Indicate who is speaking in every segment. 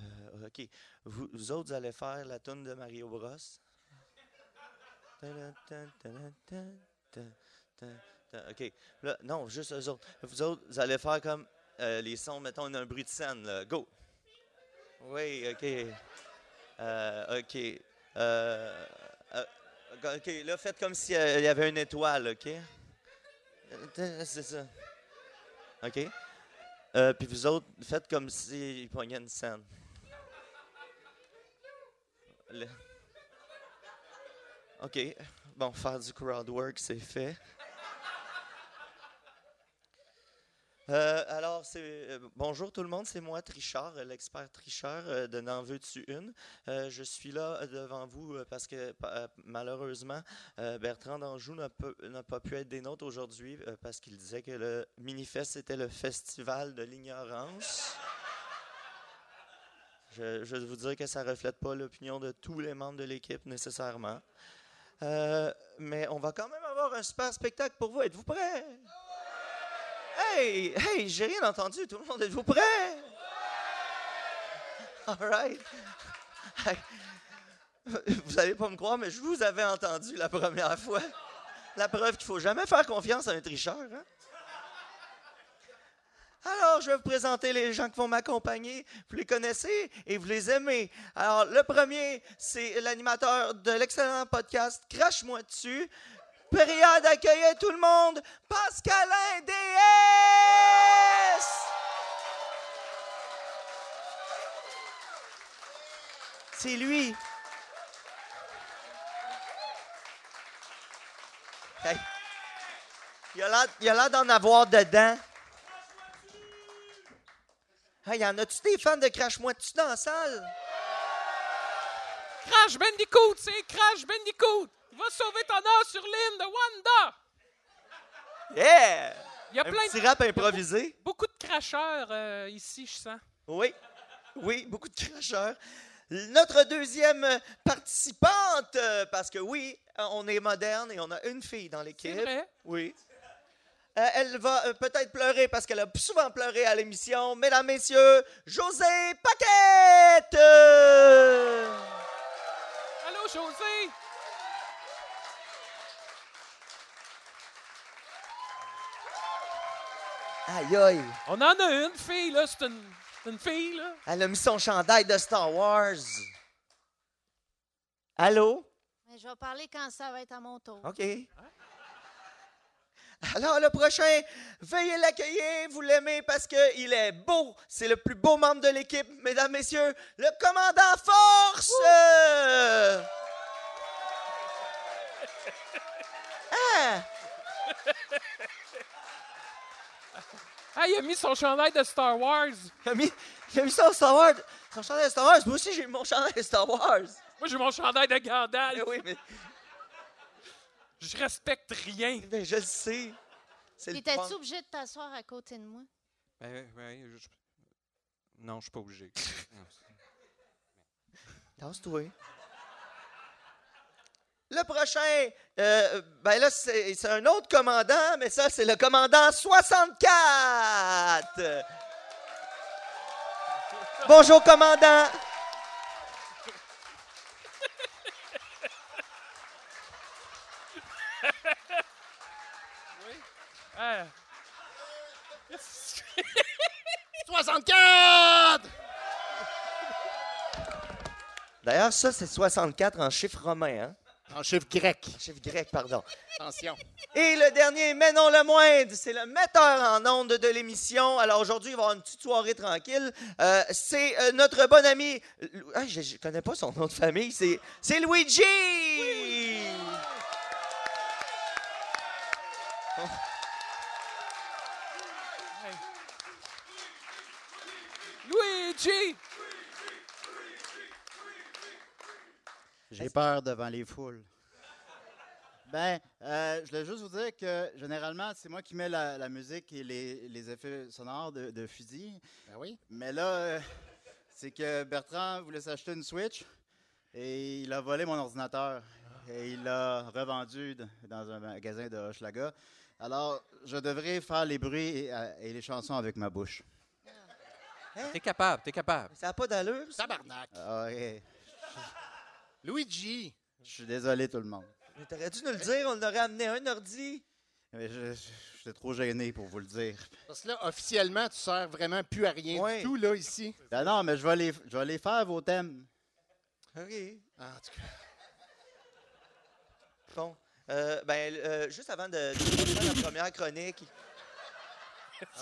Speaker 1: Euh, OK, vous, vous autres allez faire la tune de Mario Bros. Ta-da, ta, ta-da, ta, ta, ta, ta. OK. Là, non, juste eux autres. Vous autres, vous allez faire comme euh, les sons, mettons, on a un bruit de scène, là. Go! Oui, OK. Euh, OK. Euh, euh, OK, là, faites comme s'il y avait une étoile, OK? Euh, C'est ça. OK? Euh, Puis vous autres, faites comme s'il pognait une scène. Le- OK. Bon, faire du crowd work, c'est fait. Euh, alors, c'est euh, bonjour tout le monde, c'est moi Trichard, euh, l'expert tricheur euh, de N'en veux-tu une. Euh, je suis là euh, devant vous euh, parce que pa- euh, malheureusement, euh, Bertrand d'Anjou n'a peu- n'a pas pu être des nôtres aujourd'hui euh, parce qu'il disait que le Minifest était le festival de l'ignorance. Je, je vais vous dire que ça reflète pas l'opinion de tous les membres de l'équipe nécessairement. Euh, mais on va quand même avoir un super spectacle pour vous. Êtes-vous prêts? Hey, hey, j'ai rien entendu. Tout le monde, êtes-vous prêts? All right. Vous allez pas me croire, mais je vous avais entendu la première fois. La preuve qu'il faut jamais faire confiance à un tricheur. hein? Alors, je vais vous présenter les gens qui vont m'accompagner. Vous les connaissez et vous les aimez. Alors, le premier, c'est l'animateur de l'excellent podcast Crache-moi dessus. Période d'accueillir tout le monde, Pascalin DS! C'est lui. Hey. Il a l'air- il a l'air d'en avoir dedans. Hey, y en a-tu des fans de Crash-moi dessus dans la salle?
Speaker 2: Crash Bandicoot, c'est Crash Bandicoot. Il va sauver ton or sur l'île de Wanda.
Speaker 1: Yeah!
Speaker 2: Il y a
Speaker 1: Un
Speaker 2: plein
Speaker 1: petit
Speaker 2: de,
Speaker 1: rap improvisé.
Speaker 2: beaucoup de cracheurs euh, ici, je sens.
Speaker 1: Oui, oui, beaucoup de cracheurs. Notre deuxième participante, euh, parce que oui, euh, on est moderne et on a une fille dans
Speaker 2: C'est
Speaker 1: l'équipe.
Speaker 2: vrai.
Speaker 1: Oui. Euh, elle va euh, peut-être pleurer parce qu'elle a souvent pleuré à l'émission. Mesdames, messieurs, José Paquette! Euh,
Speaker 2: Allô, José.
Speaker 1: Aïe aïe!
Speaker 2: On en a une fille, là. C'est une, c'est une fille, là.
Speaker 1: Elle a mis son chandail de Star Wars. Allô?
Speaker 3: Mais je vais parler quand ça va être à mon
Speaker 4: Ah,
Speaker 3: tour.
Speaker 1: OK. Alors, le prochain, veuillez l'accueillir. Vous l'aimez parce qu'il est beau. C'est le plus beau membre de l'équipe, mesdames, messieurs, le commandant Force! Euh. Ah!
Speaker 2: Ah, il a mis son chandail de Star Wars.
Speaker 1: Il a mis, il a mis son Star Wars. Son chandail de Star Wars. Moi aussi, j'ai mon chandail de Star Wars.
Speaker 2: Moi, j'ai mon chandail de Gandalf.
Speaker 1: Eh oui, mais,
Speaker 2: Je respecte rien.
Speaker 1: mais je le sais. C'est le fun.
Speaker 3: T'étais-tu obligé de t'asseoir à côté de moi?
Speaker 5: Ben, ben, je- Non, je suis pas obligé. Non, c'est-
Speaker 1: Tasse-toi. Le prochain, euh, ben là, c'est c'est un autre commandant, mais ça, c'est le commandant 64. Bonjour, commandant.
Speaker 2: Ah.
Speaker 6: 64!
Speaker 1: D'ailleurs, ça, c'est 64 en chiffre romain, hein?
Speaker 6: En chiffre grec.
Speaker 1: En chiffre grec, pardon.
Speaker 6: Attention.
Speaker 1: Et le dernier, mais non le moindre, c'est le metteur en onde de l'émission. Alors aujourd'hui, il va y avoir une petite soirée tranquille. Euh, c'est euh, notre bon ami. Lou- Ah, je, je connais pas son nom de famille. C'est, c'est Luigi!
Speaker 2: Luigi.
Speaker 6: J'ai peur devant les foules. Ben, euh, je voulais juste vous dire que généralement, c'est moi qui mets la, la musique et les, les effets sonores de, de fusil. Ben oui. Mais là, euh, c'est que Bertrand voulait s'acheter une Switch et il a volé mon ordinateur et il l'a revendu d- dans un magasin de Hochelaga. Alors, je devrais faire les bruits et, euh, et les chansons avec ma bouche.
Speaker 5: T'es capable, t'es capable.
Speaker 1: Ça n'a pas d'allure, ça.
Speaker 7: Tabarnak.
Speaker 6: Ah, ouais.
Speaker 7: Luigi.
Speaker 6: Je suis désolé, tout le monde.
Speaker 1: Mais T'aurais dû nous le dire, on aurait amené un ordi.
Speaker 6: Mais je, je- j'étais trop gêné pour vous le dire.
Speaker 7: Parce que là, officiellement, tu sers vraiment plus à rien
Speaker 1: Ouais.
Speaker 7: du tout, là, ici.
Speaker 6: Ben non, mais je vais les, je vais les faire, vos thèmes.
Speaker 1: OK.
Speaker 7: En tout cas,
Speaker 1: Bon. Euh, ben, euh, juste avant de, de faire la première chronique.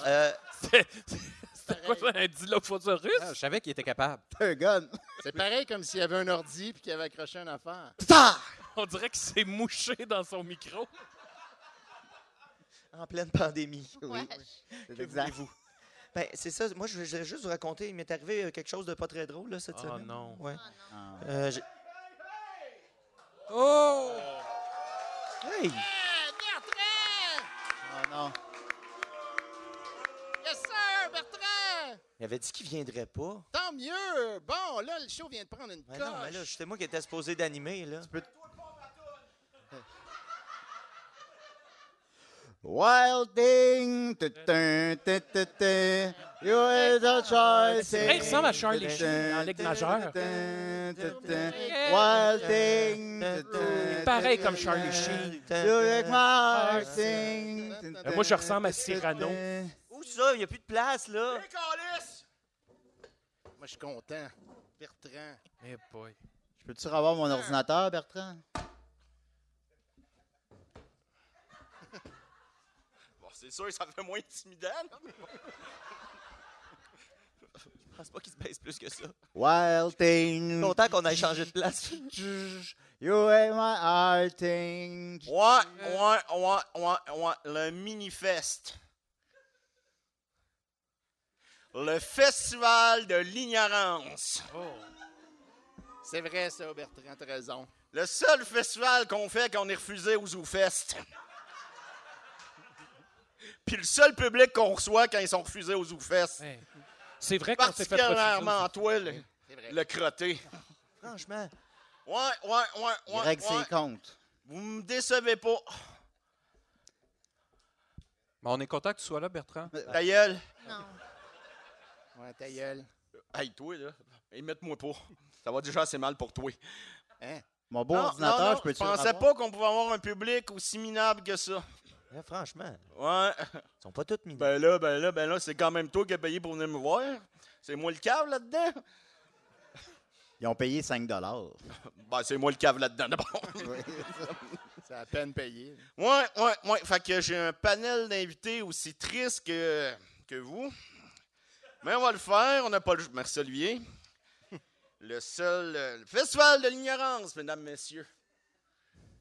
Speaker 1: euh,
Speaker 2: C'est quoi ça, un dilophosaurus?
Speaker 5: Ah, je savais qu'il était capable.
Speaker 6: Un gun.
Speaker 7: c'est pareil comme s'il y avait un ordi puis qu'il avait accroché une affaire.
Speaker 2: On dirait qu'il s'est mouché dans son micro.
Speaker 1: en pleine pandémie.
Speaker 3: Ouais.
Speaker 6: C'est
Speaker 1: Que
Speaker 6: exact.
Speaker 1: voulez-vous? Ben, c'est ça. Moi, je voulais juste vous raconter. Il m'est arrivé euh, quelque chose de pas très drôle, là, cette
Speaker 5: Oh,
Speaker 1: semaine.
Speaker 5: non.
Speaker 1: Ouais.
Speaker 3: Ah, non.
Speaker 6: Ah.
Speaker 1: Euh, j'ai-
Speaker 5: Oh!
Speaker 1: hey!
Speaker 7: Hey, Bertrand!
Speaker 6: Ah non.
Speaker 7: Yes, sir, Bertrand!
Speaker 1: Il avait dit qu'il viendrait pas.
Speaker 7: Tant mieux! Bon, là, le show vient de prendre une
Speaker 1: Ben
Speaker 7: coche.
Speaker 1: non, mais là, c'était moi qui étais supposé d'animer, là.
Speaker 6: Wilding. tutun, tutun, You had a choice.
Speaker 2: Hey, il ressemble à Charlie
Speaker 6: tutun,
Speaker 2: Sheen en Ligue majeure.
Speaker 6: tutun, tutun,
Speaker 2: Yeah.
Speaker 6: Wilding. tutun,
Speaker 2: Pareil
Speaker 6: tutun,
Speaker 2: comme
Speaker 1: Euh,
Speaker 2: Charlie Sheen.
Speaker 6: You had my sing,
Speaker 7: Euh,
Speaker 2: moi, je ressemble à Cyrano.
Speaker 6: tutun.
Speaker 1: Où ça? Il n'y a plus de place, là.
Speaker 7: Moi, je suis content. Bertrand.
Speaker 2: Eh boy.
Speaker 6: Je peux-tu revoir mon ordinateur, Bertrand?
Speaker 4: Bon, c'est sûr, ça fait moins intimidant. là, mais bon. Je pense pas qu'il se baisse plus que ça.
Speaker 6: Wilding.
Speaker 1: Content qu'on ait changé de place.
Speaker 6: You ain't my arting.
Speaker 4: Ouais, ouais, ouais, ouais, ouais. Le mini-fest. Le festival de l'ignorance.
Speaker 7: C'est vrai, ça, Bertrand, t'as raison.
Speaker 4: Le seul festival qu'on fait qu'on est refusé aux ZooFest. Puis le seul public qu'on reçoit quand ils sont refusés aux ZooFest.
Speaker 2: Hey. C'est vrai qu'on s'est fait
Speaker 4: Particulièrement
Speaker 2: refuser.
Speaker 4: toi, le,
Speaker 7: C'est vrai.
Speaker 4: le crotté.
Speaker 1: Franchement.
Speaker 4: Ouais, ouais, ouais,
Speaker 6: Il
Speaker 4: ouais.
Speaker 6: règle
Speaker 4: ouais.
Speaker 6: ses comptes.
Speaker 4: Vous me décevez pas.
Speaker 5: Mais on est content que tu sois là, Bertrand.
Speaker 4: Ta gueule.
Speaker 3: Non.
Speaker 7: Ouais, ta gueule.
Speaker 4: Hey, toi, là, émette-moi pas. Ça va déjà assez mal pour toi.
Speaker 6: Mon beau
Speaker 4: Non,
Speaker 6: ordinateur,
Speaker 4: non, non,
Speaker 6: je peux-tu le
Speaker 4: pensais
Speaker 6: revoir?
Speaker 4: pas qu'on pouvait avoir un public aussi minable que ça.
Speaker 1: Là, franchement,
Speaker 4: Ouais.
Speaker 1: ils sont pas tous mis.
Speaker 4: Ben là, ben là, ben là, c'est quand même toi qui as payé pour venir me voir. C'est moi le cave là-dedans?
Speaker 6: Ils ont payé 5
Speaker 4: Ben, c'est moi le cave là-dedans, d'abord.
Speaker 7: C'est à peine payé.
Speaker 4: ouais, ouais, ouais. Fait que j'ai un panel d'invités aussi triste que, que vous. Mais on va le faire. On n'a pas le. Merci, Olivier. Le seul. euh, le festival de l'ignorance, mesdames, messieurs.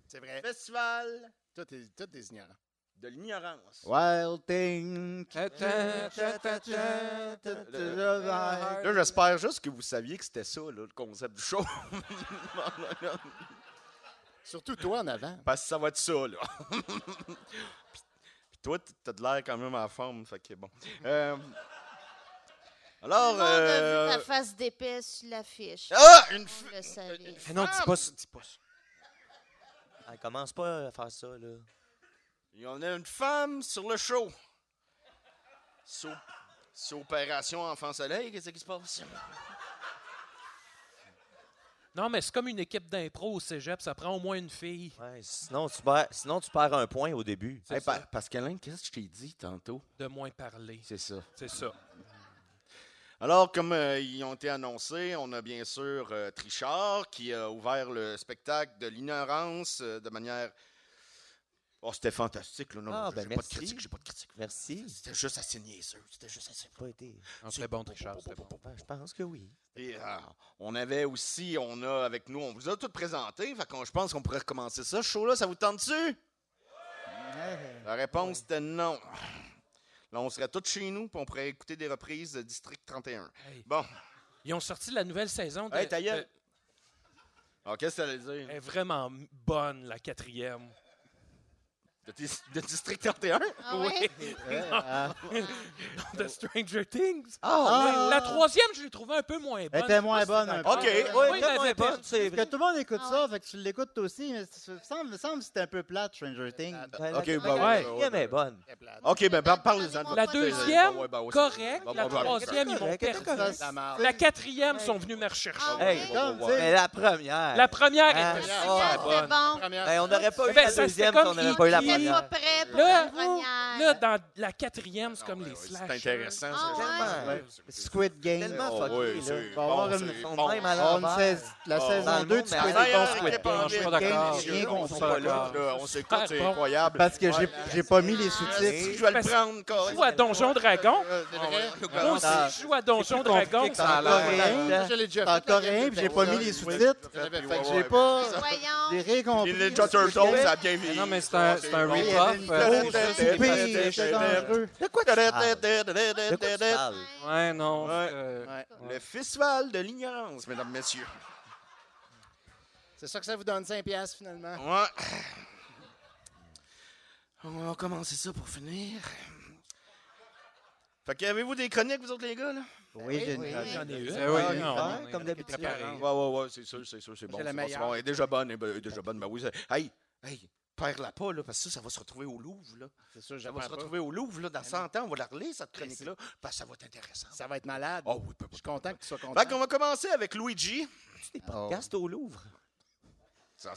Speaker 7: C'est vrai.
Speaker 4: Festival
Speaker 7: Tout est, tout est ignorant.
Speaker 4: de l'ignorance.
Speaker 6: Wilding.
Speaker 4: Là, j'espère juste que vous saviez que c'était ça, là, le concept du show.
Speaker 7: Surtout toi en avant.
Speaker 4: Parce que ça va être ça, là. Puis- puis toi, t- t'as de l'air quand même en forme, fait que bon. Euh,
Speaker 3: Tout le
Speaker 4: alors.
Speaker 3: monde a vu
Speaker 4: euh,
Speaker 3: ta face d'épais sur l'affiche.
Speaker 4: Ah! Une
Speaker 3: On
Speaker 4: f-
Speaker 3: le savait.
Speaker 5: Eh non,
Speaker 7: Ah!
Speaker 5: dis pas ça. Dis pas ça.
Speaker 1: Elle commence pas à faire ça, là.
Speaker 4: Il y en a une femme sur le show. C'est op- c'est Opération Enfant Soleil, qu'est-ce qui se passe?
Speaker 2: Non, mais c'est comme une équipe d'impro au cégep, ça prend au moins une fille.
Speaker 1: Ouais, sinon, tu perds, sinon, tu perds un point au début.
Speaker 2: C'est
Speaker 4: Hey,
Speaker 2: ça,
Speaker 4: Eh, Pa- Pascalin, qu'est-ce que je t'ai dit tantôt?
Speaker 2: De moins parler.
Speaker 4: C'est ça.
Speaker 2: C'est ça.
Speaker 4: Alors, comme euh, ils ont été annoncés, on a bien sûr euh, Trichard qui a ouvert le spectacle de l'ignorance euh, de manière. Oh, c'était fantastique, là. Non,
Speaker 1: Ah,
Speaker 4: j'ai
Speaker 1: ben,
Speaker 4: j'ai pas
Speaker 1: merci.
Speaker 4: de critique, j'ai pas de critique.
Speaker 1: Merci.
Speaker 4: C'était juste assez niaiseux. C'était juste assez.
Speaker 1: Pas été.
Speaker 5: Non, C'était bon, Trichard. C'était bon.
Speaker 1: Ben, je pense que oui.
Speaker 4: Et, euh, on avait aussi, on a avec nous, on vous a tout présenté. Fait qu'on- je pense qu'on pourrait recommencer ça. Ce show-là, ça vous tente-tu? La réponse était non. Là, on serait tous chez nous, puis on pourrait écouter des reprises de District 31.
Speaker 2: Hey.
Speaker 4: Bon.
Speaker 2: Ils ont sorti la nouvelle saison. De,
Speaker 4: Hey, Euh, ta gueule.
Speaker 2: de-
Speaker 4: Alors, qu'est-ce que ça veut dire?
Speaker 2: elle est vraiment bonne, la quatrième.
Speaker 4: De, dis- de District 31?
Speaker 3: Ah oui?
Speaker 6: Ouais, ah,
Speaker 2: de Stranger Things.
Speaker 6: Ah!
Speaker 2: La troisième, je l'ai trouvée un peu moins bonne.
Speaker 6: Elle était moins bonne. un peu.
Speaker 4: OK,
Speaker 1: Oui,
Speaker 2: Oui,
Speaker 1: peut-être
Speaker 2: mais
Speaker 1: moins
Speaker 2: mais-
Speaker 1: bonne, c'est
Speaker 6: Parce
Speaker 1: vrai.
Speaker 6: que tout le monde écoute
Speaker 3: Ah
Speaker 6: ça, fait que tu l'écoutes toi aussi, mais ça me semble, me semble que c'était un peu plate, Stranger Things.
Speaker 1: Ben,
Speaker 4: OK,
Speaker 1: la-
Speaker 4: bah
Speaker 1: la-
Speaker 2: ouais.
Speaker 1: la quatrième est bonne.
Speaker 7: Ah, Très plate.
Speaker 4: OK, ben par- parlez-en.
Speaker 3: Donnez-moi
Speaker 2: La
Speaker 3: pas de
Speaker 2: deuxième,
Speaker 4: Ouais, bah ouais, c'est-
Speaker 2: correct.
Speaker 4: bah,
Speaker 2: La
Speaker 4: bah, bah,
Speaker 2: troisième, ils m'ont
Speaker 1: correct, correct.
Speaker 2: perdu.
Speaker 7: La marde.
Speaker 2: La quatrième, ils sont venus me
Speaker 3: Ah
Speaker 2: rechercher.
Speaker 3: ouais?
Speaker 1: Hey,
Speaker 6: Comme,
Speaker 4: ouais,
Speaker 6: tu sais,
Speaker 1: Mais la première.
Speaker 2: La première
Speaker 1: Ah,
Speaker 2: était
Speaker 3: La
Speaker 1: Ah,
Speaker 3: première,
Speaker 2: super
Speaker 1: ouais.
Speaker 3: c'était
Speaker 2: bonne.
Speaker 3: bon.
Speaker 7: Première.
Speaker 1: Ben, on n'aurait pas eu
Speaker 2: Ben,
Speaker 1: la
Speaker 2: ça, c'était
Speaker 1: deuxième si
Speaker 2: comme
Speaker 1: on n'aurait pas eu la première.
Speaker 3: Il était pas prêt pour
Speaker 2: Là,
Speaker 3: la première.
Speaker 2: Là, dans la quatrième, c'est comme les
Speaker 4: Ah C'est
Speaker 2: slash.
Speaker 4: intéressant.
Speaker 3: Ah,
Speaker 4: ça.
Speaker 3: ouais.
Speaker 6: ouais. Squid Game.
Speaker 1: Tellement
Speaker 4: Oh,
Speaker 1: fucké,
Speaker 4: oui,
Speaker 1: là.
Speaker 4: c'est
Speaker 6: On va
Speaker 4: bon,
Speaker 6: avoir une-
Speaker 4: c'est
Speaker 1: On
Speaker 4: bon.
Speaker 1: même à
Speaker 6: On
Speaker 1: l'envers.
Speaker 6: sais- la
Speaker 4: Oh.
Speaker 1: Dans
Speaker 6: saison
Speaker 1: le
Speaker 6: 2
Speaker 1: monde,
Speaker 6: de
Speaker 1: mais
Speaker 6: Squid
Speaker 1: la
Speaker 6: Game,
Speaker 4: meilleure
Speaker 6: Squid
Speaker 4: équipe en
Speaker 6: Game,
Speaker 4: ville.
Speaker 6: Squid Game,
Speaker 4: Messieurs,
Speaker 6: rien
Speaker 4: on
Speaker 6: qu'on
Speaker 4: s'en
Speaker 6: soit
Speaker 4: va là,
Speaker 6: là.
Speaker 4: là, On s'écoute,
Speaker 2: Super
Speaker 4: c'est
Speaker 2: bon.
Speaker 4: incroyable.
Speaker 6: Parce que j'ai j'ai pas mis les
Speaker 4: Si
Speaker 6: sous-titres.
Speaker 4: je vais le prendre, Corey.
Speaker 2: Joue à Donjon Dragon.
Speaker 7: Euh, c'est vrai?
Speaker 2: Moi aussi,
Speaker 6: Ah.
Speaker 2: je joue à Donjon Dragon.
Speaker 6: ça. en coréen.
Speaker 7: Moi, Ah, je l'ai déjà
Speaker 6: C'est en
Speaker 7: fait, la
Speaker 6: coréen,
Speaker 7: guerre
Speaker 6: puis
Speaker 7: des
Speaker 6: j'ai pas mis
Speaker 7: Pingouins.
Speaker 6: les sous-titres.
Speaker 7: Je l'avais fait.
Speaker 6: Fait que
Speaker 4: Ouais,
Speaker 6: j'ai
Speaker 4: ouais.
Speaker 6: pas. J'ai
Speaker 3: Voyons.
Speaker 6: rien compris.
Speaker 4: Les Ninja Turtles, ça a bien vieilli.
Speaker 5: Non, mais c'est un, c'est un
Speaker 6: Il y
Speaker 5: rip-off.
Speaker 6: avait une
Speaker 5: euh,
Speaker 6: grosse soupée, c'était dangereux.
Speaker 1: De quoi tu parles? De quoi tu parles?
Speaker 3: Ah,
Speaker 5: Ouais, non.
Speaker 4: Ouais.
Speaker 5: euh,
Speaker 7: Ouais.
Speaker 4: Le festival de l'ignorance, mesdames, messieurs.
Speaker 7: C'est ça que ça vous donne 5 piastres, finalement.
Speaker 4: Ouais. On va commencer ça pour finir. Fait que avez-vous des chroniques, vous autres, les gars, là?
Speaker 6: Oui, j'ai
Speaker 7: oui.
Speaker 6: une
Speaker 2: J'en ai
Speaker 5: eh
Speaker 2: une.
Speaker 5: oui,
Speaker 6: ouais,
Speaker 5: non,
Speaker 6: Ah, ouais,
Speaker 5: on est-
Speaker 1: comme
Speaker 5: on est
Speaker 1: d'habitude.
Speaker 5: préparé.
Speaker 4: Ouais, ouais, ouais, c'est sûr, c'est sûr, c'est bon.
Speaker 7: la
Speaker 4: c'est bon, c'est
Speaker 7: meilleure.
Speaker 4: bon. Elle est déjà bonne, elle est bo- elle est déjà bonne. Ben oui, ça- hey, hey, perds-la pas, là, parce que ça, ça va se retrouver au Louvre, là.
Speaker 7: C'est sûr,
Speaker 4: Ça va
Speaker 7: j'avais
Speaker 4: se
Speaker 7: pas.
Speaker 4: retrouver au Louvre, là, dans 100 ans, on va la relire, cette chronique-là, parce que ça va être intéressant.
Speaker 7: Ça va être malade.
Speaker 4: Oh oui, peu-
Speaker 7: Je suis content que tu sois content.
Speaker 4: Fait qu'on va commencer avec Luigi.
Speaker 1: Des podcasts au Louvre.
Speaker 4: Ça,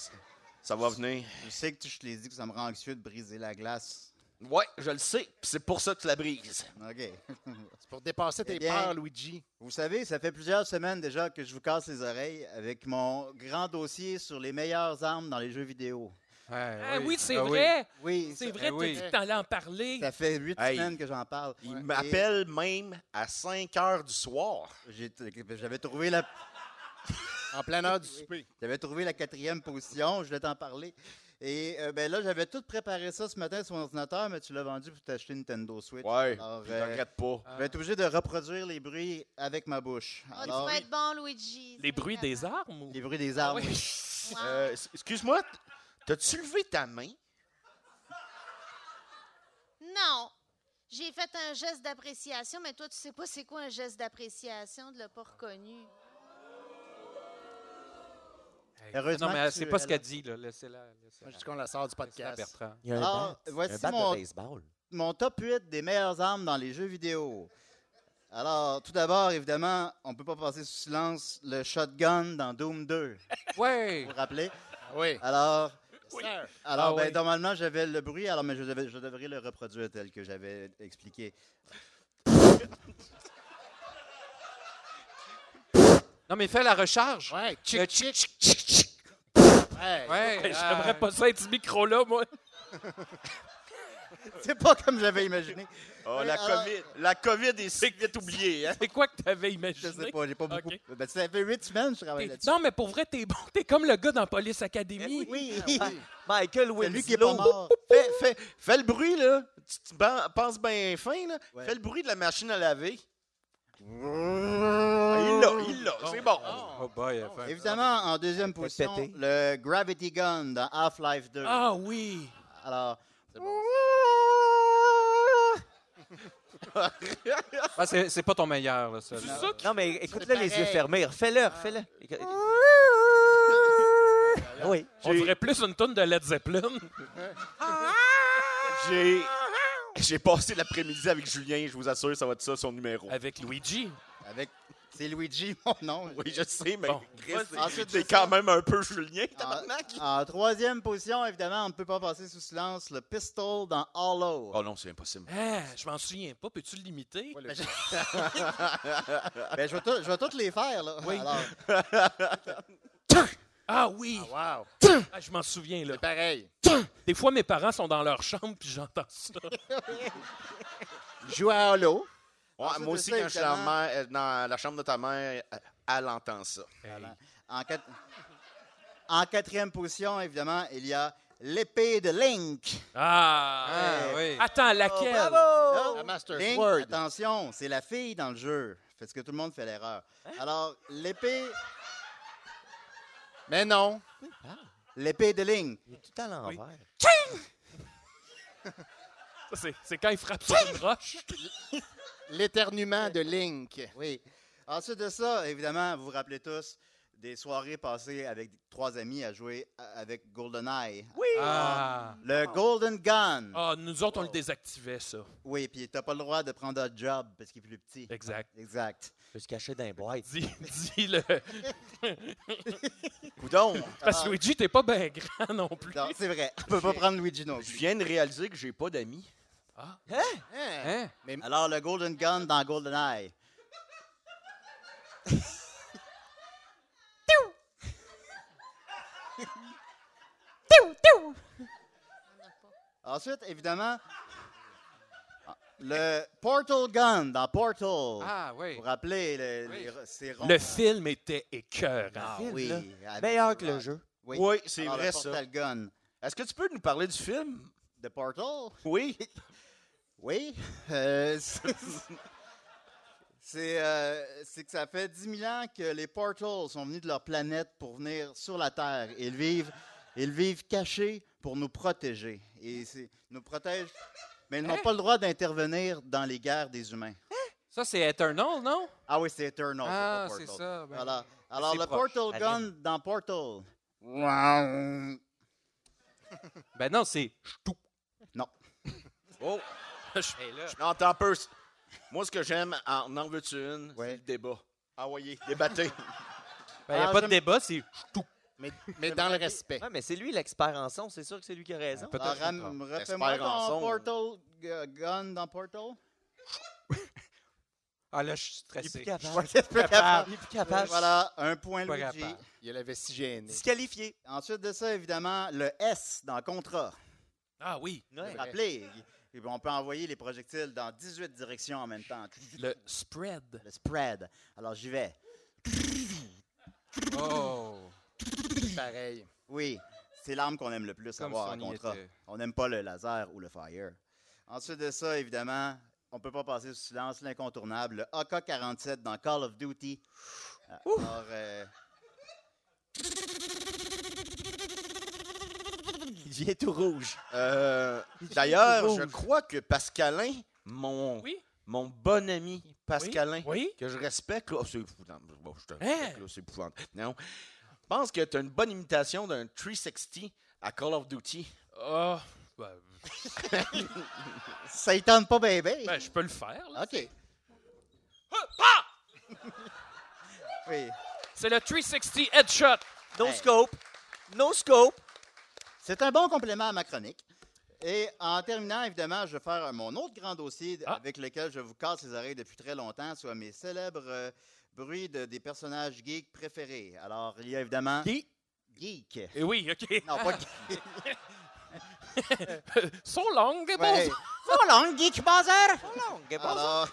Speaker 4: ça va venir.
Speaker 6: Je sais que tu- je te l'ai dit que ça me rend anxieux de briser la glace.
Speaker 4: Ouais, je le sais, puis c'est pour ça que tu la brises.
Speaker 6: OK.
Speaker 7: C'est pour dépasser tes
Speaker 6: Eh bien-
Speaker 7: peurs, Luigi.
Speaker 6: Vous savez, ça fait plusieurs semaines déjà que je vous casse les oreilles avec mon grand dossier sur les meilleures armes dans les jeux vidéo.
Speaker 5: Ouais,
Speaker 2: Ah oui, c'est
Speaker 5: Ah oui.
Speaker 2: vrai.
Speaker 6: Oui,
Speaker 2: C'est
Speaker 6: ça-
Speaker 2: vrai,
Speaker 5: Eh oui.
Speaker 2: tu dit que t'allais en parler.
Speaker 6: ça fait huit
Speaker 4: Hey.
Speaker 6: semaines que j'en parle.
Speaker 4: Il
Speaker 6: Et
Speaker 4: m'appelle même à 5 heures du soir.
Speaker 6: j'ai- J'avais trouvé la
Speaker 7: En plein heure du souper.
Speaker 6: J'avais trouvé la quatrième position, je vais t'en parler. Et euh, ben là, j'avais tout préparé ça ce matin sur mon ordinateur, mais tu l'as vendu pour t'acheter une Nintendo Switch.
Speaker 4: Ouais,
Speaker 6: Alors,
Speaker 4: je
Speaker 6: euh,
Speaker 4: regrette pas.
Speaker 6: Je vais être obligé de reproduire les bruits avec ma bouche.
Speaker 4: Ah
Speaker 3: Oh, tu
Speaker 6: Alors,
Speaker 3: vas être bon, Luigi.
Speaker 2: Les bruits des armes. ou-
Speaker 6: les bruits des arbres.
Speaker 2: Ah Oui.
Speaker 4: Euh, s- Excuse-moi, t- t'as-tu levé ta main?
Speaker 3: Non. J'ai fait un geste d'appréciation, mais toi, tu sais pas c'est quoi un geste d'appréciation de le pas reconnu.
Speaker 6: Heureusement
Speaker 5: Non,
Speaker 6: que
Speaker 5: mais
Speaker 6: tu-
Speaker 5: c'est pas ce
Speaker 6: elle-
Speaker 5: qu'elle dit, là. Laissez-la.
Speaker 7: Moi,
Speaker 5: Laissez-la.
Speaker 7: je dis qu'on la sort du
Speaker 5: Laissez-la,
Speaker 7: podcast.
Speaker 5: Bertrand.
Speaker 2: Eh,
Speaker 1: Il y a un
Speaker 6: Alors,
Speaker 1: bat.
Speaker 6: voici
Speaker 1: un bat
Speaker 6: mon-
Speaker 1: de baseball.
Speaker 6: Mon top 8 des meilleures armes dans les jeux vidéo. Alors, tout d'abord, évidemment, on peut pas passer sous silence le shotgun dans Doom 2.
Speaker 5: Ouais!
Speaker 6: Vous vous rappelez?
Speaker 7: Ah Oui.
Speaker 6: Alors,
Speaker 7: Oui.
Speaker 6: Alors,
Speaker 5: Ah
Speaker 6: ben,
Speaker 5: oui.
Speaker 6: normalement, j'avais le bruit, alors, mais je, devais- je devrais le reproduire tel que j'avais expliqué.
Speaker 5: Non, mais fais la recharge.
Speaker 7: Ouais.
Speaker 5: Le
Speaker 7: Chic,
Speaker 5: chic,
Speaker 7: chic.
Speaker 5: chic, chic, chic.
Speaker 7: Ouais.
Speaker 5: Ouais,
Speaker 2: Hey,
Speaker 5: euh,
Speaker 2: J'aimerais pas ça être ce micro-là, moi.
Speaker 6: C'est pas comme j'avais imaginé.
Speaker 4: Oh,
Speaker 6: Oui,
Speaker 4: la,
Speaker 6: alors-
Speaker 7: Euh,
Speaker 4: COVID, la COVID est si vite oubliée, hein?
Speaker 2: C'est quoi que t'avais
Speaker 6: Je
Speaker 2: imaginé?
Speaker 6: sais pas, j'ai pas beaucoup.
Speaker 2: Ok.
Speaker 6: Ben, ça fait huit semaines que je travaille
Speaker 2: T'es-
Speaker 6: là-dessus. Eh
Speaker 2: Non, mais pour vrai, t'es bon. T'es comme le gars dans Police Academy.
Speaker 6: Oui,
Speaker 1: Michael
Speaker 6: c'est
Speaker 1: Winslow.
Speaker 6: lui qui est pas mort.
Speaker 4: Fais, fais- fais le bruit, là. Tu, tu ban- penses bien fin, là.
Speaker 6: Ouais.
Speaker 4: Fais le bruit de la machine à laver. Ah, il l'a, il l'a. C'est bon.
Speaker 5: Oh boy, elle fait un-
Speaker 6: Évidemment, en deuxième
Speaker 1: Elle fait
Speaker 6: position,
Speaker 1: péter.
Speaker 6: le Gravity Gun dans Half-Life 2.
Speaker 2: Ah oui.
Speaker 6: Alors,
Speaker 5: Ah, c'est c'est pas ton meilleur, là, ça.
Speaker 2: C'est
Speaker 5: là.
Speaker 2: ça
Speaker 1: Non, mais écoute-le
Speaker 7: C'est
Speaker 1: les yeux
Speaker 7: pareil.
Speaker 1: fermés. Refais-le, refais-le. Oui.
Speaker 2: On dirait plus une tonne de Led Zeppelin.
Speaker 4: J'ai. J'ai passé l'après-midi avec Julien, je vous assure, ça va être ça son numéro.
Speaker 2: Avec Luigi.
Speaker 6: avec. C'est Luigi, mon nom.
Speaker 4: Oui, je sais, mais
Speaker 2: Bon.
Speaker 4: Chris,
Speaker 6: Vas-y.
Speaker 4: t'es-
Speaker 6: Ensuite de
Speaker 4: t'es
Speaker 6: ça-
Speaker 4: quand même un peu Julien,
Speaker 6: En,
Speaker 4: tabarnak.
Speaker 6: en troisième position, évidemment, on ne peut pas passer sous silence le pistol dans Hollow.
Speaker 4: Oh non, c'est impossible.
Speaker 2: Ah, je m'en souviens pas. Peux-tu le limiter?
Speaker 6: Ben, je vais tout- je vais toutes les faire, là.
Speaker 2: Oui.
Speaker 6: Alors,
Speaker 2: Ah oui.
Speaker 7: Ah, wow.
Speaker 2: Ah, je m'en souviens, là.
Speaker 7: C'est pareil.
Speaker 2: Des fois, mes parents sont dans leur chambre, puis j'entends ça.
Speaker 7: Joue à Halo.
Speaker 4: Ouais,
Speaker 6: Ensuite
Speaker 4: moi
Speaker 6: de
Speaker 4: aussi,
Speaker 6: ça,
Speaker 4: quand je suis dans,
Speaker 6: évidemment-
Speaker 4: ma- euh, dans la chambre de ta mère, euh, elle entend ça.
Speaker 6: En, quat- en quatrième position, évidemment, il y a l'épée de Link.
Speaker 2: Ah.
Speaker 5: Ah, oui.
Speaker 2: Attends, laquelle?
Speaker 6: Là,
Speaker 7: La Master
Speaker 6: Link,
Speaker 7: Sword.
Speaker 6: attention, c'est la fille dans le jeu. Parce que tout le monde fait l'erreur. Alors, l'épée,
Speaker 7: Mais non.
Speaker 6: l'épée de Link.
Speaker 1: Il est tout à l'envers.
Speaker 2: Ça, c'est- c'est quand il frappe sur une roche.
Speaker 7: L'éternuement de Link.
Speaker 6: Oui. Ensuite de ça, évidemment, vous vous rappelez tous des soirées passées avec trois amis à jouer a- avec GoldenEye. Oui.
Speaker 2: Ah.
Speaker 6: Le Golden Gun.
Speaker 2: Ah, nous autres, on le désactivait, ça.
Speaker 6: Oui, puis t'as pas le droit de prendre un job parce qu'il est plus petit.
Speaker 2: Exact.
Speaker 6: Exact.
Speaker 1: Je vais se cacher dans les boîtes.
Speaker 2: Dis, dis le.
Speaker 4: Coudon,
Speaker 5: ah.
Speaker 2: Parce que Luigi, t'es pas bien grand non plus.
Speaker 6: Non, c'est vrai. On peut pas prendre Luigi non
Speaker 4: je
Speaker 6: plus.
Speaker 4: viens de réaliser que j'ai pas d'amis.
Speaker 7: Hein?
Speaker 2: Hein?
Speaker 6: Alors, le Golden Gun dans GoldenEye. Ensuite, évidemment, le Portal Gun dans Portal.
Speaker 5: Ah,
Speaker 6: Vous
Speaker 5: oui.
Speaker 6: vous rappelez, le,
Speaker 5: Oui.
Speaker 6: les- ces ronds-
Speaker 2: Le film était écœurant.
Speaker 6: Ah
Speaker 1: film,
Speaker 6: oui.
Speaker 1: là.
Speaker 6: avec-
Speaker 1: Meilleur que le jeu.
Speaker 6: Oui,
Speaker 4: Oui, c'est
Speaker 6: Alors, le
Speaker 4: vrai ça.
Speaker 6: Portal Gun.
Speaker 4: Est-ce que tu peux nous parler du film?
Speaker 6: The Portal?
Speaker 4: Oui.
Speaker 6: Oui. euh, c'est- c'est euh, c'est que ça fait 10 000 ans que les Portals sont venus de leur planète pour venir sur la Terre. Ils vivent, ils vivent cachés pour nous protéger. Et c'est- nous protègent. Mais ils n'ont
Speaker 5: Hein?
Speaker 6: pas le droit d'intervenir dans les guerres des humains.
Speaker 5: Ça, c'est Eternal, non?
Speaker 6: Ah oui, c'est Eternal.
Speaker 5: ah,
Speaker 6: pas
Speaker 5: c'est
Speaker 6: Portal.
Speaker 5: ça. ben.
Speaker 6: Voilà. Alors,
Speaker 5: c'est
Speaker 6: le
Speaker 5: proche.
Speaker 6: Portal
Speaker 1: La
Speaker 6: Gun dans Portal.
Speaker 5: Ben non, c'est Ch'tou.
Speaker 4: Oh,
Speaker 5: Hey, là.
Speaker 4: non, attends un peu. Moi, ce que j'aime, en en veux-tu une?
Speaker 6: Ouais.
Speaker 4: C'est le débat. Ah, voyez, débattez.
Speaker 5: Ben, y a
Speaker 6: Ah,
Speaker 5: pas de
Speaker 6: j'aime-
Speaker 5: débat, c'est Ch'tou.
Speaker 7: Mais, mais dans le respect.
Speaker 1: Ouais, mais c'est lui l'expert en son, c'est sûr que c'est lui qui a raison.
Speaker 5: Peut-être
Speaker 6: Ah,
Speaker 5: que
Speaker 6: ram-
Speaker 5: je me trompe.
Speaker 6: Refais-moi
Speaker 4: J'espère en
Speaker 6: ton
Speaker 4: son.
Speaker 6: Portal Gu- Gun dans Portal.
Speaker 5: Ah, là, je suis
Speaker 1: Il est plus
Speaker 5: stressé.
Speaker 1: capable.
Speaker 6: Je suis pas capable.
Speaker 1: Il est plus capable.
Speaker 6: Voilà, un point
Speaker 5: Pas
Speaker 6: Luigi.
Speaker 5: capable.
Speaker 7: Il y avait si gêné.
Speaker 1: Disqualifié.
Speaker 6: Ensuite de ça, évidemment, le S dans contrat.
Speaker 2: Ah oui.
Speaker 1: Ouais.
Speaker 6: Rappelez, il- ben, on peut envoyer les projectiles dans 18 directions en même temps.
Speaker 2: Le spread.
Speaker 6: Le spread. Alors j'y vais.
Speaker 5: Oh,
Speaker 7: Pareil.
Speaker 6: Oui, c'est l'arme qu'on aime le plus
Speaker 5: comme si
Speaker 6: avoir en
Speaker 5: on y
Speaker 6: contrat.
Speaker 5: était.
Speaker 6: On n'aime pas le laser ou le fire. Ensuite de ça, évidemment, on peut pas passer sous silence l'incontournable, le AK-47 dans Call of Duty. Alors, euh,
Speaker 1: Il est tout rouge.
Speaker 4: Euh, D'ailleurs, je
Speaker 1: Rouge.
Speaker 4: crois que Pascalin, mon,
Speaker 2: Oui.
Speaker 4: mon bon ami Pascalin,
Speaker 2: Oui.
Speaker 4: que je respecte, là, oh, c'est épouvantable. Bon, je te
Speaker 2: Hein?
Speaker 4: respecte, là, c'est épouvantable. Non. Je pense que tu as une bonne imitation d'un 360 à Call of Duty.
Speaker 2: Ah, ben,
Speaker 6: ça y tente pas bébé.
Speaker 2: ben, je peux le faire. là.
Speaker 6: OK.
Speaker 2: Ah, ah!
Speaker 6: Oui.
Speaker 2: C'est le 360 headshot.
Speaker 1: No
Speaker 6: Hey.
Speaker 1: scope. No scope.
Speaker 6: C'est un bon complément à ma chronique. Et en terminant, évidemment, je vais faire euh, mon autre grand dossier d-
Speaker 2: Ah.
Speaker 6: avec lequel je vous casse les oreilles depuis très longtemps, soit mes célèbres euh, bruits de- des personnages geeks préférés. Alors, il y a évidemment...
Speaker 2: Geek?
Speaker 6: Geek.
Speaker 2: Et Eh oui, OK.
Speaker 6: Non, pas geek.
Speaker 2: Sont longues, les
Speaker 6: Ouais.
Speaker 2: pauses.
Speaker 6: Pas long, geek buzzer!
Speaker 1: Bon,
Speaker 6: Alors,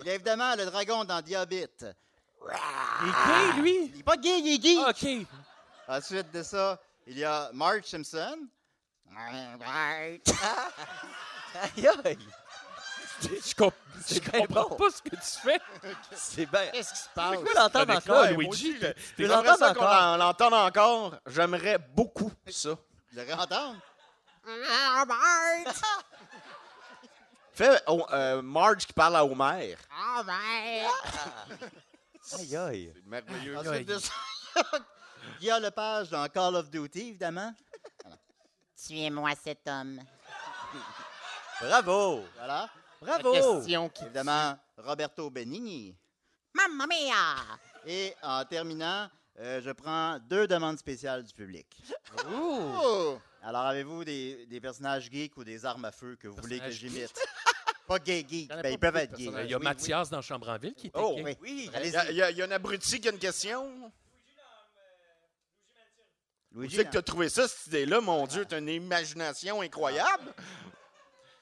Speaker 6: il y a évidemment le dragon dans Diabit.
Speaker 2: Il est gay, lui.
Speaker 6: Il est pas gay, il est geek!
Speaker 2: Ah! OK.
Speaker 6: Ah. Ensuite de ça, il y a Marge Simpson.
Speaker 1: aïe, aïe.
Speaker 2: Je, comp- je
Speaker 1: bien
Speaker 2: comprends
Speaker 1: bon.
Speaker 2: pas ce que tu fais.
Speaker 1: C'est bien.
Speaker 7: Qu'est-ce qui se
Speaker 1: Je
Speaker 7: passe?
Speaker 1: veux l'entendre
Speaker 2: Avec
Speaker 1: encore.
Speaker 2: là, Luigi.
Speaker 1: Je veux
Speaker 4: J'aimerais
Speaker 1: l'entendre
Speaker 4: ça qu'on
Speaker 1: encore.
Speaker 4: en- l'entende encore. J'aimerais beaucoup ça.
Speaker 6: Vous allez entendre?
Speaker 4: Fais oh, euh, Marge qui parle à Homer.
Speaker 1: Aïe, aïe.
Speaker 4: C'est merveilleux.
Speaker 6: Ensuite de ça, il y a Lepage dans Call of Duty, évidemment.
Speaker 8: Tuez-moi cet homme.
Speaker 1: Bravo.
Speaker 6: Voilà.
Speaker 1: Bravo.
Speaker 7: Question qui...
Speaker 6: Évidemment, Roberto Benigni.
Speaker 8: Mamma mia!
Speaker 6: Et en terminant, euh, je prends deux demandes spéciales du public.
Speaker 7: Oh!
Speaker 6: Alors, avez-vous des, des personnages geeks ou des armes à feu que vous voulez que
Speaker 2: Personnages
Speaker 6: j'imite? pas gay geek,
Speaker 7: J'en
Speaker 6: ben,
Speaker 7: ai pas
Speaker 6: ils peuvent
Speaker 7: beaucoup de
Speaker 6: être gays.
Speaker 2: Il y a
Speaker 7: Oui,
Speaker 2: Mathias dans Chambranville qui était
Speaker 4: Oh,
Speaker 2: gay.
Speaker 6: oui.
Speaker 1: Oui.
Speaker 8: Ah,
Speaker 4: Il
Speaker 6: Allez-y.
Speaker 4: y, a- y a- y a un abruti qui a une question. Où
Speaker 6: Luigi,
Speaker 8: hein.
Speaker 4: c'est que tu
Speaker 6: non?
Speaker 4: as trouvé ça, cette idée-là? Mon Dieu, t'as une imagination incroyable.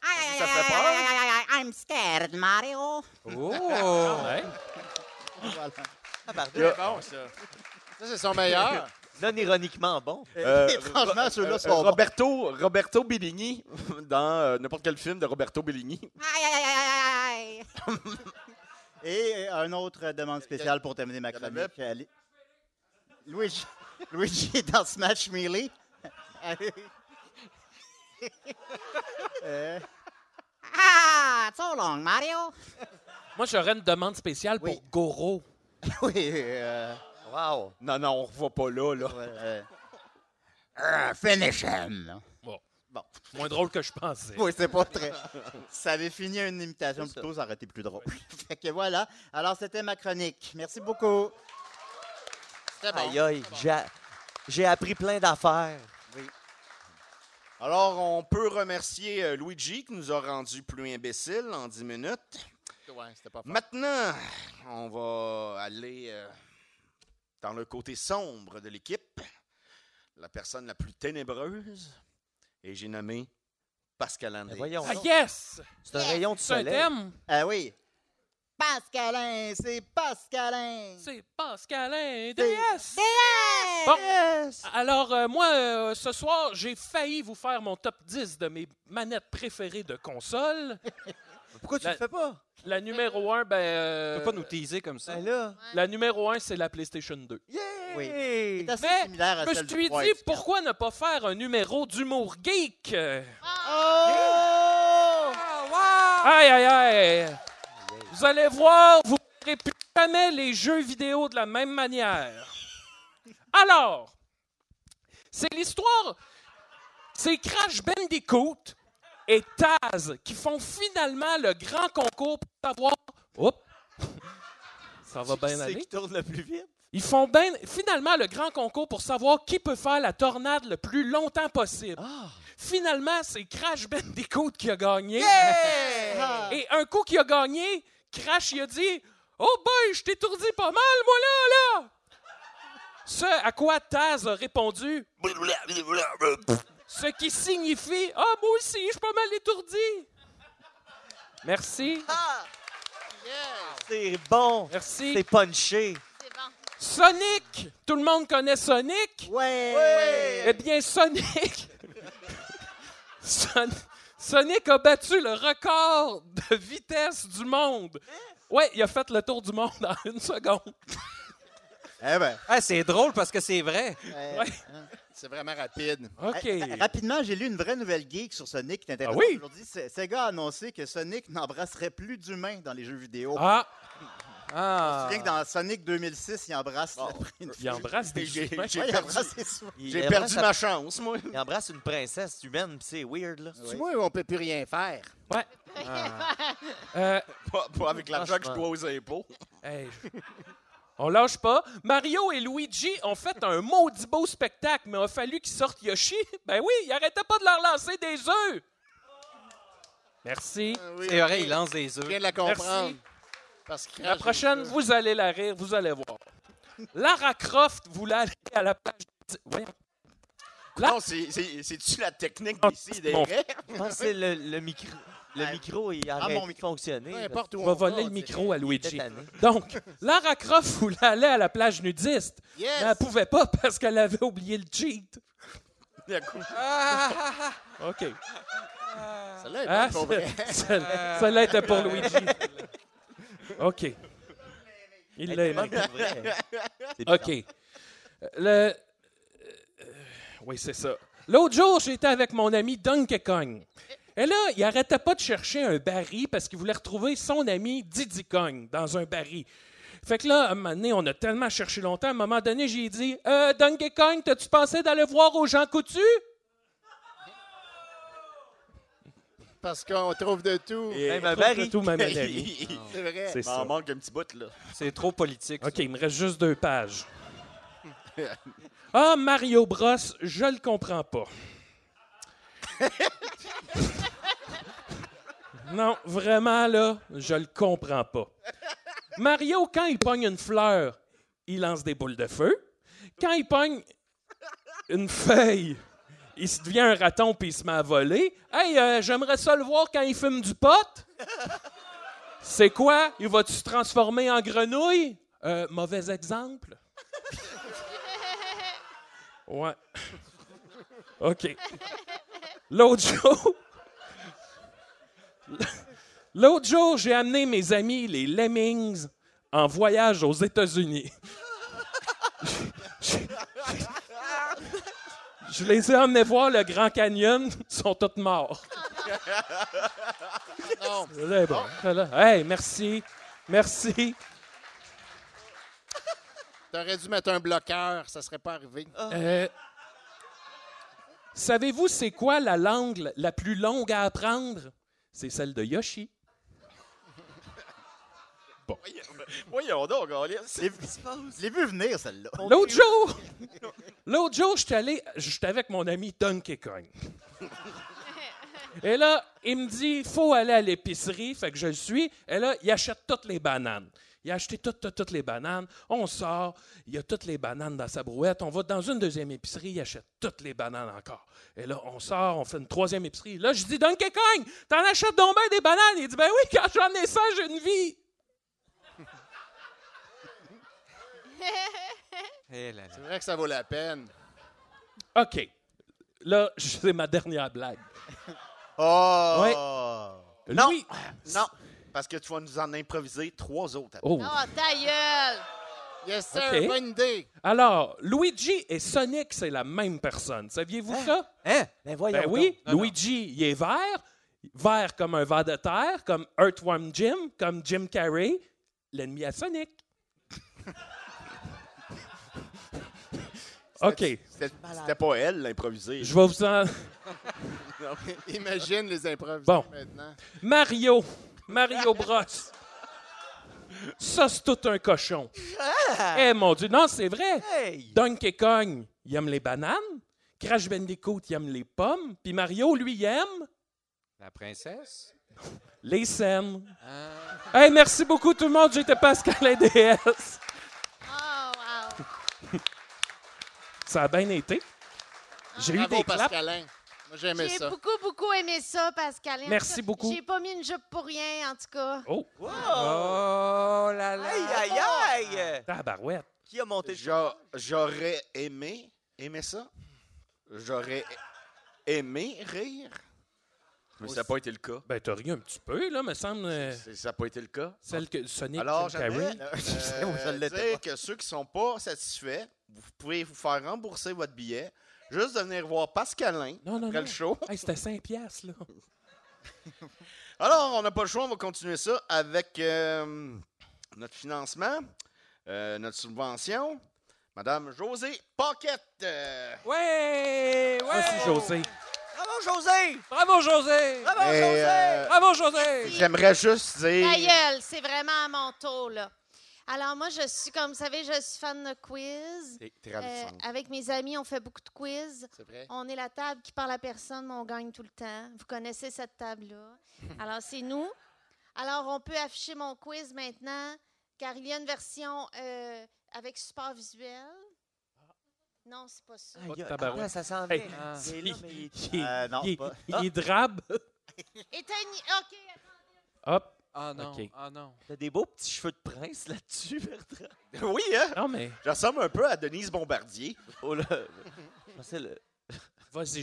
Speaker 8: Aïe,
Speaker 4: Ça
Speaker 8: aïe,
Speaker 4: fait
Speaker 8: aïe,
Speaker 4: peur.
Speaker 8: aïe, aïe, aïe, I'm scared, Mario.
Speaker 5: Oh!
Speaker 2: Ouais.
Speaker 6: Voilà.
Speaker 1: Pardon.
Speaker 7: bon, ça. Ça, c'est son meilleur.
Speaker 1: Non ironiquement bon.
Speaker 4: Euh,
Speaker 6: Franchement, ceux-là
Speaker 4: Euh,
Speaker 6: sont bons.
Speaker 4: Roberto, Roberto Bellini, dans euh, n'importe quel film de Roberto Bellini.
Speaker 8: Aïe, aïe, aïe, aïe, aïe.
Speaker 6: Et euh, une autre demande spéciale pour terminer ma
Speaker 4: y en avait-
Speaker 6: chronique. Allez. Luigi, Luigi dans Smash Melee. Euh,
Speaker 8: Ah, it's so long,
Speaker 6: hein?
Speaker 8: Mario.
Speaker 2: Moi, j'aurais une demande spéciale
Speaker 6: Oui.
Speaker 2: pour Goro.
Speaker 6: oui. euh,
Speaker 1: Wow!
Speaker 4: Non, non, on ne revoit pas là, là.
Speaker 6: voilà, euh. Ah, finish him.
Speaker 2: Moins drôle que je pensais.
Speaker 6: Oui, c'est pas très. Ça avait fini une imitation plus tôt, ça aurait été plus drôle. fait que voilà. Alors, c'était ma chronique. Merci beaucoup.
Speaker 7: C'était bon.
Speaker 1: Aïe, aïe, j'ai- j'ai appris plein d'affaires.
Speaker 4: Alors, on peut remercier euh, Luigi qui nous a rendu plus imbéciles en 10 minutes.
Speaker 7: Ouais, c'était pas fort.
Speaker 4: Maintenant, on va aller euh, dans le côté sombre de l'équipe. La personne la plus ténébreuse. Et j'ai nommé Pascal André.
Speaker 1: Mais voyons,
Speaker 2: Ah,
Speaker 1: donc,
Speaker 2: yes!
Speaker 1: c'est un rayon de
Speaker 2: C'est un
Speaker 1: soleil.
Speaker 2: thème?
Speaker 6: Ah oui. Pascalin, c'est Pascalin.
Speaker 2: C'est Pascalin
Speaker 8: Yes!
Speaker 2: DS! Bon, alors euh, moi, euh, ce soir, j'ai failli vous faire mon top 10 de mes manettes préférées de console.
Speaker 1: Pourquoi tu
Speaker 2: La-
Speaker 1: le fais pas?
Speaker 2: La numéro 1, ben...
Speaker 5: Tu
Speaker 2: euh,
Speaker 5: peux pas nous teaser comme ça.
Speaker 1: Ben là,
Speaker 2: La numéro 1, c'est la PlayStation 2.
Speaker 6: C'est assez
Speaker 2: Mais,
Speaker 6: similaire à
Speaker 2: Je me
Speaker 6: celle du
Speaker 2: suis
Speaker 6: trois
Speaker 2: dit,
Speaker 6: experts.
Speaker 2: pourquoi ne pas faire un numéro d'humour geek? Euh,
Speaker 6: Oh!
Speaker 2: Aïe, aïe, aïe! Vous allez voir, vous ne verrez plus jamais les jeux vidéo de la même manière. Alors, c'est l'histoire. C'est Crash Bandicoot et Taz qui font finalement le grand concours pour savoir. Oups! Ça va bien
Speaker 1: c'est
Speaker 2: aller.
Speaker 1: qui tourne le plus vite?
Speaker 2: Ils font ben- finalement le grand concours pour savoir qui peut faire la tornade le plus longtemps possible. Finalement, c'est Crash Bandicoot qui a gagné.
Speaker 6: Ah.
Speaker 2: Et un coup qui a gagné, Crash il a dit Oh boy, je t'étourdis pas mal, moi là, là! Ce à quoi Taz a répondu Ce qui signifie Ah, moi aussi, je suis pas mal étourdi. Merci,
Speaker 1: C'est bon!
Speaker 2: merci.
Speaker 1: C'est punché!
Speaker 3: C'est bon.
Speaker 2: Sonic! Tout le monde connaît Sonic?
Speaker 6: Ouais.
Speaker 2: Eh bien, Sonic. Son- Sonic a battu le record de vitesse du monde. Ouais, il a fait le tour du monde en une seconde.
Speaker 6: Eh ben,
Speaker 5: Ah, c'est drôle parce que c'est vrai.
Speaker 6: euh,
Speaker 2: Ouais.
Speaker 7: C'est vraiment rapide.
Speaker 2: OK.
Speaker 6: eh, Rapidement, j'ai lu une vraie nouvelle geek sur Sonic qui est intéressante
Speaker 2: Ah oui?
Speaker 6: aujourd'hui. C'est- Sega a annoncé que Sonic n'embrasserait plus d'humains dans les jeux vidéo.
Speaker 2: Ah,
Speaker 5: Ah.
Speaker 6: Rien que dans Sonic 2006, il embrasse après une
Speaker 2: Ah. il embrasse des
Speaker 4: J'ai-
Speaker 2: humains.
Speaker 4: j'ai-
Speaker 6: Ouais, il
Speaker 4: perdu.
Speaker 6: embrasse les soins.
Speaker 1: Il
Speaker 4: J'ai
Speaker 1: embrasse
Speaker 4: perdu
Speaker 1: la-
Speaker 4: ma chance, moi.
Speaker 1: Il embrasse une princesse humaine, pis c'est weird, là.
Speaker 7: Tu vois, on peut plus rien faire.
Speaker 2: Euh,
Speaker 4: Pas, pas avec l'argent que je
Speaker 1: Franchement.
Speaker 4: dois aux impôts.
Speaker 2: hey, je- On lâche pas. Mario et Luigi ont fait un maudit beau spectacle, mais il a fallu qu'ils sortent Yoshi. Ben oui, ils arrêtaient pas de leur lancer des œufs. Merci.
Speaker 5: C'est vrai, il lance des
Speaker 7: Ah Je
Speaker 5: œufs.
Speaker 7: viens de la comprendre.
Speaker 2: Merci.
Speaker 7: Parce que
Speaker 2: La prochaine, vous allez la rire, vous allez voir. Lara Croft voulait aller à la plage. Voyons.
Speaker 4: Non, c'est- c'est- c'est-tu la technique
Speaker 1: Ah,
Speaker 4: d'ici des
Speaker 2: Mon-
Speaker 4: rêves?
Speaker 1: Je pense que c'est le, le micro. Le
Speaker 6: Ouais.
Speaker 1: micro, il
Speaker 6: Ah,
Speaker 1: arrête
Speaker 6: mon
Speaker 1: de fonctionner.
Speaker 7: Peu
Speaker 1: là.
Speaker 7: importe où
Speaker 2: On
Speaker 7: on
Speaker 2: va voler
Speaker 7: on
Speaker 2: le
Speaker 7: dirait.
Speaker 2: micro à
Speaker 1: Cette
Speaker 2: Luigi.
Speaker 1: année.
Speaker 2: Donc, Lara Croft voulait aller à la plage nudiste, mais
Speaker 7: Yes!
Speaker 2: elle pouvait pas parce qu'elle avait oublié le cheat. Ah,
Speaker 4: D'un coup,
Speaker 2: OK.
Speaker 7: Celle-là est
Speaker 2: Ah,
Speaker 7: bonne pour vrai.
Speaker 2: ce- ce- Celle-là était pour Luigi. OK. Il
Speaker 1: Hey,
Speaker 2: l'a
Speaker 1: tu
Speaker 2: aimé.
Speaker 1: manques pour vrai. C'est bizarre.
Speaker 2: OK. Euh, Le... euh, oui, c'est ça. L'autre jour, j'étais avec mon ami Donkey Kong. Et là, il arrêtait pas de chercher un baril parce qu'il voulait retrouver son ami Diddy Kong dans un baril. Fait que là, à un moment donné, on a tellement cherché longtemps, à un moment donné, j'ai dit Euh, Donkey Kong, t'as-tu pensé d'aller voir aux gens coutus?
Speaker 7: Parce qu'on trouve de tout.
Speaker 1: Même
Speaker 2: Trouve
Speaker 1: un
Speaker 2: de
Speaker 1: Barry.
Speaker 2: tout, même un ami.
Speaker 4: il
Speaker 7: C'est vrai.
Speaker 2: C'est ça.
Speaker 4: m'en manque un petit bout, là.
Speaker 5: C'est trop politique.
Speaker 2: OK, il me reste juste deux pages. Ah, Mario Bros, je le comprends pas. non, vraiment, là, je le comprends pas. Mario, quand il pogne une fleur, il lance des boules de feu. Quand il pogne une feuille, il se devient un raton puis il se met à voler. Hey, euh, j'aimerais ça le voir quand il fume du pot. C'est quoi? Il va-tu se transformer en grenouille? Euh, mauvais exemple. Ouais. OK. L'autre jour. L'autre jour, j'ai amené mes amis, les Lemmings, en voyage aux États-Unis. Je les ai emmenés voir le Grand Canyon. Ils sont tous morts.
Speaker 7: Non.
Speaker 2: C'est bon. Voilà. Hey, merci. Merci.
Speaker 7: T'aurais dû mettre un bloqueur, ça serait pas arrivé.
Speaker 2: Euh, Savez-vous c'est quoi la langue la plus longue à apprendre? C'est celle de Yoshi.
Speaker 4: Voyons donc, Galice.
Speaker 6: Je l'ai vu venir, celle-là.
Speaker 2: L'autre jour, l'autre jour, j'étais allé, j'étais avec mon ami Donkey Kong. Et là, il me dit, faut aller à l'épicerie, fait que je le suis. Et là, il achète toutes les bananes. Il a acheté toutes, toutes, toutes les bananes. On sort, il a toutes les bananes dans sa brouette. On va dans une deuxième épicerie, il achète toutes les bananes encore. Et là, on sort, on fait une troisième épicerie. Là, je dis, Donkey Kong, t'en achètes donc bien des bananes? Il dit, ben oui, quand j'en ai ça, j'ai une vie.
Speaker 5: Eh là là.
Speaker 7: C'est vrai que ça vaut la peine.
Speaker 2: OK. Là, c'est ma dernière blague.
Speaker 4: Oh!
Speaker 6: Euh,
Speaker 4: Non.
Speaker 2: Louis-
Speaker 4: Non, parce que tu vas nous en improviser trois autres après.
Speaker 2: Oh.
Speaker 3: Oh, ta gueule!
Speaker 7: Yes, sir,
Speaker 2: Ok.
Speaker 7: bonne idée.
Speaker 2: Alors, Luigi et Sonic, c'est la même personne. Saviez-vous ça?
Speaker 9: Hein? Ben voyons.
Speaker 2: Ben oui,
Speaker 9: donc. Non, non.
Speaker 2: Luigi, il est vert. Vert comme un ver de terre, comme Earthworm Jim, comme Jim Carrey, l'ennemi à Sonic. OK,
Speaker 4: C'était c'était pas elle, l'improviser.
Speaker 2: je vais vous en...
Speaker 7: Imagine les improvisés
Speaker 2: Bon.
Speaker 7: maintenant.
Speaker 2: Mario, Mario Bros. Ça, c'est tout un cochon.
Speaker 9: Ah!
Speaker 2: Eh mon Dieu, non, c'est vrai.
Speaker 9: Hey!
Speaker 2: Donkey Kong, il aime les bananes. Crash Bandicoot, il aime les pommes. Puis Mario, lui, il aime
Speaker 5: La princesse?
Speaker 2: les scènes.
Speaker 5: Ah.
Speaker 2: Hey, merci beaucoup tout le monde. J'étais Pascal NDS.
Speaker 3: Oh, wow.
Speaker 2: Ça a bien été. J'ai eu
Speaker 7: Bravo,
Speaker 2: des claps.
Speaker 7: Pascalin. Moi, j'aimais
Speaker 3: J'ai
Speaker 7: ça.
Speaker 3: beaucoup, beaucoup aimé ça, Pascal. En
Speaker 2: Merci
Speaker 3: tout cas,
Speaker 2: beaucoup.
Speaker 3: J'ai pas mis une jupe pour rien, en tout cas.
Speaker 2: Oh, Ah.
Speaker 9: Oh là là!
Speaker 1: Aïe, aïe, aïe!
Speaker 2: tabarouette.
Speaker 1: Qui a monté le
Speaker 4: J'a- J'aurais aimé aimer ça. J'aurais aimé rire. Mais ça n'a pas été le cas.
Speaker 2: Ben, t'as ri un petit peu, là, me semble. euh,
Speaker 4: C'est- Ça n'a pas été le cas.
Speaker 2: Celle que Sonic
Speaker 4: Alors,
Speaker 2: Jim
Speaker 4: j'aimerais
Speaker 2: Carrey.
Speaker 4: euh,
Speaker 6: Ça l'était
Speaker 4: dire que ceux qui sont pas satisfaits, vous pouvez vous faire rembourser votre billet. Juste de venir voir Pascalin
Speaker 2: Non, non,
Speaker 4: après
Speaker 2: non.
Speaker 4: le show.
Speaker 2: Hey, c'était 5 piastres, là.
Speaker 4: Alors, on n'a pas le choix, on va continuer ça avec euh, notre financement, euh, notre subvention. Madame Josée Paquette. euh,
Speaker 9: Ouais! Ouais!
Speaker 2: Merci, Ah, José.
Speaker 1: Ah
Speaker 9: Bravo, José!
Speaker 2: Bravo, José!
Speaker 9: Bravo,
Speaker 4: Mais,
Speaker 9: José!
Speaker 4: euh,
Speaker 9: Bravo, José!
Speaker 4: J'aimerais juste
Speaker 3: Ta
Speaker 4: dire.
Speaker 3: gueule, c'est vraiment à mon tour, là. Alors, moi, je suis, comme vous savez, je suis fan de quiz.
Speaker 4: T'es- t'es
Speaker 3: Euh,
Speaker 4: ravissante.
Speaker 3: avec mes amis, on fait beaucoup de quiz.
Speaker 7: C'est vrai.
Speaker 3: On est la table qui parle à personne, mais on gagne tout le temps. Vous connaissez cette table-là. Alors, c'est nous. Alors, on peut afficher mon quiz maintenant, car il y a une version euh, avec support visuel. Non, c'est pas ça.
Speaker 1: ah,
Speaker 9: Aïe,
Speaker 2: tabarouette.
Speaker 9: attends, ça s'en
Speaker 2: Hey.
Speaker 9: vient. Ah.
Speaker 2: Il,
Speaker 9: Il est là, mais il-
Speaker 2: il est-
Speaker 6: Euh, non,
Speaker 2: il est-
Speaker 6: pas-
Speaker 2: il est drabe.
Speaker 3: Éteignez. OK.
Speaker 2: Hop.
Speaker 5: Ah non,
Speaker 2: Ok.
Speaker 5: ah non.
Speaker 9: T'as des beaux petits cheveux de prince là-dessus, Bertrand.
Speaker 4: oui, hein?
Speaker 2: Non, mais
Speaker 4: Je ressemble un peu à Denise Bombardier.
Speaker 1: Oh là! Je pensais le,
Speaker 2: vas-y,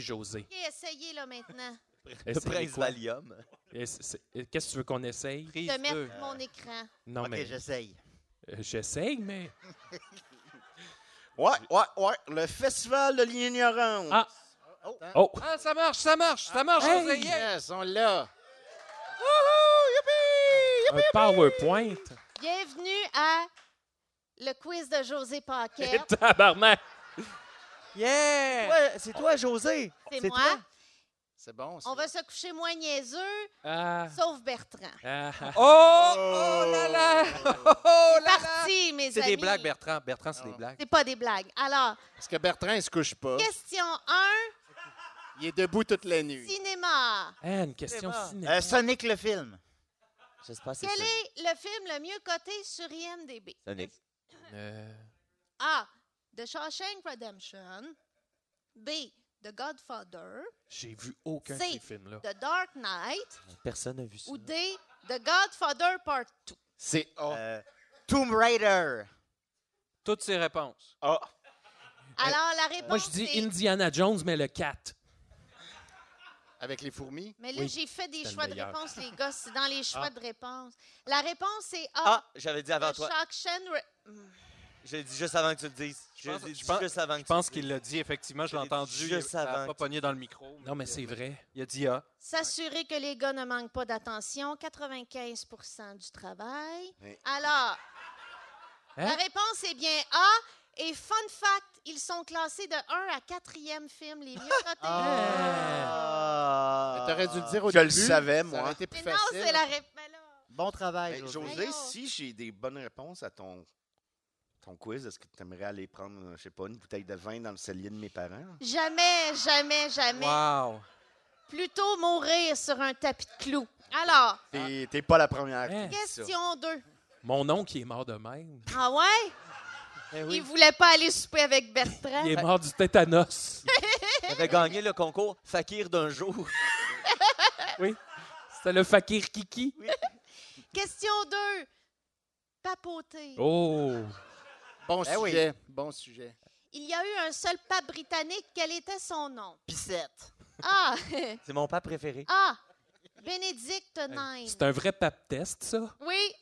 Speaker 2: José.
Speaker 3: OK, essayez, là, maintenant,
Speaker 1: le
Speaker 2: Essayez
Speaker 1: prince
Speaker 2: quoi?
Speaker 1: Valium.
Speaker 2: Eh, c'est- c'est- Qu'est-ce que tu veux qu'on essaye?
Speaker 3: de mettre
Speaker 9: deux.
Speaker 3: mon écran.
Speaker 2: Non,
Speaker 6: OK,
Speaker 2: mais
Speaker 6: j'essaye.
Speaker 2: euh, j'essaye, mais.
Speaker 4: Ouais, ouais, ouais. Le Festival de l'ignorance.
Speaker 2: Ah.
Speaker 1: Hein?
Speaker 2: Oh!
Speaker 5: Ah, ça marche, ça marche, ça marche,
Speaker 2: Hey!
Speaker 5: José, yeah!
Speaker 7: Yes, on l'a.
Speaker 2: Un PowerPoint!
Speaker 3: Bienvenue à le quiz de José
Speaker 2: Eh,
Speaker 3: Paquet.
Speaker 2: Tabarnak!
Speaker 9: Yeah! Ouais, c'est toi, José!
Speaker 3: C'est
Speaker 9: c'est
Speaker 3: moi.
Speaker 7: C'est bon. ça.
Speaker 3: On va se coucher moins niaiseux,
Speaker 2: Ah,
Speaker 3: sauf Bertrand.
Speaker 2: ah, ah.
Speaker 9: Oh! Oh là là! Oh, oh là là!
Speaker 3: Parti, mes amis.
Speaker 5: C'est des blagues, Bertrand. Bertrand, c'est des
Speaker 7: Ah.
Speaker 5: blagues.
Speaker 3: C'est pas des blagues. Alors,
Speaker 7: Parce que Bertrand, il se couche pas.
Speaker 3: question 1,
Speaker 7: Il est debout toute la nuit.
Speaker 3: cinéma.
Speaker 2: Ah, une question
Speaker 9: C'est bon.
Speaker 2: cinéma.
Speaker 6: Euh, Sonic le film.
Speaker 1: J'espère que c'est
Speaker 3: Quel
Speaker 1: Sonic.
Speaker 3: est le film le mieux coté sur IMDb?
Speaker 1: Sonic.
Speaker 5: Euh,
Speaker 3: A. The Shawshank Redemption. B. The Godfather.
Speaker 2: J'ai vu aucun de
Speaker 3: C'est-
Speaker 2: ces films-là.
Speaker 3: The Dark Knight.
Speaker 1: Personne n'a vu ça.
Speaker 3: Ou D. The Godfather Part 2.
Speaker 7: C'est oh,
Speaker 6: Euh, Tomb Raider.
Speaker 5: toutes ses réponses.
Speaker 3: Alors, la réponse
Speaker 2: Moi, je dis
Speaker 3: est...
Speaker 2: Indiana Jones, mais le 4.
Speaker 7: avec les fourmis.
Speaker 3: Mais là,
Speaker 2: Oui,
Speaker 3: j'ai fait des
Speaker 2: c'est le
Speaker 3: choix de
Speaker 2: meilleur.
Speaker 3: réponse, les gars. C'est dans les choix de réponse. La réponse est A.
Speaker 1: Ah, j'avais dit Ah, avant
Speaker 3: The
Speaker 1: toi.
Speaker 3: Shawshank Re-
Speaker 1: Je l'ai dit juste avant que tu le dises. Je,
Speaker 5: pense-
Speaker 1: l'ai dit
Speaker 5: je pense-
Speaker 1: juste avant que
Speaker 5: Je pense
Speaker 1: tu le
Speaker 5: qu'il l'a dit, effectivement, je l'ai
Speaker 1: l'ai dit
Speaker 5: entendu. Il
Speaker 1: juste
Speaker 5: a
Speaker 1: avant
Speaker 5: pas
Speaker 1: que-
Speaker 5: pogné dans le micro.
Speaker 2: Non, mais c'est vrai.
Speaker 5: Il a dit ah.
Speaker 3: S'assurer que les gars ne manquent pas d'attention, 95 du travail.
Speaker 4: Mais-
Speaker 3: Alors,
Speaker 2: Hein?
Speaker 3: la réponse est bien A. Et fun fact, ils sont classés de 1 à 4e film les mieux cotés.
Speaker 6: Ah.
Speaker 7: T'aurais dû le dire au
Speaker 4: Je le
Speaker 7: début.
Speaker 4: savais, moi.
Speaker 7: Ça aurait été plus
Speaker 3: Mais non,
Speaker 7: facile.
Speaker 3: c'est la réponse.
Speaker 6: Bon travail,
Speaker 4: Hey,
Speaker 6: José.
Speaker 4: José,
Speaker 3: Voyons.
Speaker 4: si j'ai des bonnes réponses à ton, ton quiz, est-ce que tu aimerais aller prendre, je sais pas, une bouteille de vin dans le cellier de mes parents?
Speaker 3: Jamais, jamais, jamais.
Speaker 5: Wow.
Speaker 3: Plutôt mourir sur un tapis de clous. Alors,
Speaker 7: Ah.
Speaker 4: T'es t'es pas la première. qui
Speaker 2: Hein?
Speaker 4: dit ça.
Speaker 3: question 2.
Speaker 2: Mon oncle, il est mort de même.
Speaker 3: Ah ouais? Il voulait pas aller souper avec Bertrand.
Speaker 2: Eh Il est mort du tétanos.
Speaker 1: dises. J'avais gagné le concours Fakir d'un jour.
Speaker 2: C'était le fakir Kiki.
Speaker 3: Question 2. Papoter.
Speaker 2: Oh!
Speaker 7: Bon
Speaker 6: Ben oui.
Speaker 7: sujet. Bon sujet.
Speaker 3: Il y a eu un seul pape britannique. Quel était son nom?
Speaker 6: Pissette.
Speaker 3: Ah!
Speaker 1: C'est mon pape préféré.
Speaker 3: ah! Bénédicte IX.
Speaker 2: C'est un vrai pape test, ça.
Speaker 3: Oui.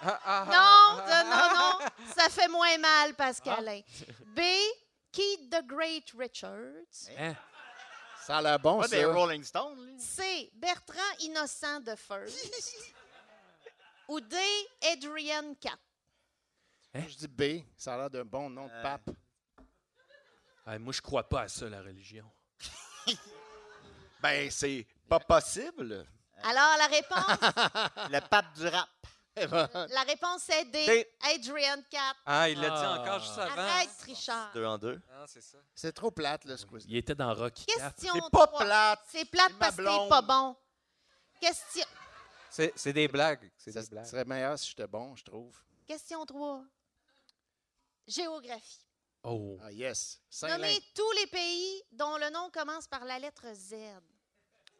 Speaker 5: Ah, ah,
Speaker 3: Non,
Speaker 5: ah, ah,
Speaker 3: non, non, non. Ça fait moins mal, Pascalin. B. Keith the Great Richards.
Speaker 2: Hein?
Speaker 7: Ça a l'air bon,
Speaker 6: Pas
Speaker 7: ça.
Speaker 6: des ben, Rolling Stones, lui.
Speaker 3: C. Bertrand Innocent de First. Ou D. Adrian Cap.
Speaker 7: Je dis B. Ça a l'air d'un bon nom
Speaker 4: Euh,
Speaker 7: de pape.
Speaker 2: Ah, moi, je crois pas à ça, la religion.
Speaker 4: Ben, c'est pas possible.
Speaker 3: Alors, la réponse,
Speaker 6: Le pape du rap.
Speaker 3: la réponse est D.
Speaker 1: D.
Speaker 3: Adrian Cap.
Speaker 5: Ah, il l'a dit
Speaker 2: Ah.
Speaker 5: encore juste avant.
Speaker 3: Arrête, Richard.
Speaker 1: Deux en deux.
Speaker 5: Ah, c'est ça.
Speaker 7: C'est trop plate, là, ce quiz.
Speaker 2: Il était dans Rocky IV.
Speaker 3: Question
Speaker 4: C'est pas
Speaker 3: trois.
Speaker 4: plate.
Speaker 3: C'est plate
Speaker 4: C'est ma
Speaker 3: parce que t'es
Speaker 4: blonde.
Speaker 3: pas bon. Question,
Speaker 5: C'est c'est des blagues. C'est
Speaker 7: Ça
Speaker 5: des blagues.
Speaker 7: serait meilleur si j'étais bon, je trouve.
Speaker 3: question 3. Géographie.
Speaker 2: Oh.
Speaker 7: Ah, yes. Saint-Lin.
Speaker 3: Nommez tous les pays dont le nom commence par la lettre Z.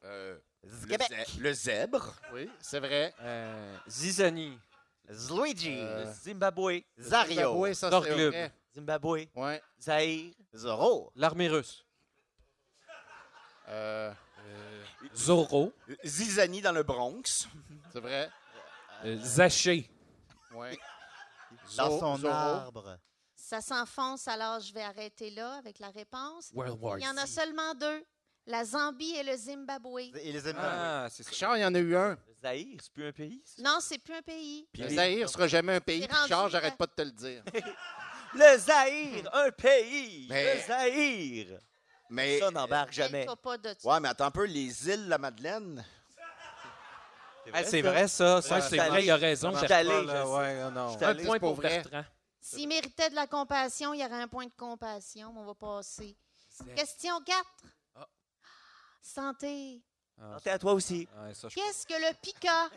Speaker 4: Euh, le,
Speaker 6: Québec.
Speaker 4: zè- le zèbre.
Speaker 7: Oui, c'est vrai.
Speaker 5: Euh, Zizani.
Speaker 6: Luigi.
Speaker 5: Euh,
Speaker 7: Euh,
Speaker 1: Le Zimbabwe.
Speaker 6: Zario.
Speaker 7: Oui, ça, c'est
Speaker 5: Torglub.
Speaker 7: vrai.
Speaker 1: Zimbabwe.
Speaker 7: Ouais.
Speaker 1: Zaïre.
Speaker 6: Zorro.
Speaker 5: L'armée russe.
Speaker 7: Euh,
Speaker 2: Zorro.
Speaker 4: Zizanie dans le Bronx.
Speaker 7: c'est vrai.
Speaker 2: Euh, Zaché.
Speaker 7: Ouais.
Speaker 6: Dans
Speaker 7: Zo-
Speaker 6: son
Speaker 7: Zorro.
Speaker 6: arbre.
Speaker 3: Ça s'enfonce, alors je vais arrêter là avec la réponse.
Speaker 2: World War
Speaker 3: Il y en a
Speaker 2: Z.
Speaker 3: seulement deux. La Zambie et le Zimbabwe.
Speaker 6: Et les aime
Speaker 5: Ah, c'est ça.
Speaker 7: Richard, il y en a eu un.
Speaker 1: Zaïre, c'est plus un pays. ça?
Speaker 3: Non, c'est plus un pays.
Speaker 7: Le Zaïre sera jamais un pays.
Speaker 3: C'est rendu
Speaker 7: Richard,
Speaker 3: vrai.
Speaker 7: j'arrête pas de te le dire.
Speaker 5: Mm.
Speaker 1: Le Zaïre, un pays.
Speaker 4: Mais-
Speaker 1: Le Zaïre.
Speaker 4: Mais.
Speaker 1: Ça n'embarque jamais.
Speaker 3: Mêle-toi pas de ça.
Speaker 4: Ouais, mais attends un peu, les îles, la Madeleine.
Speaker 5: Ah, c'est vrai, ça. ça
Speaker 1: Ouais,
Speaker 5: c'est
Speaker 2: C'est vrai, il a raison.
Speaker 1: Je
Speaker 5: cherche
Speaker 1: suis allé,
Speaker 5: pas,
Speaker 1: je
Speaker 5: là.
Speaker 1: sais.
Speaker 9: euh,
Speaker 5: Ouais, non.
Speaker 1: Je suis allé.
Speaker 2: Un point
Speaker 7: pour
Speaker 2: pour
Speaker 7: vrai.
Speaker 2: Bertrand.
Speaker 3: S'il méritait de la compassion, il y aurait un point de compassion, mais on va passer. Question 4.
Speaker 2: Ah.
Speaker 3: Santé.
Speaker 5: Ah,
Speaker 1: Santé à toi aussi.
Speaker 5: ouais, ça, je peux
Speaker 3: Qu'est-ce que le pica?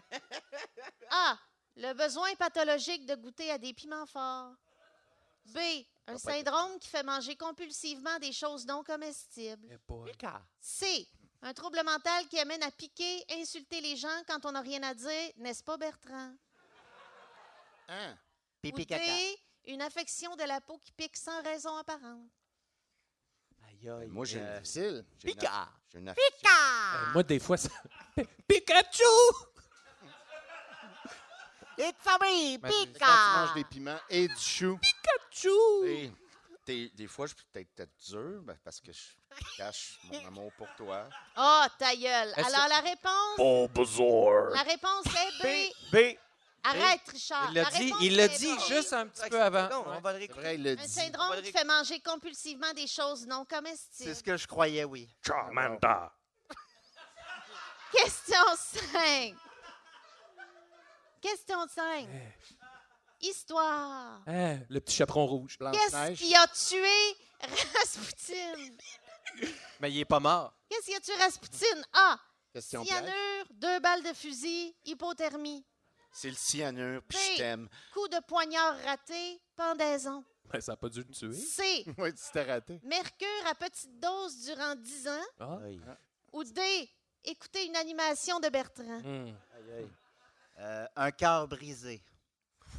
Speaker 3: A. Le besoin pathologique de goûter à des piments forts. B. Un syndrome qui fait manger compulsivement des choses non comestibles.
Speaker 2: Eh boy.
Speaker 3: C. Un trouble mental qui amène à piquer, insulter les gens quand on n'a rien à dire, n'est-ce pas, Bertrand?
Speaker 7: Hein?
Speaker 3: Ou D.
Speaker 6: Pipi caca.
Speaker 3: Une affection de la peau qui pique sans raison apparente.
Speaker 1: Aïe, aïe.
Speaker 4: Moi, j'ai
Speaker 1: Euh,
Speaker 7: Facile.
Speaker 4: j'ai une-
Speaker 1: Picard.
Speaker 4: j'ai une
Speaker 3: Ah.
Speaker 2: Euh,
Speaker 8: Pika!
Speaker 2: moi, des fois, ça. Pikachu!
Speaker 8: It's a me,
Speaker 5: Imagine,
Speaker 7: Quand tu
Speaker 8: Pika!
Speaker 7: manges des piments et du chou.
Speaker 4: Des, des- des fois, je peux peut-être être dur ben, parce que je cache mon amour pour toi.
Speaker 3: Ah, ta gueule.
Speaker 5: Est-ce-
Speaker 3: Alors, la réponse. La réponse est B.
Speaker 1: B.
Speaker 3: Arrête, Richard.
Speaker 5: Il l'a
Speaker 3: Ah, La
Speaker 5: dit,
Speaker 3: réponse
Speaker 5: il l'a
Speaker 3: est
Speaker 5: dit
Speaker 3: B.
Speaker 5: juste un petit
Speaker 1: Fait que
Speaker 5: peu avant.
Speaker 1: Non, on
Speaker 3: hein.
Speaker 1: va le
Speaker 7: C'est
Speaker 1: réécouter.
Speaker 7: vrai, il le
Speaker 3: Un
Speaker 7: dit.
Speaker 1: On va
Speaker 3: syndrome
Speaker 1: le
Speaker 3: qui fait manger compulsivement des choses non comestibles.
Speaker 6: C'est ce que je croyais, oui.
Speaker 3: Question 5. Question 5. Histoire.
Speaker 2: Hein, le petit chaperon rouge.
Speaker 3: Qu'est-ce
Speaker 7: Blanche-Neige.
Speaker 3: qui a tué Raspoutine?
Speaker 5: Mais il est pas mort.
Speaker 3: Qu'est-ce qui a tué Raspoutine? A.
Speaker 7: Question piège.
Speaker 3: Cyanure, deux balles de fusil, hypothermie,
Speaker 4: C'est le cyanure, puis
Speaker 3: Oui.
Speaker 4: je t'aime.
Speaker 3: coup de poignard raté, pendaison.
Speaker 2: Ben, ça n'a pas dû le tuer.
Speaker 3: C.
Speaker 7: Oui, tu t'es raté.
Speaker 3: Mercure à petite dose durant 10 ans.
Speaker 2: Ah.
Speaker 1: Aïe,
Speaker 3: Ou D. Écouter une animation de Bertrand.
Speaker 2: Hmm.
Speaker 1: aïe, aïe.
Speaker 6: Euh, un cœur brisé.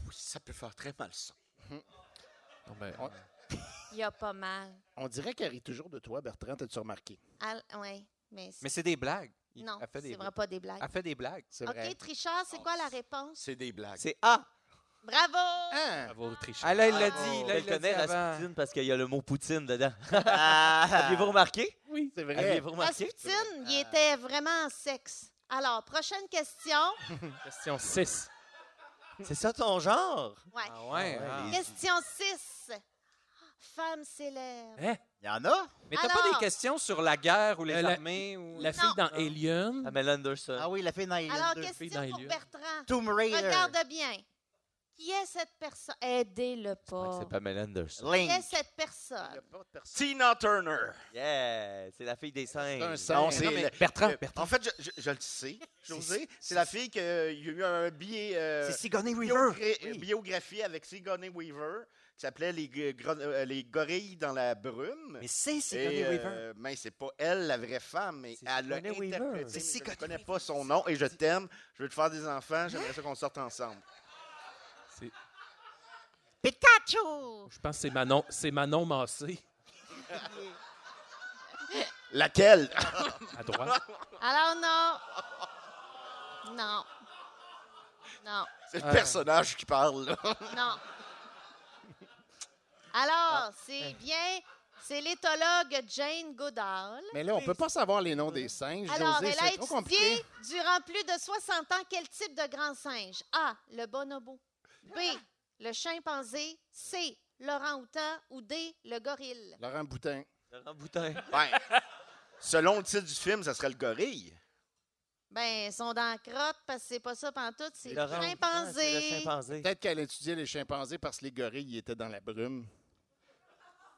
Speaker 4: Oui, ça peut faire très mal, ça.
Speaker 2: Non, ben,
Speaker 7: On-
Speaker 3: Il y a pas mal.
Speaker 7: On dirait qu'elle rit toujours de toi, Bertrand. T'as-tu remarqué?
Speaker 3: oui, mais, c'est-
Speaker 5: Mais c'est des blagues. Il-
Speaker 3: non,
Speaker 5: elle fait
Speaker 3: c'est
Speaker 5: des,
Speaker 9: Ah,
Speaker 3: vraiment pas des blagues.
Speaker 5: Elle fait des blagues.
Speaker 7: C'est vrai.
Speaker 3: OK, Trichard, c'est quoi la réponse?
Speaker 4: C'est des blagues.
Speaker 1: C'est A.
Speaker 3: Bravo!
Speaker 2: Bravo, Trichard.
Speaker 9: Ah, là, il l'a
Speaker 3: Bravo.
Speaker 9: dit.
Speaker 1: Elle
Speaker 9: Là, il l'a dit
Speaker 1: connaît
Speaker 9: avant.
Speaker 1: Rasputin parce qu'il y a le mot Poutine dedans.
Speaker 6: Ah.
Speaker 1: Aviez-vous remarqué?
Speaker 2: Oui.
Speaker 7: C'est vrai.
Speaker 1: Aviez-vous remarqué?
Speaker 3: Rasputin, il était vraiment en sexe. Alors, prochaine question.
Speaker 2: Question 6.
Speaker 1: C'est ça ton genre?
Speaker 3: Ouais.
Speaker 9: Ah ouais. ah.
Speaker 3: Question 6. Femme célèbre.
Speaker 2: Hein?
Speaker 6: Il y en a?
Speaker 9: Mais t'as pas
Speaker 3: Alors-
Speaker 9: des questions sur la guerre ou les
Speaker 2: Euh, la-
Speaker 9: armées? Ou...
Speaker 2: La fille dans Alien.
Speaker 1: Amel Anderson.
Speaker 6: Ah oui, la fille dans Alien
Speaker 3: Alors,
Speaker 6: 2.
Speaker 2: filles dans
Speaker 3: question pour
Speaker 2: les lieux.
Speaker 3: Bertrand.
Speaker 6: Tomb Raider.
Speaker 3: Regarde bien. Qui est cette personne? Aidez-le pas.
Speaker 1: C'est pas Amel Anderson.
Speaker 3: Qui est
Speaker 6: Link.
Speaker 3: cette
Speaker 7: Il y a
Speaker 3: personne?
Speaker 7: pas de personne.
Speaker 4: Tina Turner.
Speaker 1: Yeah! C'est la fille des
Speaker 7: C'est
Speaker 1: singes.
Speaker 7: un singe.
Speaker 4: c'est
Speaker 7: Non, mais-
Speaker 4: le-
Speaker 9: Bertrand,
Speaker 4: le-
Speaker 9: Bertrand.
Speaker 4: En fait, je, je, je le sais, José. C'est la fille qui euh, a eu un billet. euh,
Speaker 6: C'est Sigourney
Speaker 4: biogra-
Speaker 6: Weaver.
Speaker 4: euh, Biographie avec Sigourney Weaver qui s'appelait les, g- gro- euh, les gorilles dans la brume.
Speaker 9: Mais c'est
Speaker 4: Et, euh, mais c'est pas elle la vraie femme, mais
Speaker 1: C'est
Speaker 4: elle l'a
Speaker 1: Sigourney Weaver.
Speaker 4: interprétée.
Speaker 1: C'est
Speaker 4: mais Je
Speaker 9: Sigourney
Speaker 4: ne connais pas son nom et je t'aime. Je veux te faire des enfants. J'aimerais ça qu'on sorte ensemble.
Speaker 8: Pikachu!
Speaker 2: Je pense que c'est Manon, c'est Manon Massé,
Speaker 4: Laquelle?
Speaker 2: à droite.
Speaker 3: Alors, non. Non. Non.
Speaker 4: C'est le
Speaker 9: Ah.
Speaker 4: personnage qui parle. là.
Speaker 3: Non. Alors, c'est bien. C'est l'éthologue Jane Goodall.
Speaker 7: Mais là, on peut pas savoir les noms des singes.
Speaker 3: Alors,
Speaker 7: José,
Speaker 3: elle a
Speaker 7: c'est trop compliqué.
Speaker 3: étudié durant plus de 60 ans quel type de grand singe? A. Le bonobo. B. Le chimpanzé. C. L'orang-outan. Ou D. Le gorille.
Speaker 7: Laurent Boutin.
Speaker 1: Laurent Boutin.
Speaker 4: Ben, selon le titre du film, ça serait le gorille.
Speaker 3: Ben, ils sont dans la crotte parce que c'est pas ça pantoute, c'est le
Speaker 1: Laurent Boutin, c'est Le
Speaker 3: chimpanzé.
Speaker 1: chimpanzé.
Speaker 7: Peut-être qu'elle étudiait les chimpanzés parce que les gorilles ils étaient dans la brume.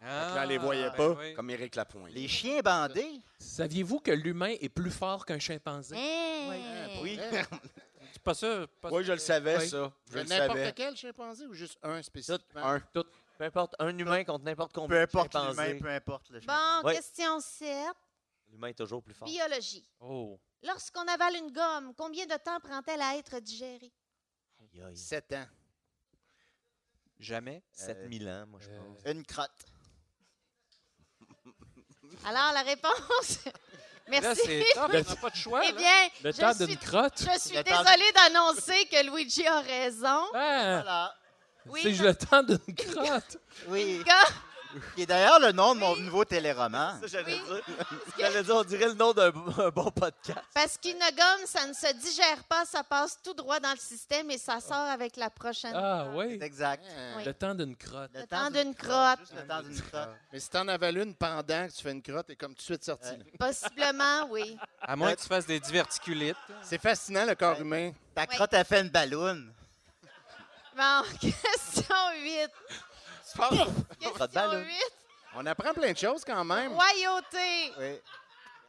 Speaker 9: Ah,
Speaker 7: on les voyait
Speaker 9: ben
Speaker 7: pas,
Speaker 9: oui.
Speaker 4: Comme Éric Lapointe.
Speaker 6: Les chiens bandés.
Speaker 2: Saviez-vous que l'humain est plus fort qu'un chimpanzé?
Speaker 3: Hein?
Speaker 7: Ah,
Speaker 4: Oui,
Speaker 9: C'est Pas sûr. pas
Speaker 4: oui
Speaker 9: sûr.
Speaker 4: je le savais,
Speaker 9: Oui.
Speaker 4: ça. Je le savais.
Speaker 7: N'importe quel chimpanzé ou juste un spécifiquement?
Speaker 4: Un.
Speaker 1: Peu importe, un humain contre n'importe combien
Speaker 6: Peu
Speaker 1: de
Speaker 6: importe
Speaker 1: chimpanzés.
Speaker 6: l'humain, peu importe le chien.
Speaker 3: Bon,
Speaker 1: Ouais.
Speaker 3: question 7.
Speaker 1: L'humain est toujours plus fort.
Speaker 3: Biologie.
Speaker 2: Oh.
Speaker 3: Lorsqu'on avale une gomme, combien de temps prend-elle à être digérée?
Speaker 1: Aïe, aïe.
Speaker 7: Sept ans.
Speaker 9: Jamais.
Speaker 1: 7000 ans, moi, je
Speaker 2: Euh,
Speaker 1: pense.
Speaker 6: Une crotte.
Speaker 3: Alors, la réponse.
Speaker 9: Là,
Speaker 3: Merci.
Speaker 9: c'est top. On n'a pas de choix.
Speaker 3: Eh
Speaker 9: là.
Speaker 3: bien,
Speaker 2: Le
Speaker 3: je
Speaker 2: temps
Speaker 3: suis-
Speaker 2: d'une crotte.
Speaker 3: Je suis
Speaker 6: Le temps-
Speaker 3: désolée d'annoncer que Luigi a raison.
Speaker 2: Ah,
Speaker 6: Voilà.
Speaker 3: Oui,
Speaker 2: c'est
Speaker 3: parce
Speaker 2: le temps d'une crotte.
Speaker 6: Oui.
Speaker 3: que-
Speaker 6: Qui est d'ailleurs le nom de mon
Speaker 3: Oui.
Speaker 6: nouveau téléroman.
Speaker 1: Ça, j'allais
Speaker 3: Oui.
Speaker 1: dire. J'allais dire, on dirait le nom d'un b- un bon podcast.
Speaker 3: parce qu'une gomme, ça ne se digère pas, ça passe tout droit dans le système et ça sort avec la prochaine.
Speaker 2: Ah oui,
Speaker 6: C'est exact.
Speaker 3: Oui.
Speaker 2: le temps d'une crotte.
Speaker 3: Le temps d'une crotte.
Speaker 6: Juste le temps d'une crotte.
Speaker 7: Mais si t'en avales une pendant que tu fais une crotte, t'es comme tout de suite sorti.
Speaker 6: Ouais.
Speaker 7: là.
Speaker 3: Possiblement, oui.
Speaker 9: À moins que tu fasses des diverticulites.
Speaker 7: C'est fascinant, le corps
Speaker 6: Ouais.
Speaker 7: humain.
Speaker 6: Ta crotte a fait une balloune.
Speaker 3: Bon, question 8.
Speaker 1: Pas de
Speaker 3: Question
Speaker 1: balle,
Speaker 3: 8.
Speaker 7: On apprend plein de choses quand
Speaker 2: Hein?
Speaker 7: même.
Speaker 3: Royauté.
Speaker 6: Oui.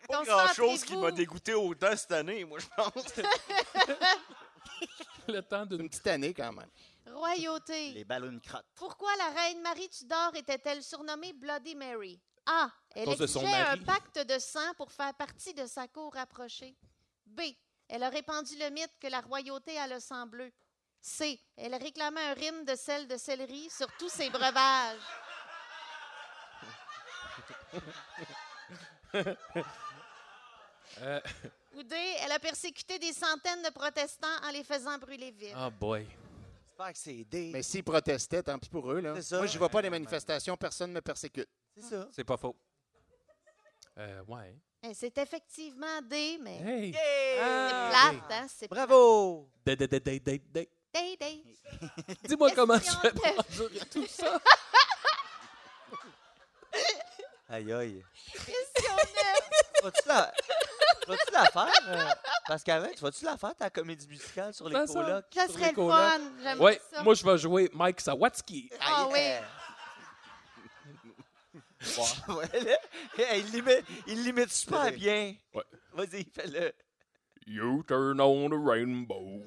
Speaker 4: Pas grand-chose qui m'a dégoûté autant cette année, moi, je pense.
Speaker 2: Le temps
Speaker 7: C'est
Speaker 2: d'une
Speaker 7: une petite année quand même.
Speaker 3: Royauté.
Speaker 6: Les ballons crottes.
Speaker 3: Pourquoi la reine Marie Tudor était-elle surnommée Bloody Mary? A. Elle
Speaker 2: cause de son
Speaker 3: exigeait un
Speaker 2: mari.
Speaker 3: pacte de sang pour faire partie de sa cour rapprochée. B. Elle a répandu le mythe que la royauté a le sang bleu. C. Elle réclamait un rime de sel de céleri sur tous ses breuvages.
Speaker 2: Euh.
Speaker 3: Ou D. Elle a persécuté des centaines de protestants en les faisant brûler vifs.
Speaker 2: Ah boy.
Speaker 1: J'espère que c'est D.
Speaker 7: Mais s'ils protestaient, tant pis pour eux. Là.
Speaker 1: C'est ça.
Speaker 7: Moi, je vois pas les manifestations, personne ne me persécute.
Speaker 1: C'est ça.
Speaker 9: C'est pas faux.
Speaker 2: Euh, ouais.
Speaker 3: Eh, C'est effectivement D, mais
Speaker 2: Hey.
Speaker 3: c'est
Speaker 9: Ah.
Speaker 3: plate, hein? C'est
Speaker 1: Bravo!
Speaker 2: Day, day, day, day, day, day.
Speaker 3: Day, day.
Speaker 2: Dis-moi comment tu
Speaker 3: Question
Speaker 2: fais
Speaker 3: de-
Speaker 2: pour dire tout ça.
Speaker 1: Aïe, aïe.
Speaker 3: Question
Speaker 1: Vas-tu la... Vas-tu la faire? euh, Pascalin, tu vas-tu la faire, ta comédie musicale sur les
Speaker 2: Ça, ça.
Speaker 1: colocs?
Speaker 3: Ça
Speaker 2: Sur
Speaker 3: serait
Speaker 2: les
Speaker 3: le
Speaker 2: colocs.
Speaker 3: fun. J'aime
Speaker 2: Ouais,
Speaker 3: ça.
Speaker 2: moi je vais jouer Mike Sawatsky.
Speaker 3: Ah oui.
Speaker 1: Hey, il limite, il limite super
Speaker 7: C'est vrai.
Speaker 1: bien.
Speaker 2: Ouais.
Speaker 1: Vas-y, fais-le.
Speaker 2: You turn on the rainbow.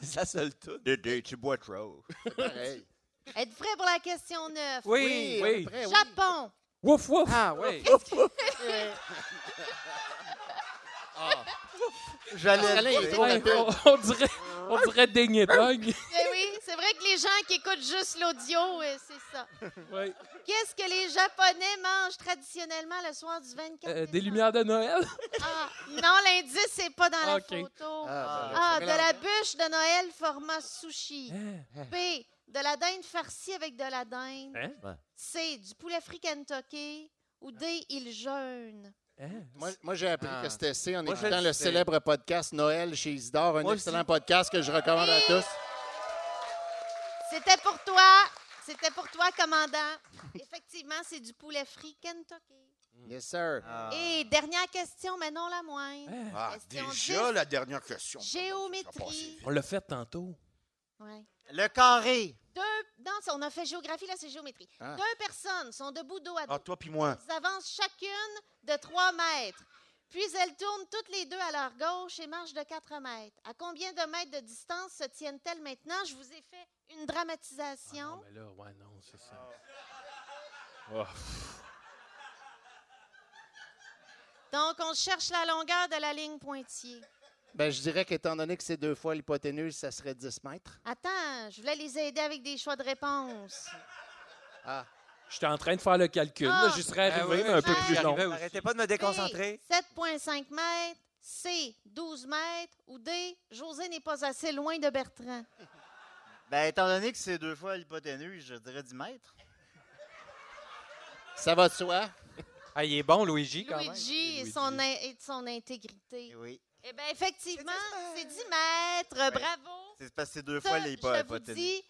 Speaker 1: C'est sa seule toute.
Speaker 6: Dédé, tu bois trop.
Speaker 7: Pareil.
Speaker 3: Êtes-vous prêt pour la question 9?
Speaker 9: Oui.
Speaker 2: Oui.
Speaker 7: Après, oui.
Speaker 3: Japon.
Speaker 2: Wouf wouf.
Speaker 9: Ah oui.
Speaker 6: J'allais
Speaker 7: Pascalin, il
Speaker 6: le
Speaker 7: est
Speaker 6: dire.
Speaker 7: trop
Speaker 2: Hey,
Speaker 7: rapide.
Speaker 2: on, on dirait, on dirait dingue
Speaker 3: Eh oui, C'est vrai que les gens qui écoutent juste l'audio, euh, c'est ça.
Speaker 2: Oui.
Speaker 3: Qu'est-ce que les Japonais mangent traditionnellement le soir du 24
Speaker 2: Euh, des lumières de Noël.
Speaker 3: Ah, non, l'indice, c'est pas dans
Speaker 2: Ok.
Speaker 3: la photo.
Speaker 2: Ah,
Speaker 3: Ah,
Speaker 2: ben,
Speaker 3: de la bûche de Noël format sushi.
Speaker 2: Hein?
Speaker 3: B, de la dinde farcie avec de la dinde.
Speaker 2: Hein?
Speaker 3: C, du poulet frit Kentucky. Ou D, il jeûne.
Speaker 2: Hein?
Speaker 7: Moi, moi, j'ai appris
Speaker 4: Ah.
Speaker 7: que c'était C en
Speaker 4: Moi, je
Speaker 7: écoutant
Speaker 4: le
Speaker 7: le
Speaker 4: sais.
Speaker 7: célèbre podcast Noël chez Isidore, un
Speaker 4: Moi aussi.
Speaker 7: excellent podcast que je recommande à tous.
Speaker 3: C'était pour toi. C'était pour toi, commandant. Effectivement, c'est du poulet frit Kentucky.
Speaker 7: Yes, sir.
Speaker 6: Ah.
Speaker 3: Et dernière question, mais non la moindre.
Speaker 4: Ah,
Speaker 3: Question
Speaker 4: déjà
Speaker 3: 10,
Speaker 4: la dernière question.
Speaker 3: Géométrie.
Speaker 2: On l'a fait tantôt.
Speaker 3: Ouais.
Speaker 6: Le carré.
Speaker 3: Deux, non, ça, on a fait géographie, là, c'est géométrie.
Speaker 4: Ah.
Speaker 3: Deux personnes sont debout dos à dos.
Speaker 4: Ah, toi puis moi.
Speaker 3: Elles avancent chacune de 3 mètres. Puis elles tournent toutes les deux à leur gauche et marchent de 4 mètres. À combien de mètres de distance se tiennent-elles maintenant? Je vous ai fait une dramatisation.
Speaker 2: Mais là, ouais, Ah, non, c'est ça.
Speaker 3: Donc, on cherche la longueur de la ligne pointillée.
Speaker 7: Ben, je dirais qu'étant donné que c'est deux fois l'hypoténuse, ça serait 10 mètres.
Speaker 3: Attends, je voulais les aider avec des choix de réponse.
Speaker 2: J'étais en train de faire le calcul.
Speaker 3: Ah.
Speaker 2: là, J'y serais
Speaker 5: Ah
Speaker 2: arrivé,
Speaker 5: oui,
Speaker 2: Ben mais un peu
Speaker 3: j'y
Speaker 2: plus long.
Speaker 5: arrivais aussi.
Speaker 1: Arrêtez pas de me déconcentrer.
Speaker 3: B, 7,5 mètres. C, 12 mètres. Ou D, José n'est pas assez loin de Bertrand.
Speaker 6: Ben, étant donné que c'est deux fois l'hypoténuse, je dirais 10 mètres.
Speaker 7: Ça va de soi?
Speaker 5: Ah, il est bon, Luigi, quand même.
Speaker 3: Luigi et son, in- et de son intégrité.
Speaker 6: Eh Oui.
Speaker 3: Eh bien, effectivement, c'est 10 mètres. Bravo.
Speaker 6: C'est parce que c'est deux
Speaker 3: Ça,
Speaker 6: fois l'hypo-
Speaker 3: je vous
Speaker 6: l'hypoténuse.
Speaker 3: dis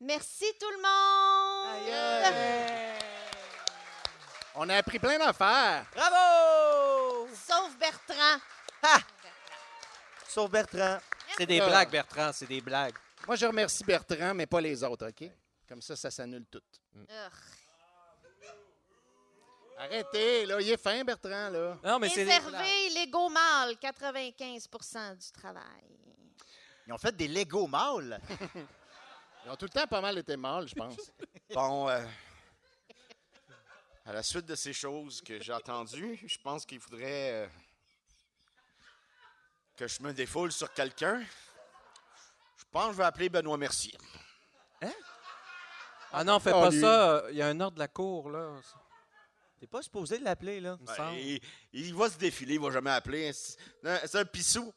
Speaker 3: merci tout le monde.
Speaker 7: On a appris plein d'affaires.
Speaker 1: Bravo!
Speaker 3: Sauf Bertrand.
Speaker 1: Sauf Bertrand.
Speaker 5: C'est des
Speaker 7: Ah.
Speaker 5: blagues, Bertrand, c'est des blagues.
Speaker 7: Moi, je remercie Bertrand, mais pas les autres, OK? Comme ça, ça s'annule tout.
Speaker 3: Ugh.
Speaker 7: Arrêtez, là. Il est fin, Bertrand, là.
Speaker 5: Non, mais c'est des blagues.
Speaker 3: Réservé l'ego mâle, 95 du travail.
Speaker 6: Ils ont fait des Lego mâles.
Speaker 7: Ils ont tout le temps pas mal été mal, je pense.
Speaker 4: Bon, euh, à la suite de ces choses que j'ai entendues, je pense qu'il faudrait euh, que je me défoule sur quelqu'un. Je pense que je vais appeler Benoît Mercier.
Speaker 5: Ah non, fais
Speaker 7: Ah,
Speaker 5: pas
Speaker 7: lui.
Speaker 5: ça. Il y a un ordre de la cour, là.
Speaker 1: T'es pas supposé l'appeler, là.
Speaker 5: Il me
Speaker 4: Ben,
Speaker 5: semble.
Speaker 4: il, il va se défiler, il va jamais appeler. C'est c'est un pissou.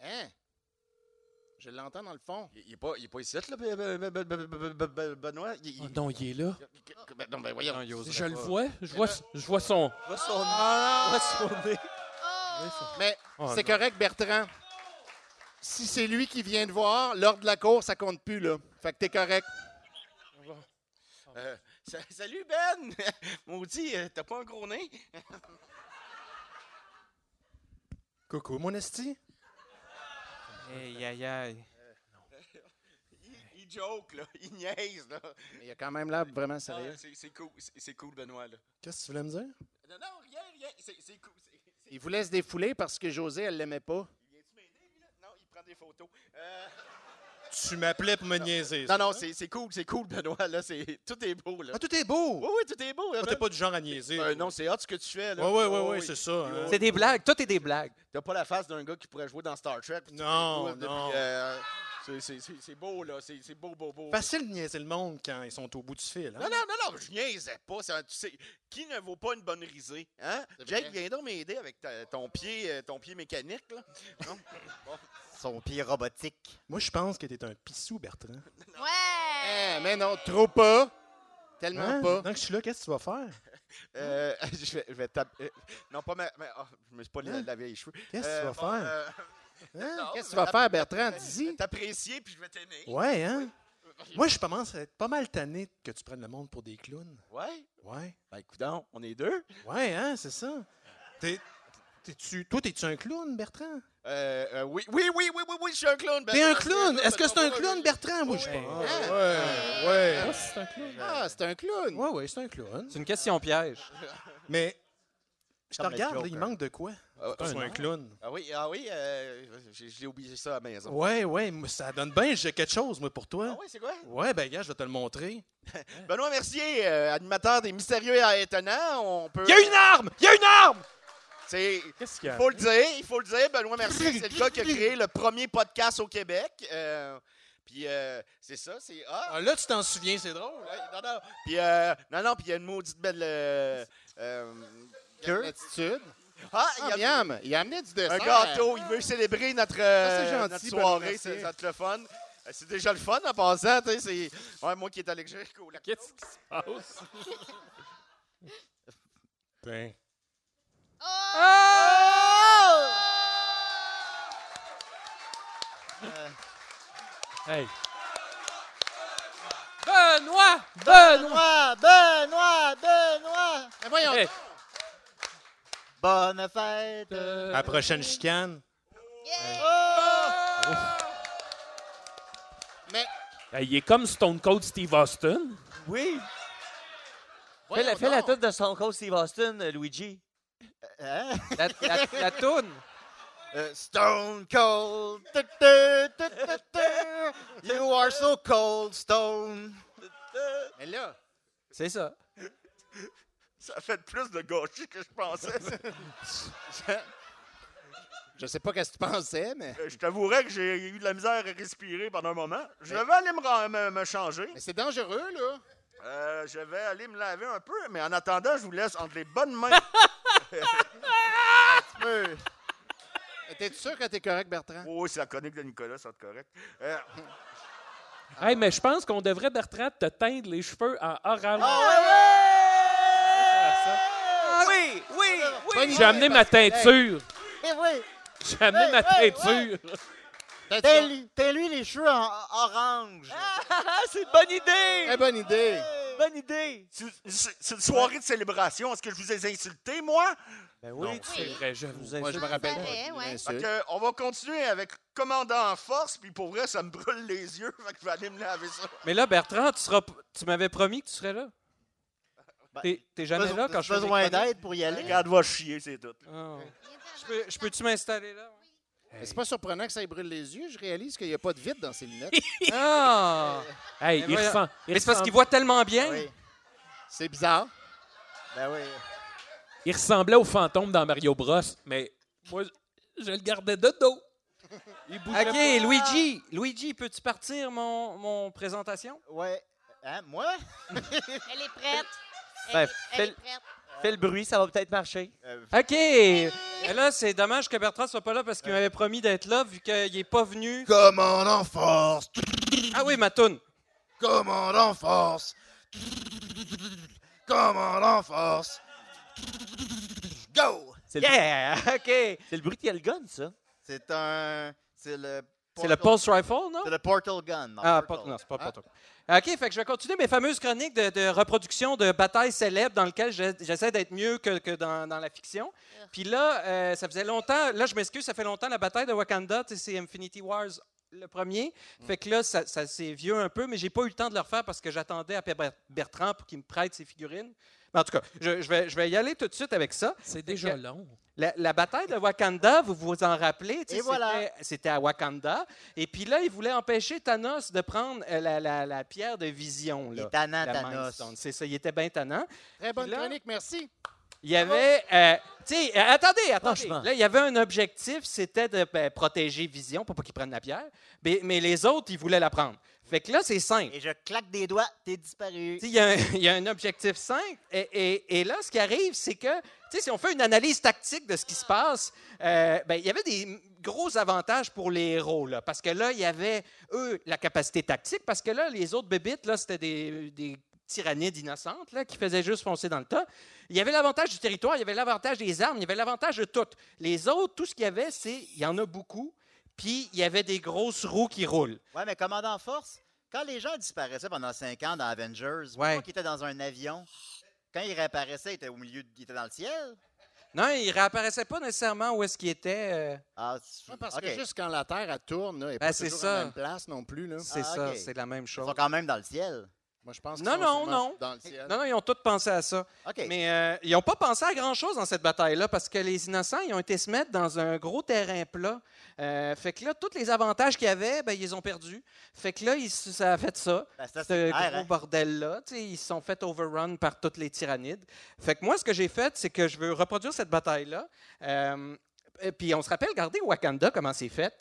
Speaker 7: Hein? Je l'entends dans le fond.
Speaker 4: Il n'est pas, il est pas ici, là, Ben- Ben- Ben- Ben- Ben- Ben- Ben- Benoît. Il-
Speaker 2: Oh
Speaker 4: il-
Speaker 2: non, il est là.
Speaker 4: Ben, non, ben voyons.
Speaker 5: Non, il oserait
Speaker 2: Je le
Speaker 5: pas.
Speaker 2: vois. Je vois, je vois son.
Speaker 1: Va sonner. Va sonner.
Speaker 7: Mais
Speaker 2: Oh,
Speaker 7: c'est
Speaker 2: non.
Speaker 7: correct, Bertrand. Si c'est lui qui vient de voir, l'ordre de la cour, ça compte plus, là. Fait que t'es correct.
Speaker 4: Euh, sa- salut Ben! Maudit, euh, t'as pas un gros nez?
Speaker 10: Coucou, mon esti.
Speaker 5: Aïe, aïe, aïe.
Speaker 4: Il, il joke, là. Il niaise, là.
Speaker 7: Mais il a quand même l'air vraiment
Speaker 4: Ah,
Speaker 7: sérieux.
Speaker 4: c'est- C'est cool, c'est c'est cool, Benoît, là.
Speaker 10: Qu'est-ce que tu voulais me dire?
Speaker 4: Non, non, rien, rien. C'est c'est cool. c'est- c'est-
Speaker 7: Il vous laisse défouler parce que José, elle l'aimait pas.
Speaker 4: Il vient-tu m'aider, lui, là? Non, il prend des photos. Euh,
Speaker 10: Tu m'appelais pour me niaiser.
Speaker 4: Non, non, c'est c'est cool, c'est cool, Benoît, là. c'est- Tout est beau, là.
Speaker 10: Ah, tout est beau!
Speaker 4: Oui, oui, tout est beau, là.
Speaker 10: Toi, T'es pas du genre à niaiser.
Speaker 4: Euh, non, c'est hot ce que tu fais,
Speaker 10: Ouais,
Speaker 4: là.
Speaker 10: ouais,
Speaker 4: Oh,
Speaker 10: ouais, ouais,
Speaker 4: oui.
Speaker 10: c'est ça. hein.
Speaker 5: C'est des blagues. Tout est des blagues.
Speaker 4: T'as pas la face d'un gars qui pourrait jouer dans Star Trek. puis tout
Speaker 10: Non,
Speaker 4: est cool,
Speaker 10: Oh, non.
Speaker 4: puis, euh, c'est- c'est- C'est c'est beau, là. C'est c'est beau, beau, beau.
Speaker 10: Facile de niaiser le monde quand ils sont au bout du fil. hein?
Speaker 4: Non, non, non, non, je niaisais pas. ça, tu sais, qui ne vaut pas une bonne risée? Hein?
Speaker 7: C'est vrai.
Speaker 4: Jake, viens donc m'aider avec ta- ton, pied, euh, ton pied mécanique. Là. Non? Bon.
Speaker 6: Son pied robotique.
Speaker 10: Moi, je pense que t'es un pissou, Bertrand.
Speaker 3: Ouais!
Speaker 7: Hein, mais non, trop pas. Tellement
Speaker 10: Hein?
Speaker 7: pas.
Speaker 10: Maintenant que je suis là, qu'est-ce que tu vas faire?
Speaker 4: Euh, je vais, je vais taper. euh, non, pas ma. mais, ah, je me suis pas la, la vieille cheveux.
Speaker 10: Qu'est-ce que
Speaker 4: Euh,
Speaker 10: tu vas
Speaker 4: bon,
Speaker 10: faire?
Speaker 4: euh,
Speaker 10: Hein?
Speaker 4: non,
Speaker 7: Qu'est-ce que tu
Speaker 4: je
Speaker 7: vas
Speaker 4: vais
Speaker 7: faire, Bertrand?
Speaker 4: t'app-
Speaker 7: Dis-y.
Speaker 4: T'apprécier, puis je vais t'aimer.
Speaker 10: Ouais, hein? Moi, je commence à être pas mal tanné que tu prennes le monde pour des clowns.
Speaker 4: Ouais?
Speaker 10: Ouais.
Speaker 4: Ben, écoute, on est deux.
Speaker 10: Ouais, hein, c'est ça. T'es. T'es-tu, toi, t'es-tu un clown, Bertrand?
Speaker 4: Euh, euh, oui, oui, oui, oui, oui, oui, je suis un clown.
Speaker 10: T'es un
Speaker 4: Bertrand,
Speaker 10: clown!
Speaker 4: je suis
Speaker 10: Est-ce que c'est un
Speaker 4: Bertrand,
Speaker 10: clown,
Speaker 4: oui,
Speaker 10: Bertrand? Oui, je
Speaker 4: Oui.
Speaker 10: pense.
Speaker 4: Hein?
Speaker 10: ouais.
Speaker 2: Ah, c'est un clown.
Speaker 7: Ah, c'est un clown.
Speaker 10: Ouais, ouais, c'est un clown.
Speaker 5: C'est une question piège.
Speaker 10: Mais je te
Speaker 6: Comme le
Speaker 10: regarde,
Speaker 6: Joker.
Speaker 10: il manque de quoi?
Speaker 4: Ah,
Speaker 10: Tu un clown.
Speaker 4: Ah oui, ah oui, euh, j'ai j'ai oublié ça à la maison.
Speaker 10: Ouais, ouais, moi, ça donne bien, j'ai quelque chose, moi, pour
Speaker 4: Ah
Speaker 10: toi.
Speaker 4: oui, c'est quoi?
Speaker 10: Ouais, ben, gars, je vais te le montrer.
Speaker 4: Benoît Mercier, euh, animateur des Mystérieux et Étonnants, on peut...
Speaker 10: Il y a une arme! Il y a une arme!
Speaker 4: C'est-
Speaker 2: Qu'est-ce qu'il
Speaker 4: Il
Speaker 2: y a?
Speaker 4: faut le dire, il faut le dire. Benoît Mercier, c'est le gars qui a créé le premier podcast au Québec. Euh, puis euh, c'est ça, c'est ah.
Speaker 10: là, tu t'en souviens, c'est drôle. hein?
Speaker 4: Non, non. Puis euh, non, non, puis il y a une maudite belle euh, euh,
Speaker 7: Queue?
Speaker 4: attitude. Ah,
Speaker 7: Ah,
Speaker 4: il y a
Speaker 7: miam, il a amené du dessert.
Speaker 4: un gâteau. Il veut célébrer notre, euh,
Speaker 7: Ça, c'est gentil,
Speaker 4: notre
Speaker 7: Benoît
Speaker 4: soirée.
Speaker 7: Mercier.
Speaker 4: C'est ça va être le fun. Euh, C'est déjà le fun en passant. tu sais, c'est- Ouais, moi qui est allergique au lactose.
Speaker 2: Qu'est-ce qui se passe?
Speaker 10: Ben.
Speaker 2: Oh! Hey. Benoît! Benoît!
Speaker 6: Benoît, Benoît, Benoît.
Speaker 7: Mais voyons,
Speaker 2: Hey.
Speaker 6: Bonne fête.
Speaker 3: Euh.
Speaker 10: À la prochaine chicane.
Speaker 2: Hey, il est comme Stone Cold Steve Austin.
Speaker 1: Oui. Fais
Speaker 7: voyons
Speaker 1: la, fais la
Speaker 7: donc.
Speaker 1: toute de son coach Steve Austin, euh, Luigi.
Speaker 6: Hein?
Speaker 9: La, la, la toune.
Speaker 6: Euh, Stone Cold. Tu, tu, tu, tu, tu. You are so cold, Stone.
Speaker 7: Mais là,
Speaker 9: C'est ça.
Speaker 4: Ça fait plus de gâchis que je pensais.
Speaker 7: je sais pas qu'est-ce que tu pensais, mais,
Speaker 4: Euh, Je t'avouerais que j'ai eu de la misère à respirer pendant un moment. Je vais aller me, ra- me- me changer.
Speaker 7: mais c'est dangereux, là.
Speaker 4: Euh, je vais aller me laver un peu, mais en attendant, je vous laisse entre les bonnes mains.
Speaker 7: Euh, T'es sûr que t'es correct, Bertrand?
Speaker 4: oh, c'est la chronique de Nicolas, ça va être correct. Euh,
Speaker 2: Hey, mais je pense qu'on devrait, Bertrand, te teindre les cheveux en orange.
Speaker 1: Oui, oui, oui.
Speaker 2: J'ai amené ma teinture.
Speaker 6: Eh oui,
Speaker 2: J'ai amené
Speaker 6: Hey,
Speaker 2: ma
Speaker 6: hey,
Speaker 2: teinture.
Speaker 7: T'as- t'as-
Speaker 6: teins-lui teins-lui les cheveux en orange.
Speaker 1: Ah, c'est une bonne idée.
Speaker 7: Très bonne idée.
Speaker 1: Bonne idée.
Speaker 4: c'est c'est une soirée de célébration. Est-ce que je vous ai insulté, moi?
Speaker 1: Ben oui,
Speaker 3: Oui.
Speaker 2: C'est vrai, je vous
Speaker 7: Moi, je me rappelle.
Speaker 3: Sans
Speaker 7: pas,
Speaker 3: arrêt, ouais.
Speaker 7: bien sûr.
Speaker 4: Fait que, euh, on va continuer avec Commandant en force, puis pour vrai, ça me brûle les yeux. Fait que je vais aller me laver ça.
Speaker 9: Mais là, Bertrand, tu, seras, p- tu m'avais promis que tu serais là.
Speaker 6: Ben,
Speaker 9: T'es t'es jamais
Speaker 6: Beso-
Speaker 9: là quand je fais des
Speaker 6: besoin
Speaker 9: chroniques.
Speaker 6: d'aide pour y aller.
Speaker 4: Regarde, va chier, c'est tout.
Speaker 9: Ah. Je peux- Je peux-tu m'installer là?
Speaker 7: Mais c'est pas surprenant que ça lui brûle les yeux. Je réalise qu'il n'y a pas de vide dans ses lunettes.
Speaker 9: Ah!
Speaker 2: Hey,
Speaker 9: Mais
Speaker 2: il
Speaker 9: voyons.
Speaker 2: ressemble. il
Speaker 9: Mais c'est parce
Speaker 2: ressemble-
Speaker 9: qu'il voit tellement bien.
Speaker 6: Oui.
Speaker 7: C'est bizarre.
Speaker 6: Ben oui.
Speaker 2: Il ressemblait au fantôme dans Mario Bros, mais moi, je le gardais de dos. Il bougeait
Speaker 9: OK,
Speaker 2: pas.
Speaker 9: Luigi, Luigi, peux-tu partir mon, mon présentation?
Speaker 6: Ouais. Hein, moi?
Speaker 3: Elle est prête. Elle,
Speaker 1: Ben,
Speaker 3: est, elle
Speaker 1: fais-
Speaker 3: est prête.
Speaker 1: Fais le bruit, ça va peut-être marcher.
Speaker 6: Euh,
Speaker 9: OK. Et là, c'est dommage que Bertrand soit pas là parce qu'il m'avait promis d'être là vu qu'il est pas venu.
Speaker 7: Commandant force.
Speaker 9: Ah oui, ma toune.
Speaker 7: Commandant force. Commandant force. Go!
Speaker 1: C'est le,
Speaker 9: Yeah! OK.
Speaker 1: c'est le bruit de quel gun, ça?
Speaker 6: C'est un. C'est le.
Speaker 9: C'est le
Speaker 6: portal-
Speaker 9: Pulse Rifle, non?
Speaker 6: C'est le Portal Gun. non,
Speaker 9: Ah,
Speaker 6: portal.
Speaker 9: pas- non, c'est pas
Speaker 6: Ah.
Speaker 9: Portal. OK, fait que je vais continuer mes fameuses chroniques de, de reproduction de batailles célèbres dans lesquelles je- j'essaie d'être mieux que, que dans, dans la fiction. Puis là, euh, ça faisait longtemps, là, je m'excuse, ça fait longtemps, la bataille de Wakanda, tu sais, c'est Infinity Wars le premier. Fait que là, ça, ça, c'est vieux un peu, mais j'ai pas eu le temps de le refaire parce que j'attendais à Ber- Bertrand pour qu'il me prête ses figurines. Mais en tout cas, je, je vais, je vais y aller tout de suite avec ça.
Speaker 2: C'est déjà
Speaker 9: que-
Speaker 2: long.
Speaker 9: La, la bataille de Wakanda, vous vous en rappelez, tu sais,
Speaker 6: Et voilà.
Speaker 9: c'était- c'était à Wakanda. Et puis là, ils voulaient empêcher Thanos de prendre euh, la, la- la pierre de vision.
Speaker 6: Il
Speaker 9: Là,
Speaker 6: est tannant,
Speaker 9: la Mind
Speaker 6: Thanos.
Speaker 9: Stone. C'est ça, il était bien tannant.
Speaker 7: Très bonne
Speaker 9: Puis là-
Speaker 7: chronique, merci.
Speaker 9: Il y
Speaker 6: Ah
Speaker 9: avait. euh, tu sais, euh, attendez, attendez.
Speaker 1: Franchement.
Speaker 9: Là, il y avait un objectif, c'était de ben, protéger Vision pour pas qu'il prenne la pierre. Mais, mais les autres, ils voulaient la prendre. Fait que là, c'est simple.
Speaker 6: Et je claque des doigts, t'es disparu.
Speaker 9: Tu sais, Il y, a un- il y a un objectif simple. Et, et- et là, ce qui arrive, c'est que, tu sais, si on fait une analyse tactique de ce qui se passe, euh, ben, il y avait des gros avantages pour les héros, là, parce que là, il y avait, eux, la capacité tactique, parce que là, les autres bébites, là, c'était des, des tyrannides innocentes, là, qui faisaient juste foncer dans le tas. Il y avait l'avantage du territoire, il y avait l'avantage des armes, il y avait l'avantage de tout. Les autres, tout ce qu'il y avait, c'est, il y en a beaucoup, puis il y avait des grosses roues qui roulent.
Speaker 6: Ouais, mais commandant force, quand les gens disparaissaient pendant 5 ans dans Avengers,
Speaker 9: Ouais.
Speaker 6: moi qui étaient dans un avion, quand ils réapparaissaient, ils étaient au milieu, de- ils étaient dans le ciel.
Speaker 9: Non, ils réapparaissaient pas nécessairement où est-ce qu'ils étaient. euh,
Speaker 6: Ah, tu-
Speaker 7: Ouais, parce
Speaker 6: ok.
Speaker 7: que juste quand la Terre elle tourne, là, elle n'est
Speaker 9: Ben,
Speaker 7: pas
Speaker 9: c'est
Speaker 7: toujours
Speaker 9: ça.
Speaker 7: à la même place non plus. Là.
Speaker 9: C'est
Speaker 6: Ah,
Speaker 9: ça,
Speaker 6: ok.
Speaker 9: c'est la même
Speaker 6: Ils
Speaker 9: chose.
Speaker 6: sont quand même dans le ciel.
Speaker 7: Moi, je pense qu'ils
Speaker 9: Non,
Speaker 7: sont
Speaker 9: non,
Speaker 7: sûrement
Speaker 9: non.
Speaker 7: dans le ciel.
Speaker 9: Non, non, ils ont tous pensé à ça. Mais euh, ils n'ont pas pensé à grand-chose dans cette bataille-là parce que les innocents, ils ont été se mettre dans un gros terrain plat. Euh, fait que là, tous les avantages qu'ils avaient, ben, ils les ont perdus. Fait que là, ils, se- ça a fait ça.
Speaker 6: Ben, c'est
Speaker 9: ce
Speaker 6: assez clair,
Speaker 9: gros
Speaker 6: hein?
Speaker 9: bordel-là. Tu sais, Ils se sont fait overrun par toutes les tyrannides. Fait que moi, ce que j'ai fait, c'est que je veux reproduire cette bataille-là. Euh, et puis on se rappelle, regardez Wakanda, comment c'est fait.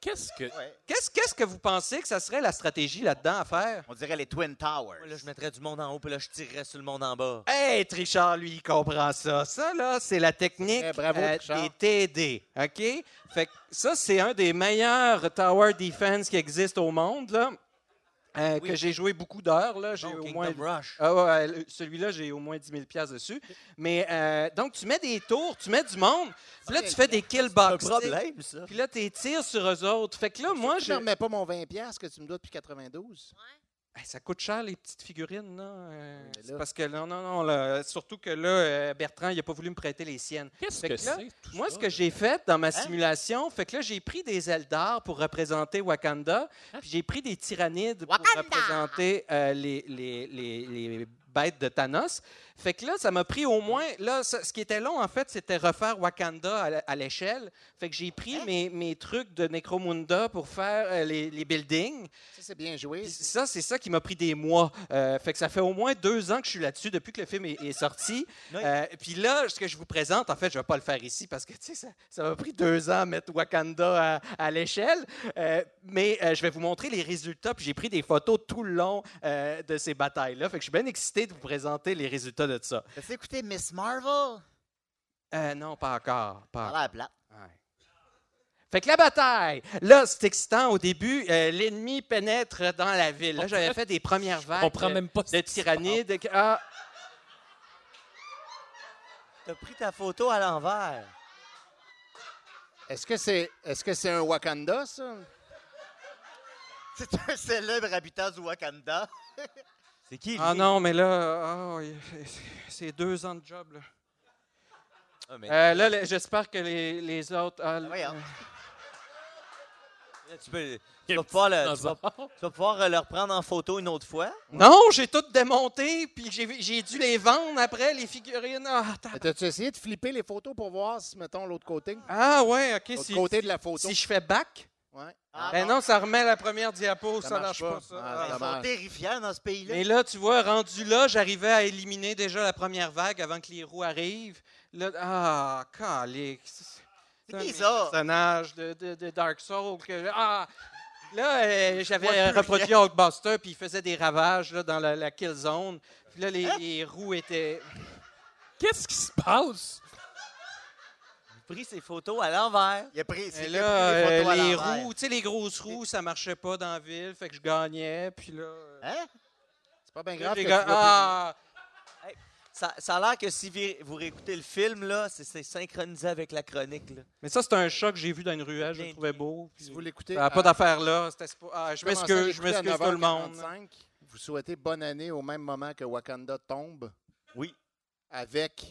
Speaker 2: Qu'est-ce que.
Speaker 9: Qu'est-ce qu'est-ce que vous pensez que ça serait la stratégie là-dedans à faire?
Speaker 6: On dirait les Twin Towers.
Speaker 1: Là, je mettrais du monde en haut, puis là, je tirerais sur le monde en bas.
Speaker 9: Hey, Trichard, lui, il comprend ça. Ça, là, c'est la technique
Speaker 1: Eh,
Speaker 9: euh,
Speaker 1: bravo, Trichard.
Speaker 9: des TD. OK? Fait que ça, c'est un des meilleurs tower defense qui existent au monde, là. euh,
Speaker 1: Oui.
Speaker 9: Que j'ai joué beaucoup d'heures. là. J'ai au moins.
Speaker 1: Kingdom Rush.
Speaker 9: Ah ouais, le- celui-là, j'ai au moins 10 000 piastres dessus. Mais euh, donc, tu mets des tours, tu mets du monde, puis là, tu fais des kill box.
Speaker 1: problème,
Speaker 9: tu sais. Puis là, tu tires sur eux autres. Fait que là, moi,
Speaker 7: Je
Speaker 9: je.
Speaker 7: ne remets pas mon 20$ que tu me dois depuis 92.
Speaker 9: Hey, ça coûte cher, les petites figurines, là. euh, c'est parce que, non, non, non, là, surtout que là, euh, Bertrand, il n'a pas voulu me prêter les siennes.
Speaker 2: Qu'est-ce
Speaker 9: Fait
Speaker 2: que
Speaker 9: que là,
Speaker 2: c'est, tout
Speaker 9: Moi,
Speaker 2: ça,
Speaker 9: ce que
Speaker 2: là? Hein?
Speaker 9: j'ai fait dans ma simulation, fait que là, j'ai pris des Eldar pour représenter Wakanda,
Speaker 2: Hein?
Speaker 9: puis j'ai pris des Tyrannides pour représenter euh, les, les- les- les bêtes de Thanos. Fait que là, ça m'a pris au moins... Là, ce ce qui était long, en fait, c'était refaire Wakanda à la- à l'échelle. Fait que j'ai pris
Speaker 2: Hein?
Speaker 9: mes, mes trucs de Necromunda pour faire euh, les- les buildings.
Speaker 7: Ça, c'est bien joué.
Speaker 9: Puis ça, c'est ça qui m'a pris des mois. Euh, fait que ça fait au moins deux ans que je suis là-dessus depuis que le film est, est sorti. Euh, puis là, ce que je vous présente, en fait, je ne vais pas le faire ici parce que tu sais, ça ça m'a pris deux ans à mettre Wakanda à, à l'échelle. Euh, mais euh, je vais vous montrer les résultats. Puis j'ai pris des photos tout le long euh, de ces batailles-là. Fait que je suis bien excité de vous présenter les résultats de ça.
Speaker 6: T'as-tu écouté Miss Marvel?
Speaker 9: Euh, non, pas encore. Pas
Speaker 6: Elle a la plate.
Speaker 9: Fait que la bataille, là, c'est excitant. Au début, euh, l'ennemi pénètre dans la ville. Là, j'avais fait des premières vagues
Speaker 2: comprends
Speaker 9: de-
Speaker 2: même pas
Speaker 9: de tyrannides. Ah,
Speaker 1: T'as pris ta photo à l'envers.
Speaker 7: Est-ce que c'est est-ce que c'est un Wakanda, ça?
Speaker 6: C'est un célèbre habitant du Wakanda.
Speaker 1: C'est qui,
Speaker 9: ah non, mais là, ah, il- c'est deux ans de job. Là,
Speaker 1: Ah,
Speaker 9: Euh, là les- j'espère que les, les autres... ah,
Speaker 7: Ben
Speaker 9: l-
Speaker 1: Là, tu, peux, tu vas pouvoir le, tu vas- tu vas pouvoir, euh, le reprendre en photo une autre fois.
Speaker 9: Non, j'ai tout démonté, puis j'ai j'ai dû les vendre après, les figurines. Ah,
Speaker 7: Mais
Speaker 9: tabarnak.
Speaker 7: T'as-tu essayé de flipper les photos pour voir si, mettons, l'autre côté?
Speaker 9: ah ouais, OK.
Speaker 7: L'autre
Speaker 9: si-
Speaker 7: côté
Speaker 9: si-
Speaker 7: de la photo.
Speaker 9: Si je fais back,
Speaker 7: Ouais.
Speaker 9: ben non, ça remet la première diapo,
Speaker 7: Ça
Speaker 9: ça, marche
Speaker 7: marche
Speaker 9: pas,
Speaker 7: pas.
Speaker 9: ça.
Speaker 7: Ah,
Speaker 9: Ah.
Speaker 6: Ah, Ils sont
Speaker 7: dommage.
Speaker 6: terrifiants dans ce pays-là.
Speaker 9: Mais là, tu vois, rendu là, j'arrivais à éliminer déjà la première vague avant que les roues arrivent. Là, ah, calique. C'est un
Speaker 6: qui,
Speaker 9: de mes
Speaker 6: ça?
Speaker 9: personnages de, de- de Dark Souls. Que, ah! Là, euh,
Speaker 6: vois
Speaker 9: j'avais
Speaker 6: plus
Speaker 9: reproduit Hulkbuster, puis il faisait des ravages là, dans la, la kill zone. Puis là,
Speaker 6: Hein?
Speaker 9: les, les roues étaient...
Speaker 6: Ah,
Speaker 2: Qu'est-ce qui se passe?
Speaker 1: J'ai pris ses photos à l'envers.
Speaker 6: Il a pris,
Speaker 9: Et
Speaker 6: c'est
Speaker 9: là,
Speaker 6: qu'il
Speaker 9: euh,
Speaker 6: a pris des photos à
Speaker 9: les
Speaker 6: l'envers.
Speaker 9: roues, tu sais, les grosses roues, ça marchait pas dans la ville, fait que je gagnais, puis là... euh,
Speaker 6: Hein?
Speaker 7: C'est pas bien
Speaker 9: là,
Speaker 7: grave.
Speaker 9: j'ai
Speaker 7: que tu
Speaker 9: gagné.
Speaker 7: vas
Speaker 9: Ah!
Speaker 1: Ça, ça a l'air que si vi- vous réécoutez le film, là, c'est- c'est synchronisé avec la chronique. là.
Speaker 9: Mais ça, c'est un chat que j'ai vu dans une ruelle, je le trouvais beau.
Speaker 7: publier.
Speaker 9: puis-
Speaker 7: Si vous l'écoutez, Ah,
Speaker 9: Ça a Ah, pas
Speaker 7: à-
Speaker 9: d'affaire là. c'était pas- ah, je
Speaker 7: commencez à
Speaker 9: m'excuse, je
Speaker 7: l'écouter à
Speaker 9: m'excuse tout le monde.
Speaker 7: 9h45. Vous souhaitez bonne année au même moment que Wakanda tombe.
Speaker 1: Oui.
Speaker 7: Avec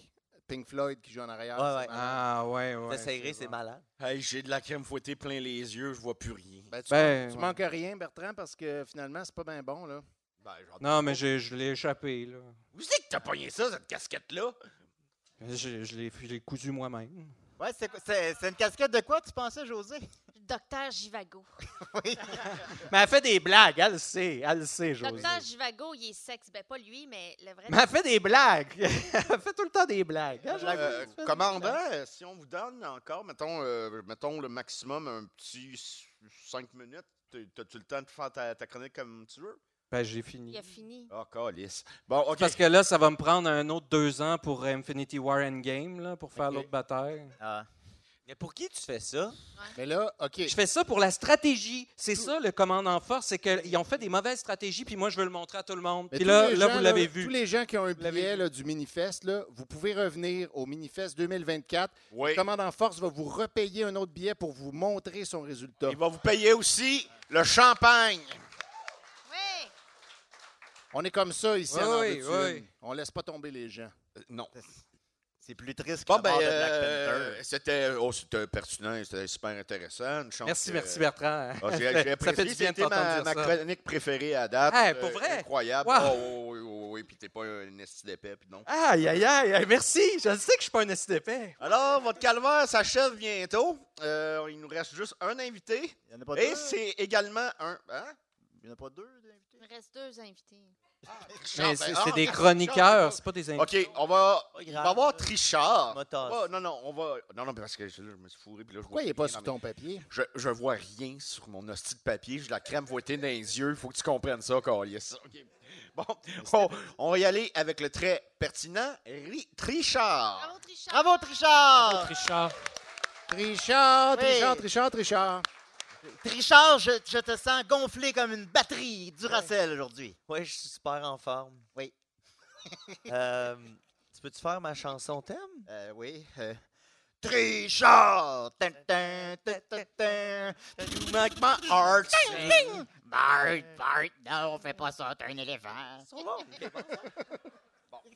Speaker 7: Pink Floyd qui joue en arrière.
Speaker 1: Ouais,
Speaker 7: C'est
Speaker 1: ouais.
Speaker 7: malade.
Speaker 9: Ah ouais, ouais.
Speaker 1: T'essayerais, c'est malade.
Speaker 4: Hey, j'ai de la crème fouettée plein les yeux, je vois plus rien.
Speaker 7: Ben, tu
Speaker 9: Ben,
Speaker 7: tu
Speaker 9: ouais.
Speaker 7: manques à rien, Bertrand, parce que finalement, c'est pas bien bon. là.
Speaker 4: Ben, j'en-
Speaker 9: Non, mais j'ai- je l'ai échappé là.
Speaker 4: Où c'est que t'as pogné ça, cette casquette-là?
Speaker 9: Je, je l'ai je l'ai cousu moi-même.
Speaker 6: Ouais, c'est, quoi- c'est- c'est une casquette de quoi, tu pensais, José?
Speaker 3: Docteur Givago.
Speaker 6: oui.
Speaker 9: Mais elle fait des blagues, elle le sait, elle le sait, José.
Speaker 3: Docteur Givago, il est sexe. Ben, pas lui, mais le vrai.
Speaker 9: Mais elle fait des blagues. elle fait tout le temps des blagues. hein, José.
Speaker 4: Euh, commandant, euh, si on vous donne encore, mettons, euh, mettons le maximum, un petit 5 minutes, t'es- t'as-tu le temps de faire ta, ta chronique comme tu veux?
Speaker 9: Ben j'ai
Speaker 3: Il
Speaker 9: fini.
Speaker 3: a fini.
Speaker 4: Ah, câlisse. Bon, OK.
Speaker 9: Parce que là, ça va me prendre un autre deux ans pour euh, Infinity War Endgame, là, pour faire
Speaker 1: Ok.
Speaker 9: l'autre bataille.
Speaker 6: Ah.
Speaker 1: Mais pour qui tu fais ça?
Speaker 7: Mais là, OK.
Speaker 9: Je fais ça pour la stratégie. C'est ça, le commandant fort, c'est qu'ils ont fait des mauvaises stratégies, puis moi, je veux le montrer à tout le monde.
Speaker 7: Mais
Speaker 9: Puis
Speaker 7: tous
Speaker 9: là,
Speaker 7: les
Speaker 9: là
Speaker 7: gens,
Speaker 9: vous l'avez
Speaker 7: Tous
Speaker 9: vu.
Speaker 7: les gens qui ont un
Speaker 9: l'avez
Speaker 7: billet là, du Minifest, là, vous pouvez revenir au Minifest 2024.
Speaker 4: Oui.
Speaker 7: Le commandant Force va vous repayer un autre billet pour vous montrer son résultat.
Speaker 4: Il va vous payer aussi le champagne.
Speaker 3: Oui!
Speaker 7: On est comme ça ici
Speaker 9: Oui,
Speaker 7: à
Speaker 9: oui,
Speaker 7: Nord-Étienne.
Speaker 9: oui.
Speaker 7: On laisse pas tomber les gens.
Speaker 4: Euh, non.
Speaker 6: C'est plus triste que
Speaker 4: Bon,
Speaker 6: la
Speaker 4: ben,
Speaker 6: mort de Black
Speaker 4: euh,
Speaker 6: Panther.
Speaker 4: c'était oh, c'était pertinent, c'était super intéressant. Une chance
Speaker 9: Merci,
Speaker 4: que-
Speaker 9: merci, Bertrand.
Speaker 4: Ah,
Speaker 9: Ça
Speaker 4: j'ai-
Speaker 9: fait
Speaker 4: j'ai
Speaker 9: du
Speaker 4: apprécié.
Speaker 9: bien de
Speaker 4: C'était
Speaker 9: t'entendre
Speaker 4: ma,
Speaker 9: dire
Speaker 4: ma
Speaker 9: ça.
Speaker 4: chronique préférée à date. Euh,
Speaker 9: Hey, pour vrai?
Speaker 4: Incroyable.
Speaker 9: Wow.
Speaker 4: Oh, oui, oui, oui, oui, Puis t'es pas un esti d'épais, puis non.
Speaker 9: Aïe, aïe, aïe, aïe, merci. Je le sais que je suis pas un esti d'épais.
Speaker 4: Alors, votre calvaire s'achève bientôt. Euh, il nous reste juste un invité.
Speaker 6: Il n'y en a pas
Speaker 4: Et
Speaker 6: deux.
Speaker 4: c'est également un. Hein?
Speaker 6: Il n'y en a pas deux. des-
Speaker 3: Il me reste deux invités.
Speaker 9: Mais
Speaker 4: ben,
Speaker 9: c'est c'est des
Speaker 4: Richard,
Speaker 9: chroniqueurs, c'est pas des invités.
Speaker 4: ah, OK, on va. On
Speaker 1: grave,
Speaker 4: va voir Trichard.
Speaker 1: Motasse.
Speaker 4: Oh, non, non, on va. Non, non, parce que je, là, je me suis fourré. Puis là, je vois
Speaker 7: Pourquoi il n'est pas
Speaker 4: rien
Speaker 7: sur
Speaker 4: dans mes-
Speaker 7: ton papier?
Speaker 4: Je, je vois rien sur mon hostie de papier. J'ai la crème fouettée dans les yeux. Faut que tu comprennes ça, Carlis. OK. Bon, on, on va y aller avec le trait pertinent. Ri- Trichard.
Speaker 3: Bravo, Trichard!
Speaker 6: Bravo, Trichard!
Speaker 2: Richard.
Speaker 6: Oui.
Speaker 7: Trichard, Trichard, Trichard, Trichard.
Speaker 6: Trichard, je, je te sens gonflé comme une batterie Duracell aujourd'hui.
Speaker 1: Oui, je suis super en forme.
Speaker 6: Oui.
Speaker 1: Euh, tu peux-tu faire ma chanson thème?
Speaker 6: Euh, oui. euh, Trichard! Tin, tin, tin, tin, tin. You make my heart sing.
Speaker 8: Bart, Bart, non, fais pas ça, t'es un éléphant.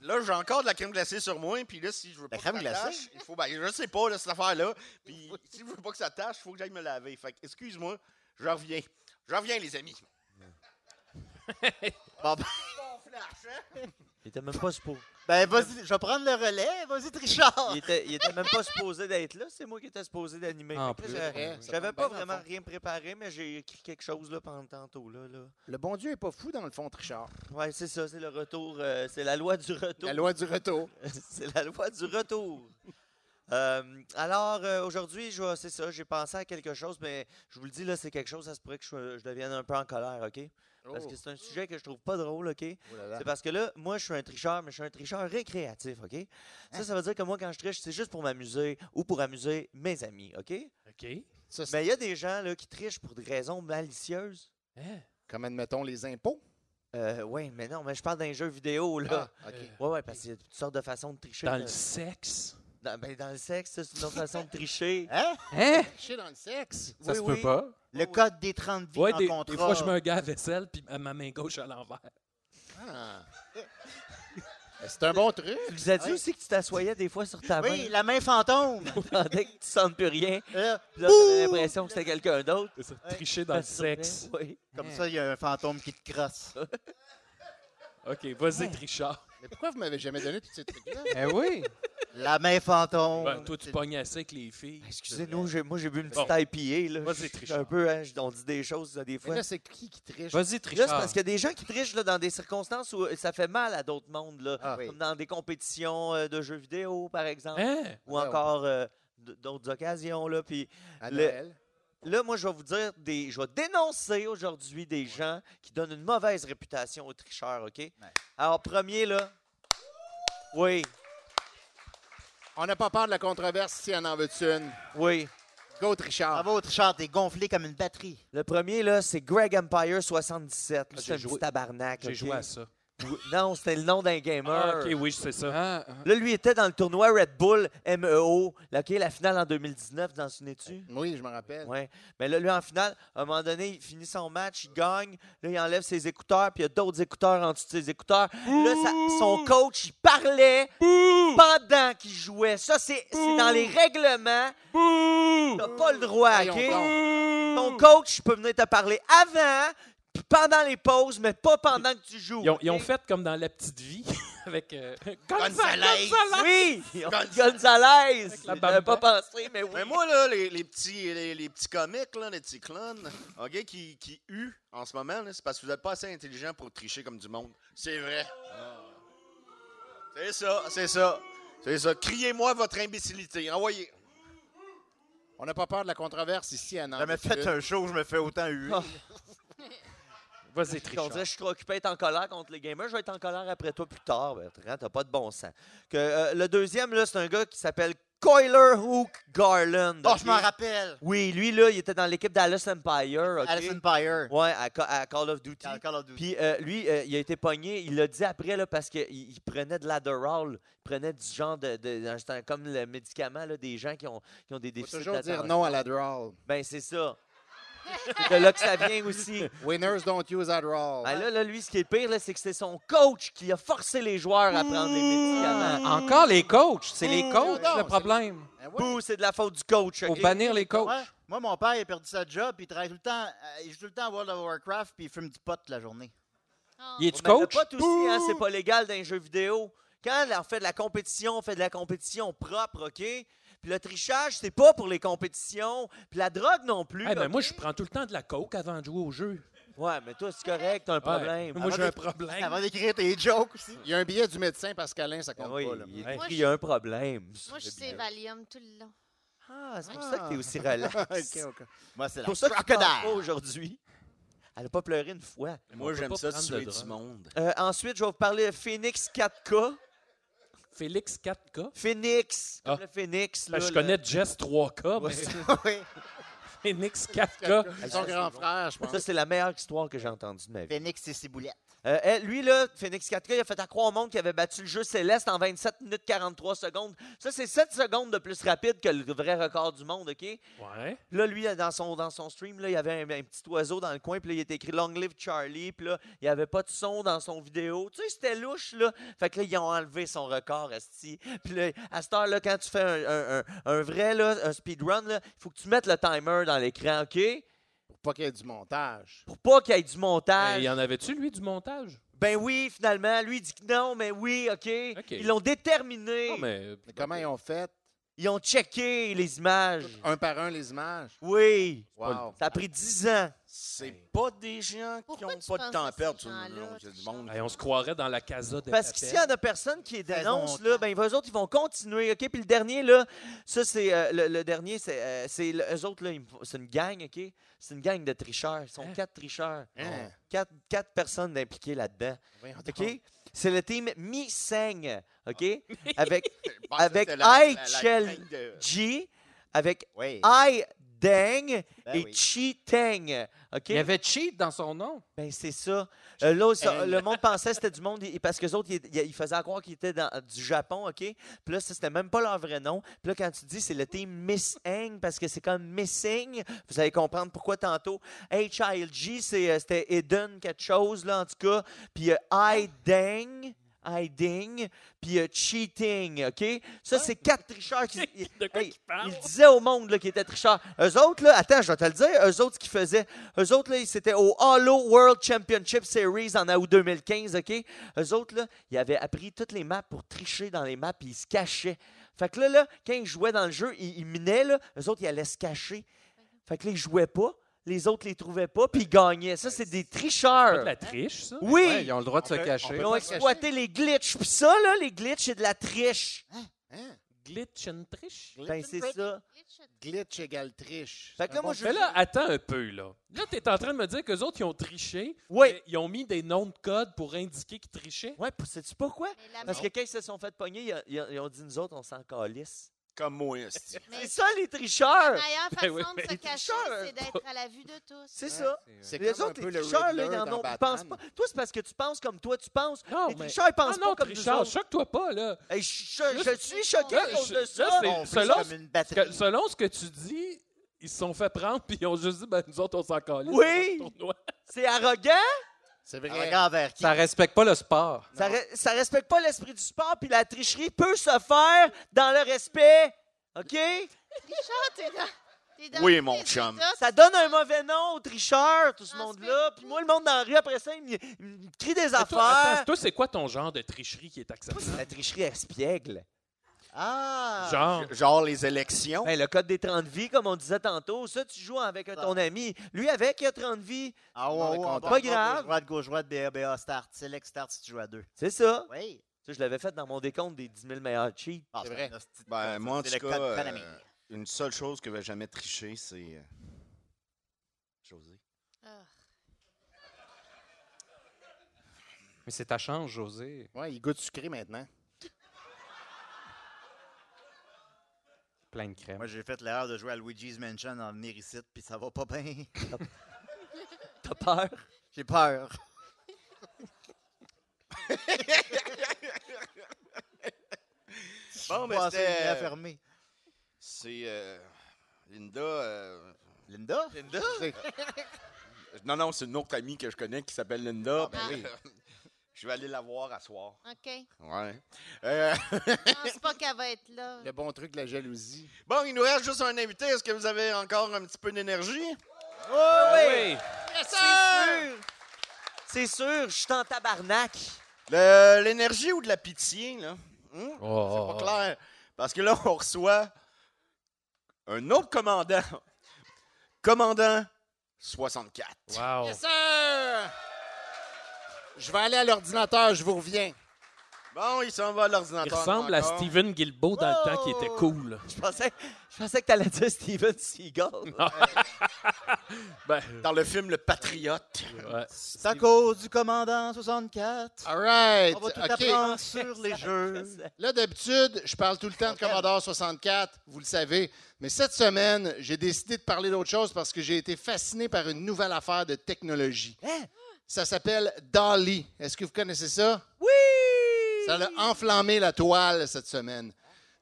Speaker 4: Là, j'ai encore de la crème glacée sur moi. Puis là, si je veux pas
Speaker 6: La
Speaker 4: que
Speaker 6: crème
Speaker 4: ça
Speaker 6: glacée?
Speaker 4: tache, il faut. Ben, je sais pas, là, cette affaire-là. Puis si je veux pas que ça tâche, il faut que j'aille me laver. Fait que, excuse-moi, je reviens. Je reviens, les amis.
Speaker 6: Bon, ben-
Speaker 1: Il était même pas supposé.
Speaker 6: ben, vas-y, je vais prendre le relais. Vas-y, Trichard!
Speaker 1: Il était, Euh, il était même pas supposé d'être là. C'est moi qui étais supposé d'animer.
Speaker 9: En
Speaker 1: Fait que
Speaker 9: plus.
Speaker 1: là,
Speaker 7: Ouais,
Speaker 1: j'a-
Speaker 7: ça
Speaker 1: J'avais
Speaker 7: tombe
Speaker 1: pas
Speaker 7: bien, dans
Speaker 1: vraiment
Speaker 7: le fond.
Speaker 1: rien préparé, mais j'ai écrit quelque chose là pendant tantôt. Là, là.
Speaker 7: Le bon Dieu est pas fou dans le fond, Trichard.
Speaker 1: Ouais, c'est ça, c'est le retour. euh, c'est la loi du retour.
Speaker 7: La loi du retour.
Speaker 1: c'est la loi du retour. Euh, alors, euh, aujourd'hui, je vais- c'est ça, j'ai pensé à quelque chose, mais je vous le dis, là, c'est quelque chose, ça se pourrait que je, je devienne un peu en colère, OK? Parce que c'est un sujet que je trouve pas drôle, OK?
Speaker 7: Oh là là.
Speaker 1: C'est parce que là, moi, je suis un tricheur, mais je suis un tricheur récréatif, OK? Ça,
Speaker 7: Ah.
Speaker 1: ça veut dire que moi, quand je triche, c'est juste pour m'amuser ou pour amuser mes amis, OK?
Speaker 2: OK.
Speaker 7: Ça, c'est
Speaker 1: Mais il y a des gens là, qui trichent pour des raisons malicieuses.
Speaker 2: Hein?
Speaker 7: comme, admettons, les impôts.
Speaker 1: Euh, oui, mais non, mais je parle d'un jeu vidéo, là.
Speaker 7: Ah, OK.
Speaker 1: Ouais, ouais, parce qu'il y a toutes sortes de façons de tricher.
Speaker 2: Dans
Speaker 1: là.
Speaker 2: le sexe.
Speaker 1: Dans, ben, dans le sexe, ça, c'est une autre façon de tricher.
Speaker 6: Hein?
Speaker 9: Hein?
Speaker 7: Tricher dans le sexe.
Speaker 9: Ça
Speaker 1: Oui,
Speaker 9: se peut
Speaker 1: oui.
Speaker 9: pas.
Speaker 6: Le code des 30 vies
Speaker 2: Ouais,
Speaker 6: en
Speaker 2: des,
Speaker 6: contrat.
Speaker 2: des fois, je mets un gars à vaisselle, puis ma main gauche à l'envers.
Speaker 7: Ah. Ben, C'est un bon truc.
Speaker 1: Tu nous as dit
Speaker 6: Oui.
Speaker 1: aussi que tu t'assoyais des fois sur ta main.
Speaker 6: Oui, la main fantôme.
Speaker 1: Dès que tu sens plus rien,
Speaker 6: Euh,
Speaker 1: puis là, t'as l'impression que c'était quelqu'un d'autre.
Speaker 2: C'est ça,
Speaker 6: Ouais.
Speaker 2: Tricher dans le sexe.
Speaker 1: Oui.
Speaker 6: comme ça, il y a un fantôme qui te crosse.
Speaker 2: OK, vas-y, Trichard.
Speaker 7: Mais pourquoi vous m'avez jamais donné tous ces trucs-là?
Speaker 9: Eh oui.
Speaker 6: La main fantôme.
Speaker 2: Ben, toi, tu pognes assez avec les filles.
Speaker 1: Excusez-nous, Ben, j'ai- moi, j'ai bu une
Speaker 2: Bon.
Speaker 1: petite IPA, là.
Speaker 2: Vas-y,
Speaker 1: Je suis
Speaker 2: Trichard.
Speaker 1: Un peu, hein, on dit des choses, là, des
Speaker 7: Mais
Speaker 1: fois.
Speaker 7: là, c'est qui qui triche?
Speaker 9: Vas-y,
Speaker 1: Là,
Speaker 9: Trichard.
Speaker 1: c'est parce qu'il y a des gens qui trichent là, dans des circonstances où euh, ça fait mal à d'autres mondes, là.
Speaker 7: Ah.
Speaker 1: comme dans des compétitions euh, de jeux vidéo, par exemple,
Speaker 2: Hein?
Speaker 1: ou
Speaker 7: Ouais,
Speaker 1: encore euh, d- d'autres occasions. Là, Puis
Speaker 7: À
Speaker 1: le-
Speaker 7: Noël.
Speaker 1: là, moi, je vais vous dire, des, je vais dénoncer aujourd'hui des gens qui donnent une mauvaise réputation aux tricheurs, OK? Alors, premier, là, oui,
Speaker 7: On n'a pas peur de la controverse si on en veut une.
Speaker 1: oui.
Speaker 7: Go, Trichard.
Speaker 6: Bravo, Trichard, t'es gonflé comme une batterie.
Speaker 1: Le premier, là, c'est Greg Empire 77. Là,
Speaker 2: Ah,
Speaker 1: c'est
Speaker 2: j'ai
Speaker 1: un
Speaker 2: joué-
Speaker 1: petit tabarnak.
Speaker 2: J'ai
Speaker 1: OK?
Speaker 2: joué à ça.
Speaker 1: Ou- Non, c'était le nom d'un gamer.
Speaker 2: Ah, OK, oui, c'est ça.
Speaker 9: Ah, ah.
Speaker 1: Là, lui était dans le tournoi Red Bull MEO, là, OK, la finale en 2019, dans une étude.
Speaker 7: Oui, je me rappelle.
Speaker 1: Ouais. Mais là, lui, en finale, à un moment donné, il finit son match, il gagne. Là, il enlève ses écouteurs, puis il y a d'autres écouteurs en dessous de ses écouteurs. Là, ça- son coach, il parlait pendant qu'il jouait. Ça, c'est c'est dans les règlements. T'as pas le droit,
Speaker 7: Voyons
Speaker 1: OK?
Speaker 7: donc.
Speaker 1: Ton coach peut venir te parler avant, puis pendant les pauses, mais pas pendant que tu joues.
Speaker 2: Ils ont, ils ont
Speaker 1: OK?
Speaker 2: fait comme dans La Petite Vie, avec... euh,
Speaker 4: Gonzalez.
Speaker 1: Oui! Ils ont- Gonzalez!
Speaker 2: la
Speaker 1: J'avais pas pensé, mais oui.
Speaker 4: Mais moi, là, les, les petits, les, les petits comiques, là, les petits clowns, OK, qui, qui huent en ce moment, là, c'est parce que vous n'êtes pas assez intelligent pour tricher comme du monde. C'est vrai.
Speaker 3: Ah.
Speaker 4: C'est ça, c'est ça. C'est ça. Criez-moi votre imbécilité. Envoyez.
Speaker 7: On n'a pas peur de la controverse ici à Nantes.
Speaker 6: J'avais fait un show, où je me fais autant huer.
Speaker 1: Ah.
Speaker 2: Vas-y,
Speaker 1: On
Speaker 2: Trichard.
Speaker 1: dirait que je suis trop occupé à être en colère contre les gamers. Je vais être en colère après toi plus tard, Bertrand. T'as pas de bon sens. Que, euh, le deuxième, là, c'est un gars qui s'appelle Coiler Hook Garland.
Speaker 6: Oh,
Speaker 1: ok?
Speaker 6: je m'en rappelle.
Speaker 1: Oui, lui, là, il était dans l'équipe d'Alice Empire. ok?
Speaker 6: Alison Pyre.
Speaker 1: Ouais, à, Ca- à Call of Duty.
Speaker 6: Call- Call of Duty.
Speaker 1: Puis euh, lui, euh, il a été pogné, il l'a dit après, là, parce qu'il il prenait de l'Adderall, il prenait du genre de... de- c'était comme le médicament là, des gens qui ont, qui ont des
Speaker 7: Il faut
Speaker 1: déficits
Speaker 7: toujours dire
Speaker 1: d'attention.
Speaker 7: non à la drawl.
Speaker 1: Ben, c'est ça. C'est de là que ça vient aussi.
Speaker 7: Winners don't use Adderall.
Speaker 1: Ben là, là, lui, ce qui est pire, là, c'est que c'est son coach qui a forcé les joueurs à prendre
Speaker 7: Mmh.
Speaker 1: les médicaments.
Speaker 9: Encore les coachs. C'est les coachs le problème.
Speaker 1: Bouh, c'est de la faute du coach.
Speaker 9: Faut
Speaker 1: OK?
Speaker 9: bannir les coachs.
Speaker 6: Ben Ouais. Moi, mon père, il a perdu sa job, puis il travaille tout le temps, euh, il joue tout le temps à World of Warcraft, puis il fume du pot toute la journée.
Speaker 3: Ah.
Speaker 1: Il est coach? Le pot aussi, hein, c'est pas légal dans les jeux vidéo. Quand on fait de la compétition, on fait de la compétition propre, OK? Puis le trichage, c'est pas pour les compétitions. Puis la drogue non plus.
Speaker 2: Eh ben,
Speaker 1: OK?
Speaker 2: moi, je prends tout le temps de la coke avant de jouer au jeu.
Speaker 1: Ouais, mais toi, c'est correct, t'as un Ah,
Speaker 2: problème. Moi, j'ai un problème.
Speaker 7: Avant d'écrire tes jokes aussi. Il y a un billet du médecin Pascalin, ça compte
Speaker 1: Ah Oui,
Speaker 7: pas. Là.
Speaker 1: il
Speaker 3: Moi,
Speaker 1: écrit,
Speaker 3: je-
Speaker 1: il y a un problème.
Speaker 3: Moi, je sais Valium tout le long.
Speaker 1: Ah, c'est pour ça que t'es aussi relax.
Speaker 7: OK, OK.
Speaker 6: Moi, c'est
Speaker 1: C'est
Speaker 6: la
Speaker 1: pour ça que tu
Speaker 6: crocodile.
Speaker 1: parles Oh, pas aujourd'hui. Elle a pas pleuré une fois.
Speaker 4: Moi, j'aime ça
Speaker 1: prendre de
Speaker 4: tuer
Speaker 1: drogue.
Speaker 4: du monde.
Speaker 1: Euh, ensuite, je vais vous parler de Phoenix 4K.
Speaker 2: Félix 4K?
Speaker 1: Phoenix, comme
Speaker 2: Ah.
Speaker 1: le Phoenix.
Speaker 2: Ben,
Speaker 1: là,
Speaker 2: je
Speaker 1: le-
Speaker 2: connais Jess 3K, mais
Speaker 6: Oui.
Speaker 2: Phoenix 4K.
Speaker 7: C'est Son grand frère, je pense.
Speaker 1: Ça, c'est la meilleure histoire que j'ai entendue de ma vie.
Speaker 6: Phoenix et Ciboulette.
Speaker 1: Euh, eh, lui, là, Phoenix 4K, il a fait à croire au monde qu'il avait battu le jeu Céleste en 27 minutes 43 secondes. Ça, c'est 7 secondes de plus rapide que le vrai record du monde, OK?
Speaker 2: Ouais.
Speaker 1: Là, lui, dans son, dans son stream, là, il y avait un, un petit oiseau dans le coin, puis là, il était écrit Long Live Charlie, puis là, il n'y avait pas de son dans son vidéo. Tu sais, c'était louche, là. Fait que là, ils ont enlevé son record, Asti. Puis là, à cette heure-là, quand tu fais un, un- un- un vrai là, un speedrun, là, il faut que tu mettes le timer dans l'écran, OK?
Speaker 7: Pour pas qu'il y ait du montage.
Speaker 1: Pour pas qu'il y ait du
Speaker 2: Ben,
Speaker 1: montage.
Speaker 2: Il y en avait-tu, lui, du montage?
Speaker 1: Ben oui, finalement. Lui, il dit que non, mais oui, OK.
Speaker 2: OK.
Speaker 1: Ils l'ont déterminé.
Speaker 2: Non, mais.
Speaker 7: Mais comment ils ont fait?
Speaker 1: Ils ont checké les images.
Speaker 7: Un par un, les images. Ben,
Speaker 1: Oui.
Speaker 7: Wow.
Speaker 1: Ça a pris 10 ans.
Speaker 4: C'est pas des gens qui
Speaker 3: Pourquoi
Speaker 4: n'ont
Speaker 3: tu
Speaker 4: pas
Speaker 3: penses
Speaker 4: de
Speaker 3: à
Speaker 4: temps à
Speaker 3: ces
Speaker 4: perdre. tout le
Speaker 3: gens-là,
Speaker 4: monde. Il y a du monde.
Speaker 2: Hey, on se croirait dans la casa des
Speaker 1: Parce que s'il y en
Speaker 2: Papels.
Speaker 1: a personne qui les
Speaker 6: Très
Speaker 1: dénonce,
Speaker 6: longtemps.
Speaker 1: là, ben, eux autres, ils vont continuer. OK? Puis le dernier, là, ça, c'est euh, le, le dernier, c'est. euh, c'est le- eux autres, là, ils me font- c'est une gang, OK? C'est une gang de tricheurs. Ils sont
Speaker 2: Hein?
Speaker 1: quatre tricheurs.
Speaker 7: Hein? Ah,
Speaker 1: Quatre, quatre personnes impliquées là-dedans.
Speaker 7: Voyons donc.
Speaker 1: OK? C'est le team Mi-Seng, OK? Avec,
Speaker 4: Je pensais que
Speaker 1: avec
Speaker 4: c'était la-
Speaker 1: Ai
Speaker 4: la- la
Speaker 1: Chel
Speaker 4: gang de-
Speaker 1: Ji, avec
Speaker 6: Oui.
Speaker 1: Ai Deng
Speaker 6: Ben
Speaker 1: et
Speaker 6: oui.
Speaker 1: Chi Teng. OK?
Speaker 9: Il y avait cheat dans son nom.
Speaker 1: Ben, c'est ça. Euh, là, ça-
Speaker 4: Hey.
Speaker 1: le monde pensait que c'était du monde il- parce que les autres, ils, ils- ils faisaient croire qu'ils étaient dans- du Japon, OK? Puis là, ça, c'était même pas leur vrai nom. Puis là, quand tu dis c'est le team Miss Eng parce que c'est comme Missing, vous allez comprendre pourquoi tantôt. HILG, c'est, euh, c'était Eden quelque chose, là, en tout cas. Puis euh, Iding, Iding, puis euh, Cheating, OK? Ça, c'est quatre tricheurs qui.
Speaker 2: De quoi
Speaker 1: Hey,
Speaker 2: qu'il parle?
Speaker 1: ils disaient au monde là, qu'ils étaient tricheurs. Eux autres, là, attends, je vais te le dire, eux autres, ce qu'ils faisaient, eux autres, là, ils- c'était au Halo World Championship Series en août 2015, OK? Eux autres, là, ils avaient appris toutes les maps pour tricher dans les maps, puis ils se cachaient. Fait que là, là, quand ils jouaient dans le jeu, ils, ils minaient, là, eux autres, ils allaient se cacher. Fait que là, ils jouaient pas, les autres les trouvaient pas, puis ils gagnaient. Ça, c'est des
Speaker 2: C'est pas de
Speaker 1: tricheurs.
Speaker 2: la triche, ça?
Speaker 1: Oui!
Speaker 9: Ouais, ils ont le droit de se cacher.
Speaker 1: Ils ont exploité les glitches. Puis ça, là, les glitches, c'est de la triche.
Speaker 7: Hein?
Speaker 2: Glitch and triche?
Speaker 1: Ben, c'est ça.
Speaker 7: Glitch égale triche.
Speaker 1: Fait que là, moi, je...
Speaker 2: Mais là, attends un peu, là. Là, t'es en train de me dire qu'eux autres, ils ont triché.
Speaker 1: Oui.
Speaker 2: mais Euh, Ils ont mis des noms de code pour indiquer qu'ils trichaient.
Speaker 1: Ouais, pour- sais-tu pas quoi?
Speaker 3: Mais la
Speaker 1: Parce que
Speaker 3: mort-
Speaker 1: quand ils se sont fait pogner, ils, ils- ils ont dit nous autres, on s'en calisse.
Speaker 4: Comme moi, esti.
Speaker 3: mais
Speaker 1: C'est
Speaker 3: la
Speaker 1: ça, les tricheurs!
Speaker 3: meilleure
Speaker 2: Ben oui,
Speaker 3: façon de
Speaker 2: mais
Speaker 3: se
Speaker 1: les
Speaker 3: cacher,
Speaker 1: tricheurs,
Speaker 3: c'est d'être à la vue de tous.
Speaker 1: C'est ça.
Speaker 7: C'est
Speaker 1: les
Speaker 7: comme un
Speaker 1: autres,
Speaker 7: peu
Speaker 1: les
Speaker 7: le
Speaker 1: tricheurs, là, ils
Speaker 7: Riddler
Speaker 1: en
Speaker 7: dans
Speaker 1: ont. Ils
Speaker 7: Batman.
Speaker 1: pensent pas. Toi, c'est parce que tu penses comme toi, tu penses.
Speaker 2: Non,
Speaker 1: les
Speaker 2: mais-
Speaker 1: tricheurs, ils pensent
Speaker 2: ah
Speaker 1: pas
Speaker 2: non,
Speaker 1: comme nous
Speaker 2: tricheur,
Speaker 1: autres.
Speaker 2: choque-toi pas, là.
Speaker 1: Hey, je, je- je suis choqué
Speaker 2: Là,
Speaker 1: à cause
Speaker 2: je-
Speaker 1: de
Speaker 2: là,
Speaker 1: ça.
Speaker 2: c'est-
Speaker 6: On
Speaker 2: selon,
Speaker 6: comme une batterie.
Speaker 2: que- selon ce que tu dis, ils se sont fait prendre, puis ils ont juste dit, ben, nous autres, on s'en calisse.
Speaker 1: Oui.
Speaker 2: dans le tournoi.
Speaker 1: C'est arrogant.
Speaker 7: C'est
Speaker 6: Un
Speaker 7: vrai.
Speaker 6: regard vers qui?
Speaker 9: Ça respecte pas le sport.
Speaker 1: Ça, re- ça respecte pas l'esprit du sport, puis la tricherie peut se faire dans le respect. OK?
Speaker 3: Richard, t'es dans... t'es dans
Speaker 4: Oui,
Speaker 3: tous
Speaker 4: mon
Speaker 3: les
Speaker 4: chum.
Speaker 3: états,
Speaker 1: Ça
Speaker 3: tu
Speaker 1: donne un mauvais nom aux tricheurs, tout ce
Speaker 3: Ah,
Speaker 1: monde-là. Puis moi, le monde dans la rue, après ça, il me, il me crie des
Speaker 2: Mais toi, attends,
Speaker 1: affaires.
Speaker 2: toi, c'est quoi ton genre de tricherie qui est acceptable?
Speaker 1: La tricherie espiègle.
Speaker 6: Ah!
Speaker 2: Genre,
Speaker 4: Genre les élections.
Speaker 1: Ben, le code des 30 vies, comme on disait tantôt, ça, tu joues avec euh, ton ami. Lui, avec, il a 30 vies.
Speaker 6: Ah ouais,
Speaker 1: Dans
Speaker 6: ouais,
Speaker 1: le
Speaker 6: on
Speaker 1: contrat.
Speaker 6: part
Speaker 1: Pas
Speaker 6: gauche,
Speaker 1: grave.
Speaker 6: Droite, gauche, droite, BABA, start. Select, start si tu joues à deux.
Speaker 1: C'est ça.
Speaker 6: Oui.
Speaker 1: Ça, je l'avais fait dans mon décompte des 10 000 meilleurs cheats.
Speaker 6: Ah,
Speaker 7: C'est vrai.
Speaker 6: un hostie de
Speaker 4: Ben,
Speaker 6: con,
Speaker 4: moi, en
Speaker 6: ça,
Speaker 4: tout
Speaker 6: c'est
Speaker 4: cas,
Speaker 6: le code
Speaker 4: euh,
Speaker 6: Konami.
Speaker 4: une seule chose que je vais jamais tricher, c'est. euh, José.
Speaker 3: Ah,
Speaker 9: Mais c'est ta chance, José.
Speaker 7: Ouais, il goûte sucré maintenant.
Speaker 9: Plein de crème.
Speaker 6: Moi, j'ai fait l'erreur de jouer à Luigi's Mansion en venir ici, puis ça va pas bien.
Speaker 1: T'as peur?
Speaker 6: J'ai peur.
Speaker 4: Bon,
Speaker 6: Je suis pas
Speaker 4: mais
Speaker 6: assez bien
Speaker 4: ben, c'était.
Speaker 6: fermé.
Speaker 4: C'est. euh, Linda, euh,
Speaker 6: Linda?
Speaker 4: Linda? Ah, non, non, c'est une autre amie que je connais qui s'appelle Linda.
Speaker 3: Ah, ben
Speaker 4: je vais aller la voir à soir.
Speaker 3: OK.
Speaker 4: Ouais. Euh,
Speaker 3: Je pense pas qu'elle va être là.
Speaker 4: Le bon truc, la jalousie. Bon, il nous reste juste un invité. Est-ce que vous avez encore un petit peu d'énergie?
Speaker 11: Oh oui! C'est sûr! C'est sûr, je suis en tabarnak.
Speaker 4: De l'énergie ou de la pitié, là? Hum?
Speaker 11: Oh,
Speaker 4: C'est pas clair. Parce que là, on reçoit un autre commandant. Commandant 64.
Speaker 2: Wow.
Speaker 7: Yes, sir! Je vais aller à l'ordinateur, je vous reviens.
Speaker 4: Bon, il s'en va à l'ordinateur.
Speaker 2: Il ressemble à Steven Guilbeault dans le temps qui était cool.
Speaker 11: Je pensais, je pensais que t'allais dire Steven Seagal.
Speaker 4: Dans le film Le Patriote.
Speaker 6: C'est à cause du commandant 64.
Speaker 7: All right.
Speaker 6: On va tout
Speaker 7: OK.
Speaker 6: apprendre sur les jeux.
Speaker 7: Là, d'habitude, je parle tout le temps de Commodore 64, vous le savez. Mais cette semaine, j'ai décidé de parler d'autre chose parce que j'ai été fasciné par une nouvelle affaire de technologie. Ça s'appelle DALI. Est-ce que vous connaissez ça? Oui! Ça a enflammé la toile cette semaine.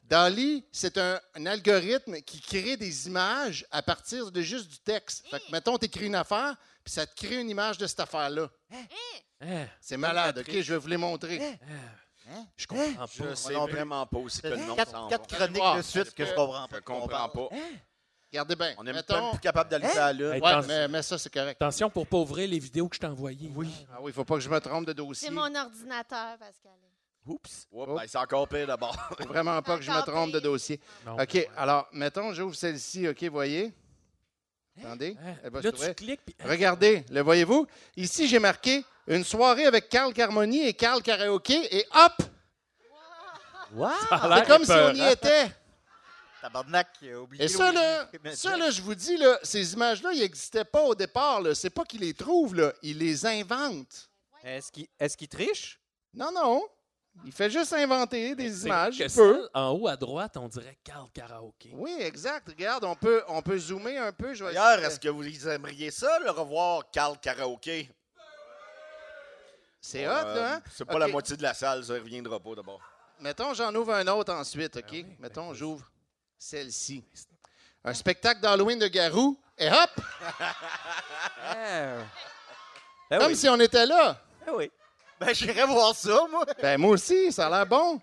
Speaker 7: DALI, c'est un, un algorithme qui crée des images à partir de juste du texte. Fait que, mettons, tu écris une affaire, puis ça te crée une image de cette affaire-là. C'est malade. OK, je vais vous les montrer.
Speaker 2: Hein? Je comprends
Speaker 4: Je
Speaker 2: pas.
Speaker 4: sais vraiment pas où c'est que le nom
Speaker 6: Quatre-
Speaker 4: s'en
Speaker 6: quatre
Speaker 4: va.
Speaker 6: chroniques
Speaker 4: Ah,
Speaker 6: de suite
Speaker 4: c'est
Speaker 6: que je
Speaker 4: pas-
Speaker 6: comprends pas.
Speaker 4: Je comprends pas.
Speaker 7: Regardez bien.
Speaker 4: On est
Speaker 7: Mettons-
Speaker 4: même plus capable d'aller à la lune.
Speaker 2: Hey,
Speaker 7: Ouais,
Speaker 2: attention.
Speaker 7: mais, mais ça, c'est correct.
Speaker 2: Attention pour pas ouvrir les vidéos que je t'ai envoyées.
Speaker 7: Oui. Ah oui, faut pas que je me trompe de dossier.
Speaker 3: C'est mon ordinateur, Pascal.
Speaker 4: Oups. ben, c'est encore pire d'abord.
Speaker 7: Faut vraiment pas que je me trompe de dossier.
Speaker 2: Non.
Speaker 7: OK, alors, mettons, j'ouvre celle-ci, OK, voyez? Attendez,
Speaker 1: Eh
Speaker 7: elle va
Speaker 1: ben,
Speaker 2: Hein? Là,
Speaker 7: s'ouvrir.
Speaker 2: tu cliques, puis-
Speaker 7: Regardez, le voyez-vous? Ici, j'ai marqué une soirée avec Carl Carmoni et Carl Karaoke et hop! C'est comme si on y était.
Speaker 6: Tabarnak, il a oublié.
Speaker 7: Et ça, là, ça, là, je vous dis, là, ces images-là, ils n'existaient pas au départ. là. C'est pas qu'ils les trouvent, là. ils les inventent.
Speaker 9: Est-ce qu'il est-ce qu'il triche?
Speaker 7: Non, non. Il fait juste inventer des
Speaker 2: C'est
Speaker 7: images.
Speaker 2: que
Speaker 7: il peut.
Speaker 2: celle en haut à droite, on dirait Carl Karaoke.
Speaker 7: Oui, exact. Regarde, on peut, on peut zoomer un peu. Je vais
Speaker 4: D'ailleurs, est-ce que vous aimeriez ça, le revoir Carl Karaoke?
Speaker 7: C'est hot, là, hein?
Speaker 4: C'est pas la
Speaker 7: OK.
Speaker 4: moitié de la salle, ça reviendra pas d'abord.
Speaker 7: Mettons, j'en ouvre un autre ensuite,
Speaker 4: Ben
Speaker 7: OK? Mettons, j'ouvre celle-ci. Un spectacle d'Halloween de Garou, et hop! Comme si on était là.
Speaker 11: Ben oui.
Speaker 6: Ben, j'irais voir ça, moi.
Speaker 7: Ben, moi aussi, ça a l'air bon.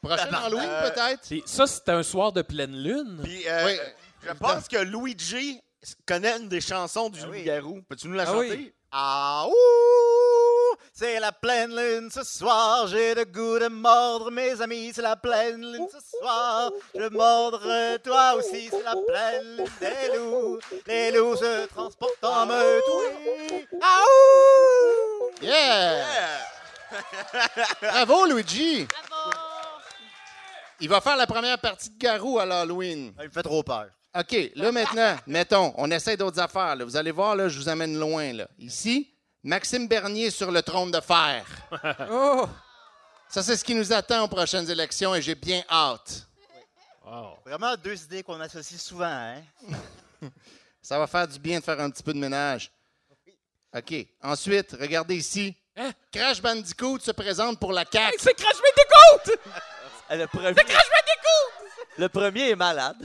Speaker 7: Prochain
Speaker 4: Tabarnak.
Speaker 7: Halloween,
Speaker 4: Euh,
Speaker 7: peut-être.
Speaker 2: Puis Ça, c'était un soir de pleine lune.
Speaker 4: Puis, euh,
Speaker 7: Oui.
Speaker 4: je pense que Luigi connaît une des chansons du loup-garou. Peux-tu nous la chanter?
Speaker 6: Ah ouh, c'est la pleine lune ce soir, j'ai le goût de mordre mes amis, c'est la pleine lune ce soir, je mordrai toi aussi, c'est la pleine lune des loups, les loups se transportent en meute, oui. Ah ouh,
Speaker 7: Yeah! Bravo, Luigi! Il va faire la première partie de Garou à l'Halloween.
Speaker 6: Ah, il me fait trop peur.
Speaker 7: OK, là maintenant, mettons, on essaie d'autres affaires. là. Vous allez voir, là, je vous amène loin. Là. Ici, Maxime Bernier sur le trône de fer. Ça, c'est ce qui nous attend aux prochaines élections et j'ai bien hâte.
Speaker 6: Vraiment deux idées qu'on associe souvent, hein.
Speaker 7: Ça va faire du bien de faire un petit peu de ménage. OK, ensuite, regardez ici.
Speaker 2: Hein?
Speaker 7: Crash Bandicoot se présente pour la CAQ.
Speaker 2: C'est Crash Bandicoot!
Speaker 11: Euh, Le premier,
Speaker 2: Crash Bandicoot!
Speaker 11: le premier est malade.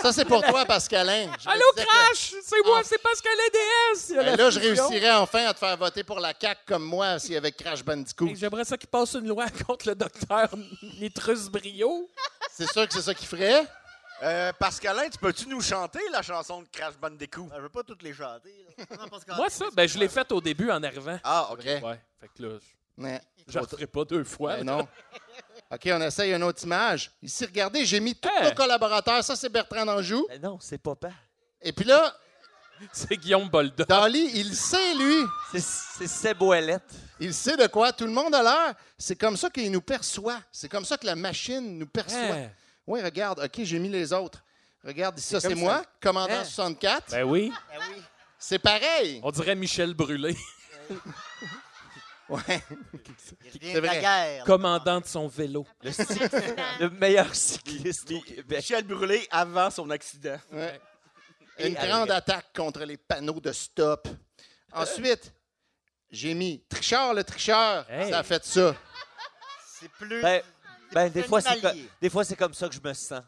Speaker 7: Ça, c'est pour toi, Pascalin. Je
Speaker 2: Hein? Allô,
Speaker 7: me disais que-
Speaker 2: Crash! C'est moi, c'est Pascal ADS! Il y a
Speaker 7: Ben
Speaker 2: la
Speaker 7: là, je
Speaker 2: fusion.
Speaker 7: réussirais enfin à te faire voter pour la CAQ comme moi s'il y avait Crash Bandicoot.
Speaker 2: Et J'aimerais ça qu'il passe une loi contre le docteur Nitrus Brio.
Speaker 7: C'est sûr que c'est ça qu'il ferait.
Speaker 4: Euh, Pascalin, tu peux-tu nous chanter la chanson de Crash Bandicoot?
Speaker 6: Ben, je veux pas toutes les chanter. là. Non, parce que-
Speaker 2: Moi, ça, ben, je l'ai faite au début en arrivant.
Speaker 4: Ah, OK.
Speaker 2: Ouais. Fait que là, je-
Speaker 7: Mais-
Speaker 2: je ne ferai pas deux fois.
Speaker 7: Ben non. OK, on essaye une autre image. Ici, regardez, j'ai mis tous
Speaker 2: Hey.
Speaker 7: nos collaborateurs. Ça, c'est Bertrand Danjou.
Speaker 11: Mais non, c'est papa.
Speaker 7: Et puis là,
Speaker 2: C'est Guillaume Bolda.
Speaker 7: Dali, il sait, lui.
Speaker 11: C'est c'est Seb Ouellette.
Speaker 7: Il sait de quoi tout le monde a l'air. C'est comme ça qu'il nous perçoit. C'est comme ça que la machine nous perçoit.
Speaker 2: Hein?
Speaker 7: Oui, regarde. OK, j'ai mis les autres. Regarde, ça, c'est
Speaker 9: comme
Speaker 7: moi,
Speaker 9: ça.
Speaker 7: commandant
Speaker 9: Hein?
Speaker 7: 64.
Speaker 2: Ben oui,
Speaker 7: C'est pareil.
Speaker 2: on dirait Michel Brûlé,
Speaker 7: Ouais.
Speaker 6: Il revient
Speaker 7: C'est
Speaker 6: de la
Speaker 7: vrai.
Speaker 6: guerre.
Speaker 2: commandant de son vélo.
Speaker 11: Le meilleur cycliste au Québec.
Speaker 4: Michel Brûlé avant son accident.
Speaker 7: Ouais.
Speaker 11: Et
Speaker 7: Une
Speaker 11: avec-
Speaker 7: grande attaque contre les panneaux de stop. Ensuite, j'ai mis Trichard le tricheur.
Speaker 2: Hey.
Speaker 7: Ça a fait ça.
Speaker 6: C'est plus.
Speaker 11: Ben, ben, des,
Speaker 6: c'est plus
Speaker 1: ben,
Speaker 11: fois, c'est
Speaker 6: animalier.
Speaker 11: co- des fois, c'est comme ça que je me sens.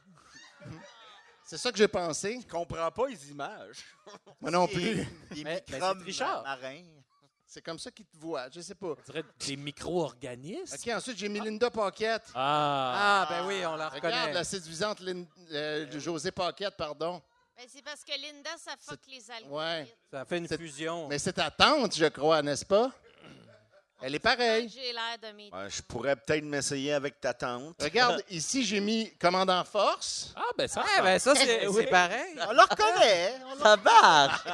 Speaker 7: C'est ça que j'ai pensé.
Speaker 4: Je comprends pas les images.
Speaker 7: Moi non plus.
Speaker 4: Des
Speaker 7: Mais- ben,
Speaker 4: microbes
Speaker 7: c'est Richard.
Speaker 4: marins.
Speaker 7: C'est comme ça qu'ils te voient. Je sais pas.
Speaker 2: Des micro-organismes.
Speaker 7: OK, ensuite, j'ai mis Linda Paquette.
Speaker 2: Ah.
Speaker 9: Ah, ben oui, on la
Speaker 7: Regarde
Speaker 9: reconnaît.
Speaker 7: la séduisante Lin- euh, José Paquette, pardon.
Speaker 3: Ben, c'est parce que Linda, ça fuck les algorithmes.
Speaker 7: Ouais.
Speaker 9: Ça fait une
Speaker 7: C'est-
Speaker 9: fusion.
Speaker 7: Mais c'est ta tante, je crois, n'est-ce pas? Elle est pareille.
Speaker 3: J'ai l'air de mes.
Speaker 4: Ouais, je pourrais peut-être m'essayer avec ta tante.
Speaker 7: Regarde, ici, j'ai mis commandant force.
Speaker 2: Ah, ben ça
Speaker 9: Ah, ben ça, c'est
Speaker 11: Oui.
Speaker 9: c'est pareil.
Speaker 6: On le reconnaît. on le-
Speaker 11: Ça marche!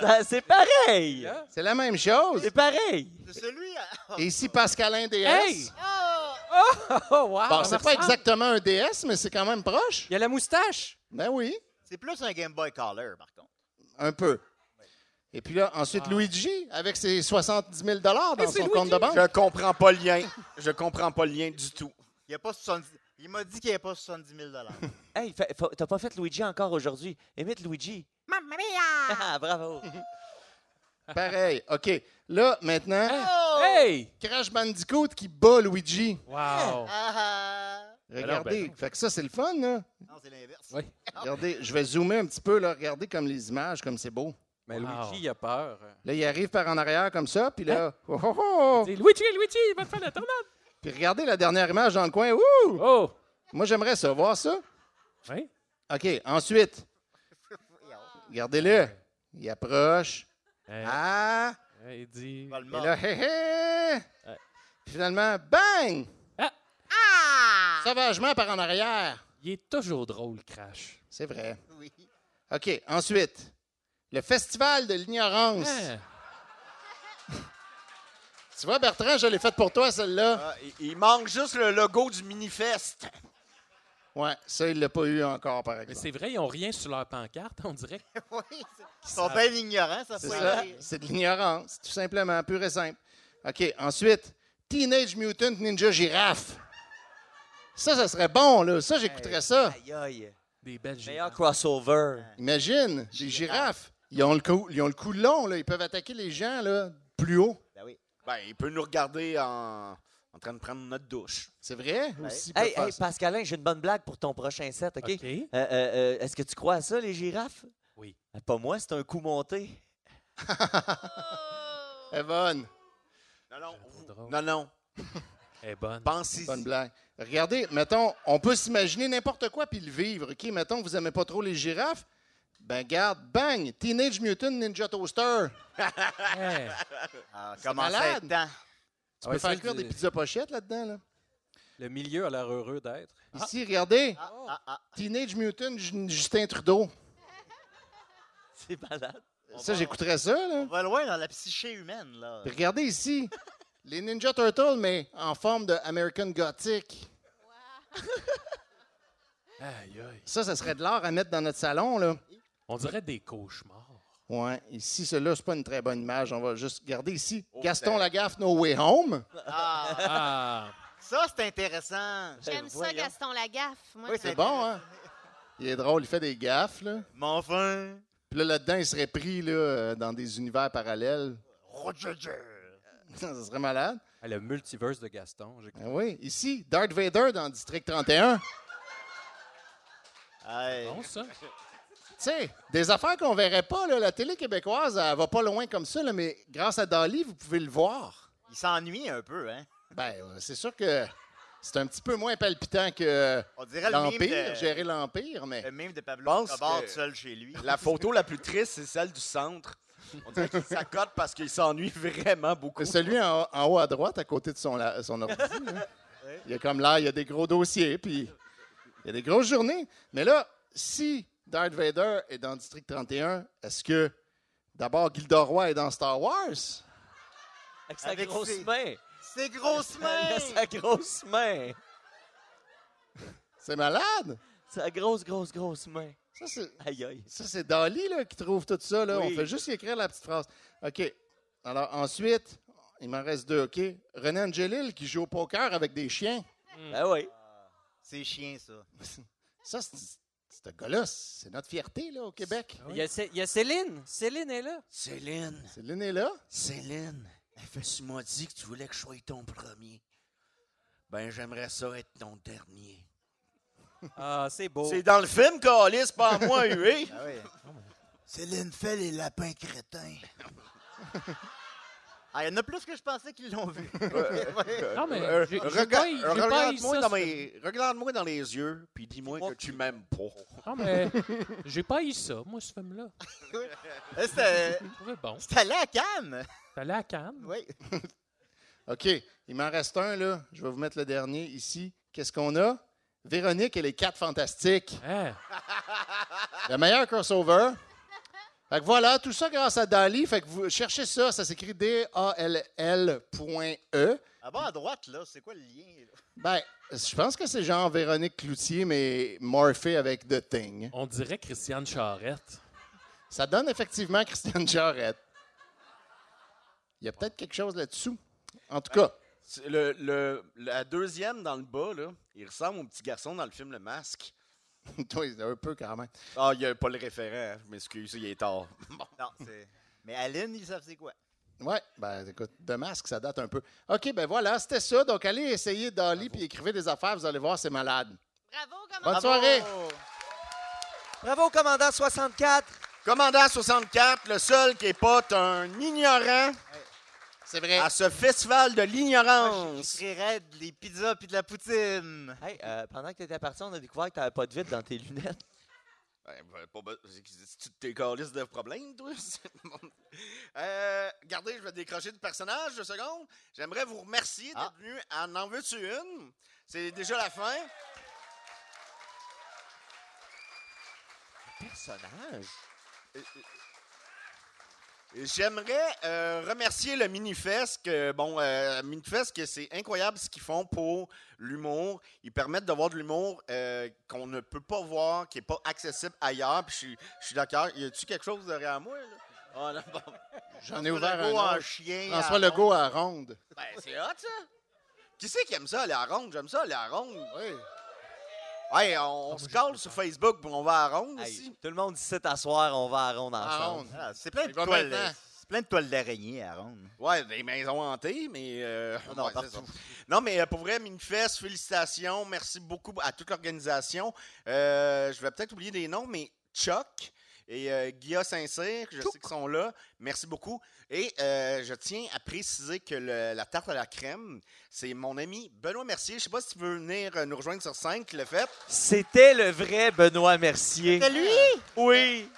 Speaker 11: Ça- c'est pareil!
Speaker 7: C'est la même chose.
Speaker 11: C'est pareil!
Speaker 6: C'est celui. à-
Speaker 7: Et ici, Pascalin DS.
Speaker 9: Hey!
Speaker 3: Oh!
Speaker 9: Oh, wow!
Speaker 7: Bon,
Speaker 9: Ça
Speaker 7: c'est pas
Speaker 9: ressemble.
Speaker 7: exactement un DS, mais c'est quand même proche.
Speaker 9: Il y a la moustache.
Speaker 7: Ben oui,
Speaker 6: C'est plus un Game Boy Color, par contre.
Speaker 7: un peu. Et puis là, ensuite, Luigi, avec ses 70 000 dans
Speaker 2: Mais
Speaker 7: son
Speaker 2: c'est
Speaker 7: compte de banque.
Speaker 4: Je comprends pas le lien. Je comprends pas le lien du tout.
Speaker 6: Il, y a pas 70 il m'a dit qu'il n'y avait pas 70 000
Speaker 11: Hey, fa- fa- t'as pas fait Luigi encore aujourd'hui. Émite Luigi.
Speaker 8: Mamma mia!
Speaker 11: Ah, bravo!
Speaker 7: Pareil. OK. Là, maintenant,
Speaker 2: ben, Hey!
Speaker 7: Crash Bandicoot qui bat Luigi.
Speaker 2: Wow!
Speaker 6: Ah, ah.
Speaker 7: Regardez.
Speaker 2: ben non.
Speaker 7: fait que ça, c'est le fun, hein? là.
Speaker 6: Non, c'est l'inverse.
Speaker 2: Oui.
Speaker 7: Regardez, je vais zoomer un petit peu, là. Regardez comme les images, comme c'est beau.
Speaker 9: Mais
Speaker 2: Wow.
Speaker 9: Luigi, il a peur.
Speaker 7: Là, il arrive par en arrière comme ça, puis là, oh, oh, oh.
Speaker 2: C'est Luigi, Luigi, il va te faire la tornade!
Speaker 7: Puis regardez la dernière image dans le coin. Ouh!
Speaker 2: Oh!
Speaker 7: Moi, j'aimerais ça, voir ça.
Speaker 2: Oui?
Speaker 7: OK, ensuite. Regardez-le. Il approche. Ah!
Speaker 2: Euh, Il dit.
Speaker 6: Il va le
Speaker 7: Et
Speaker 6: mordre.
Speaker 7: là, hé hé! Puis Finalement, bang!
Speaker 2: Ah!
Speaker 3: Ah!
Speaker 7: Sauvagement par en arrière.
Speaker 2: Il est toujours drôle, Crash.
Speaker 7: C'est vrai.
Speaker 6: Oui.
Speaker 7: OK, ensuite. Le festival de l'ignorance.
Speaker 2: Hein?
Speaker 7: Tu vois, Bertrand, je l'ai faite pour toi, celle-là.
Speaker 4: Ah, il- il manque juste le logo du mini-fest.
Speaker 7: Ouais, ça, il l'a pas eu encore, par
Speaker 2: Mais
Speaker 7: exemple.
Speaker 2: c'est vrai, ils n'ont rien sur leur pancarte, on dirait.
Speaker 6: oui. c'est- Ils sont bien ignorants, ça.
Speaker 7: C'est
Speaker 6: faut
Speaker 7: ça.
Speaker 6: aimer.
Speaker 7: C'est de l'ignorance, tout simplement, pur et simple. OK, ensuite, Teenage Mutant Ninja Giraffe. Ça, ça serait bon, là. Ça, j'écouterais ça.
Speaker 11: Aïe, aïe.
Speaker 2: Des belles
Speaker 11: Meilleur
Speaker 2: girafes.
Speaker 11: crossover.
Speaker 7: Imagine, les girafes, ils ont le cou, ils ont le cou long, là. Ils peuvent attaquer les gens, là, plus haut.
Speaker 4: Ben, il peut nous regarder en, en train de prendre notre douche.
Speaker 7: C'est vrai? Aussi, ils peuvent
Speaker 11: Hey,
Speaker 7: faire
Speaker 11: hey,
Speaker 7: ça.
Speaker 11: Pascalin, j'ai une bonne blague pour ton prochain set, OK?
Speaker 2: OK. Ben,
Speaker 11: Euh, euh, euh, Est-ce que tu crois à ça, les girafes?
Speaker 2: Oui.
Speaker 11: Euh, Pas moi, c'est un coup monté.
Speaker 7: Elle est bonne,
Speaker 4: Non, non.
Speaker 2: J'avoue,
Speaker 4: vous-
Speaker 2: drôle.
Speaker 4: Non, non. Bah.
Speaker 2: Elle est bonne.
Speaker 4: Pensez-y.
Speaker 7: bonne blague. Regardez, mettons, on peut s'imaginer n'importe quoi puis le vivre, OK? Mettons, vous aimez pas trop les girafes? Ben, garde, bang! Teenage Mutant Ninja Toaster.
Speaker 2: Hey.
Speaker 6: Ah, comment ça
Speaker 7: malade.
Speaker 6: être temps?
Speaker 7: Tu
Speaker 9: Ah ouais,
Speaker 7: peux
Speaker 9: ça,
Speaker 7: faire cuire
Speaker 9: c'est-
Speaker 7: des pizzas pochettes là-dedans, là.
Speaker 9: Le milieu a l'air heureux d'être.
Speaker 7: Ici, regardez,
Speaker 6: Ah, ah, ah.
Speaker 7: Teenage Mutant Ju- Justin Trudeau.
Speaker 11: C'est malade.
Speaker 7: Ça, j'écouterais ça, là.
Speaker 6: On va loin dans la psyché humaine, là.
Speaker 7: Puis regardez ici, les Ninja Turtles, mais en forme de American Gothic.
Speaker 2: Aïe, aïe.
Speaker 7: Ça, ça serait de l'art à mettre dans notre salon, là.
Speaker 2: On dirait des cauchemars.
Speaker 7: Ouais, ici, cela, c'est pas une très bonne image. On va juste garder ici.
Speaker 6: Oh,
Speaker 7: Gaston
Speaker 4: ben.
Speaker 7: Lagaffe, No Way Home.
Speaker 6: Ah,
Speaker 2: Ah!
Speaker 6: ça, c'est intéressant.
Speaker 3: J'aime ça, Gaston Lagaffe. Moi,
Speaker 6: Oui,
Speaker 3: ça-
Speaker 7: C'est bon, hein? Il est drôle, il fait des gaffes, là.
Speaker 6: Mais enfin.
Speaker 7: Puis là, là-dedans, il serait pris là, euh, dans des univers parallèles. ça serait malade.
Speaker 9: Ah, le multiverse de Gaston. j'ai-
Speaker 7: Ah oui, ici, Darth Vader dans District 31. Tu
Speaker 6: Hey.
Speaker 2: Bon, ça?
Speaker 7: sais, des affaires qu'on verrait pas, là, la télé québécoise, elle va pas loin comme ça, là, mais grâce à Dali, vous pouvez le voir.
Speaker 6: Il s'ennuie un peu, hein?
Speaker 7: Ben, euh, c'est sûr que c'est un petit peu moins palpitant que euh,
Speaker 6: On dirait le mime
Speaker 7: l'Empire,
Speaker 6: de,
Speaker 7: gérer l'Empire, mais...
Speaker 6: le mime de Pablo
Speaker 4: Pense
Speaker 6: Escobar
Speaker 4: que-
Speaker 6: tout seul chez lui.
Speaker 4: La photo la plus triste, c'est celle du centre. On dirait qu'il s'accote parce qu'il s'ennuie vraiment beaucoup.
Speaker 7: Celui en, en haut à droite, à côté de son, la- son ordi. là. Il y a comme là, il y a des gros dossiers, puis il y a des grosses journées. Mais là, si Darth Vader est dans District 31, est-ce que d'abord Gilderoy est dans Star Wars?
Speaker 11: Avec sa
Speaker 6: Avec
Speaker 11: grosse
Speaker 6: ses-
Speaker 11: main.
Speaker 6: C'est grosse main!
Speaker 11: Avec sa grosse main.
Speaker 7: C'est malade!
Speaker 11: Sa grosse, grosse, grosse main.
Speaker 7: Ça, c'est.
Speaker 11: Aïe, aïe.
Speaker 7: Ça, c'est Dali là, qui trouve tout ça. Là.
Speaker 11: Oui.
Speaker 7: On fait juste y écrire la petite phrase. OK. Alors, ensuite, il m'en reste deux. OK. René Angelil qui joue au poker avec des chiens.
Speaker 11: Ah oui.
Speaker 6: C'est chien, ça.
Speaker 7: Ça, c'est c'est un gars-là. C'est notre fierté là, au Québec.
Speaker 9: Il, y a, Cé- il y a Céline. Céline est là.
Speaker 4: Céline,
Speaker 7: C'est l'aîné là.
Speaker 4: Céline, tu m'as dit que tu voulais que je sois ton premier. Ben, j'aimerais ça être ton dernier.
Speaker 9: Ah, c'est beau.
Speaker 4: C'est dans le film, Calis, pas à moi, hué.
Speaker 6: Ben Céline fait les lapins crétins. Ah, il y en a plus que je pensais qu'ils l'ont vu.
Speaker 2: Non, mais
Speaker 4: Euh,
Speaker 2: j'ai- j'ai
Speaker 4: rega-
Speaker 2: pas- j'ai pas haï
Speaker 4: Regarde-moi
Speaker 2: ça,
Speaker 4: dans,
Speaker 2: ce
Speaker 4: mes- regarde-moi dans les yeux, puis dis-moi que tu m'aimes pas.
Speaker 2: Non, Ah, mais j'ai pas eu ça, moi, ce film-là.
Speaker 6: Euh, C'était
Speaker 2: Je trouvais bon.
Speaker 6: c'était allé à Cannes.
Speaker 2: T'es allé à Cannes?
Speaker 6: Oui.
Speaker 7: OK, il m'en reste un, là. Je vais vous mettre le dernier ici. Qu'est-ce qu'on a? Véronique et les quatre fantastiques.
Speaker 2: Hein?
Speaker 7: Le meilleur crossover. Fait que voilà, tout ça grâce à Dali. Fait que vous cherchez ça, ça s'écrit D-A-L-L.E.
Speaker 6: Ah bas à droite, là, c'est quoi le lien? là?
Speaker 7: E. Ben, je pense que c'est genre Véronique Cloutier, mais morphée avec The Thing.
Speaker 2: On dirait Christiane Charette.
Speaker 7: Ça donne effectivement Christiane Charette. Il y a peut-être quelque chose là-dessous. En tout cas,
Speaker 4: C'est Le, le- la deuxième dans le bas, là, il ressemble au petit garçon dans le film Le Masque.
Speaker 7: toi, c'est un peu quand même.
Speaker 4: Ah, il n'y a pas le référent, hein. je m'excuse, il est tard.
Speaker 11: Oh.
Speaker 4: Bon.
Speaker 6: Non, c'est. Mais Aline, ils savent c'est quoi?
Speaker 7: Ouais, ben écoute, de masque, ça date un peu. OK, ben voilà, c'était ça. Donc allez essayer Dali puis écrivez des affaires, vous allez voir, c'est malade.
Speaker 3: Bravo,
Speaker 7: Bonne
Speaker 3: commandant.
Speaker 7: soirée.
Speaker 6: Oh!
Speaker 11: Bravo, commandant 64.
Speaker 4: Commandant 64, le seul qui n'est pas un ignorant
Speaker 7: C'est vrai.
Speaker 4: à ce festival de l'ignorance.
Speaker 6: Très raide, les pizzas puis de la poutine.
Speaker 11: Hey, euh, pendant que tu étais parti, on a découvert que tu pas de vide dans tes lunettes.
Speaker 4: Ben, ben, pas be- c'est- c'est- Tu t'es caliste de problèmes, toi? C'est bon. Euh, regardez, je vais décrocher du personnage deux secondes. J'aimerais vous remercier d'être venu en En veux-tu une? C'est déjà la fin.
Speaker 11: Personnage.
Speaker 4: Euh, euh, J'aimerais euh, remercier le Minifest. Que, bon, euh, Minifest, que c'est incroyable ce qu'ils font pour l'humour. Ils permettent de voir de l'humour euh, qu'on ne peut pas voir, qui n'est pas accessible ailleurs. Puis je suis- je suis d'accord. Y a-tu quelque chose derrière moi? là? Ah, non, bon.
Speaker 7: J'en ai
Speaker 4: François
Speaker 7: ouvert
Speaker 4: Legault
Speaker 7: un.
Speaker 4: en
Speaker 7: autre.
Speaker 4: chien,
Speaker 7: François
Speaker 4: à
Speaker 7: Legault
Speaker 4: ronde.
Speaker 7: à ronde.
Speaker 4: Ben, c'est hot, ça. Qui c'est qui aime ça, aller à ronde? J'aime ça, aller à ronde.
Speaker 7: Oui. Ah,
Speaker 4: Hey, on, on se colle sur Facebook, puis on va à ronde
Speaker 11: Hey,
Speaker 4: aussi.
Speaker 11: tout le monde dit c'est à soir, on va à ronde
Speaker 7: À
Speaker 11: ensemble.
Speaker 7: ronde.
Speaker 6: Ah, c'est plein, de
Speaker 7: Il va
Speaker 6: toiles-
Speaker 7: maintenant.
Speaker 6: c'est plein de toiles d'araignée à Ronde.
Speaker 4: Ouais, des maisons hantées, mais. euh,
Speaker 11: Ah Non,
Speaker 4: ouais, c'est
Speaker 11: partout.
Speaker 4: ça. Non, mais euh, pour vrai, Minifest, félicitations. Merci beaucoup à toute l'organisation. Euh, je vais peut-être oublier des noms, mais Chuck et euh, Guilla Saint-Cyr, je sais qu'ils sont là. Merci beaucoup. Et euh, je tiens à préciser que le- la tarte à la crème, c'est mon ami Benoît Mercier. Je sais pas si tu veux venir euh, nous rejoindre sur scène, qui l'a fait.
Speaker 11: C'était le vrai Benoît Mercier. Euh,
Speaker 6: C'est lui!
Speaker 11: Oui.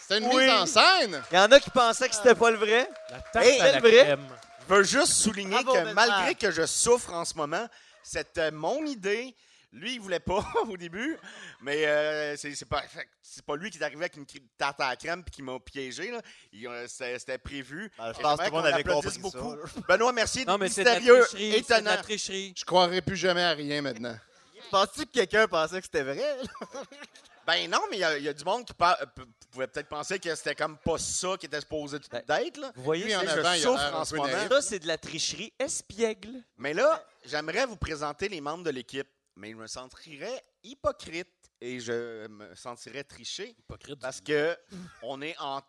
Speaker 7: C'était une
Speaker 11: Oui.
Speaker 7: mise en scène.
Speaker 11: Il y en a qui pensaient que c'était pas le vrai.
Speaker 2: La tarte
Speaker 11: Hey,
Speaker 2: à
Speaker 11: c'est
Speaker 2: la
Speaker 11: vrai?
Speaker 2: crème.
Speaker 4: Je veux juste souligner
Speaker 6: Bravo,
Speaker 4: que
Speaker 6: Benoît.
Speaker 4: malgré que je souffre en ce moment, c'était mon idée. Lui, il voulait pas au début, mais euh, c'est c'est pas, fait que c'est pas lui qui est arrivé avec une cri- tarte à la crème puis qui m'a piégé. là. Il, euh, C'était c'était prévu.
Speaker 6: Ben, je
Speaker 4: Et
Speaker 6: pense que tout
Speaker 4: j'aimerais
Speaker 6: le monde
Speaker 4: qu'on
Speaker 6: avait
Speaker 4: l'applaudisse
Speaker 6: compris ça, là.
Speaker 4: Benoît, merci.
Speaker 9: Non, mais c'est de la
Speaker 4: mystérieux,
Speaker 9: tricherie. C'est de
Speaker 4: étonnant.
Speaker 9: la tricherie.
Speaker 7: Je croirai plus jamais à rien maintenant.
Speaker 6: Penses-tu que quelqu'un pensait que c'était vrai?
Speaker 4: Ben non, mais il y a- il y, a du monde qui par- euh, p- pouvait peut-être penser que c'était comme pas ça qui était supposé tout-
Speaker 11: Ben,
Speaker 4: d'être. là.
Speaker 11: Vous voyez,
Speaker 7: Lui, en
Speaker 4: je
Speaker 7: avant, il a
Speaker 4: souffre
Speaker 7: l'air
Speaker 4: en
Speaker 7: un
Speaker 4: ce
Speaker 7: peu
Speaker 4: moment.
Speaker 7: naïf.
Speaker 11: ça, c'est de la tricherie espiègle.
Speaker 4: Mais là, j'aimerais vous présenter les membres de l'équipe, mais je me sentirais hypocrite et je me sentirais triché
Speaker 2: Hypocrite.
Speaker 4: parce que on est en,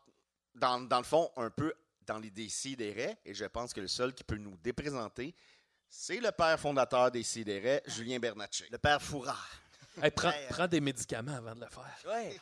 Speaker 4: dans, dans le fond un peu dans les décidérés et je pense que le seul qui peut nous déprésenter, c'est le père fondateur des décidérés, Julien Bernatchez.
Speaker 6: Le père Fourard.
Speaker 2: Hey, prends,
Speaker 6: Hey, euh.
Speaker 2: prends des médicaments avant de le faire.
Speaker 11: Ouais.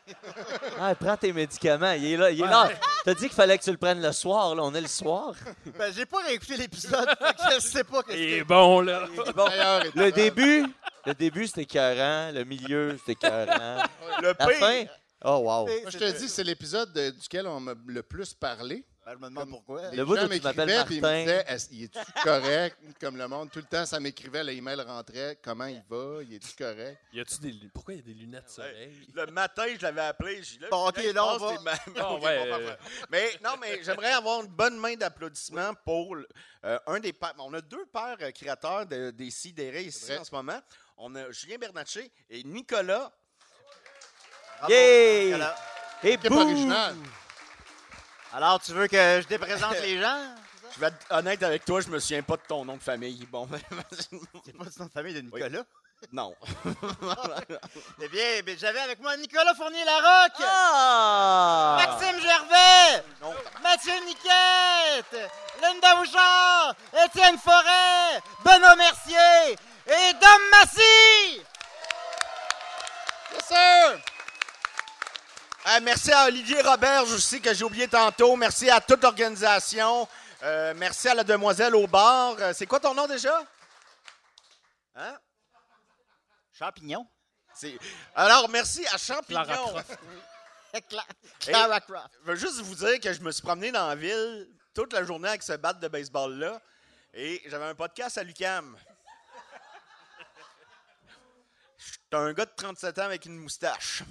Speaker 11: Ah, prends tes médicaments. Il est là. Il est là. T'as dit qu'il fallait que tu le prennes le soir. Là, on est le soir.
Speaker 6: Ben, j'ai pas réécouté l'épisode, fait que je sais pas qu'est-ce
Speaker 2: Il
Speaker 6: que
Speaker 2: est bon, là.
Speaker 11: Bon,
Speaker 7: D'ailleurs,
Speaker 11: le début, le début c'était écœurant. Le milieu, c'était écœurant.
Speaker 4: Le
Speaker 11: La fin,
Speaker 4: pire,
Speaker 11: oh wow.
Speaker 6: c'est.
Speaker 7: Moi, je
Speaker 6: C'est-
Speaker 7: te dis, c'est l'épisode de- duquel on m'a le plus parlé.
Speaker 6: Ben, je me demande pourquoi.
Speaker 7: Les
Speaker 11: Le bout
Speaker 7: gens
Speaker 11: où tu m'appelles
Speaker 7: m'écrivaient, puis ils me
Speaker 11: Martin.
Speaker 7: disaient, Est-ce- il est-tu correct, comme le monde? Tout le temps, ça m'écrivait, l'email rentrait, comment il va, il est-tu correct?
Speaker 2: Y a-tu des lu- Pourquoi y a des lunettes de soleil?
Speaker 4: le matin, je l'avais appelé, j'ai dit, là,
Speaker 6: Bon, ok,
Speaker 4: Julien,
Speaker 6: là, on
Speaker 4: je pense
Speaker 6: va-
Speaker 4: que t'es ma-
Speaker 2: Bon,
Speaker 4: Ok,
Speaker 2: ouais,
Speaker 4: bon,
Speaker 2: euh,
Speaker 4: parfait. Mais non, mais j'aimerais avoir une bonne main d'applaudissements pour euh, un des pères. On a deux pères euh, créateurs de, des Sidérés ici
Speaker 7: vrai.
Speaker 4: en ce moment. On a Julien Bernatchez et Nicolas.
Speaker 6: Bravo,
Speaker 11: Yay!
Speaker 7: Ah,
Speaker 6: Nicolas.
Speaker 11: Et
Speaker 7: Équipe
Speaker 11: boum!
Speaker 7: originale.
Speaker 6: Alors, tu veux que je déprésente les gens? c'est ça?
Speaker 4: Je vais être honnête avec toi, je me souviens pas de ton nom de famille. Bon, ben,
Speaker 6: C'est pas du nom de famille de Nicolas.
Speaker 4: non.
Speaker 6: Eh bien, ben, j'avais avec moi Nicolas Fournier-Larocque,
Speaker 11: Ah!
Speaker 6: Maxime Gervais,
Speaker 4: Non.
Speaker 6: Mathieu Niquette, Linda Bouchard, Étienne Forêt, Benoît Mercier et Dom Massy!
Speaker 4: merci à Olivier Roberge aussi, que j'ai oublié tantôt. Merci à toute l'organisation. Euh, merci à la demoiselle au bar. Euh, C'est quoi ton nom déjà? Hein?
Speaker 6: Champignon.
Speaker 4: C'est- Alors, merci à Champignon.
Speaker 6: Clara Croft. Cla-
Speaker 4: Hey,
Speaker 6: Clara Croft.
Speaker 4: Je veux juste vous dire que je me suis promené dans la ville toute la journée avec ce bat de baseball-là. Et j'avais un podcast à l'UCAM. J'étais un gars de 37 ans avec une moustache.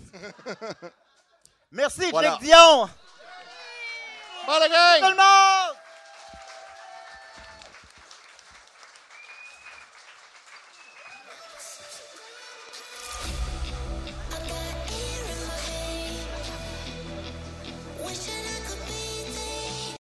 Speaker 6: Merci,
Speaker 4: Voilà.
Speaker 6: Jack Dion!
Speaker 4: Bon, la gang!
Speaker 6: Tout le monde!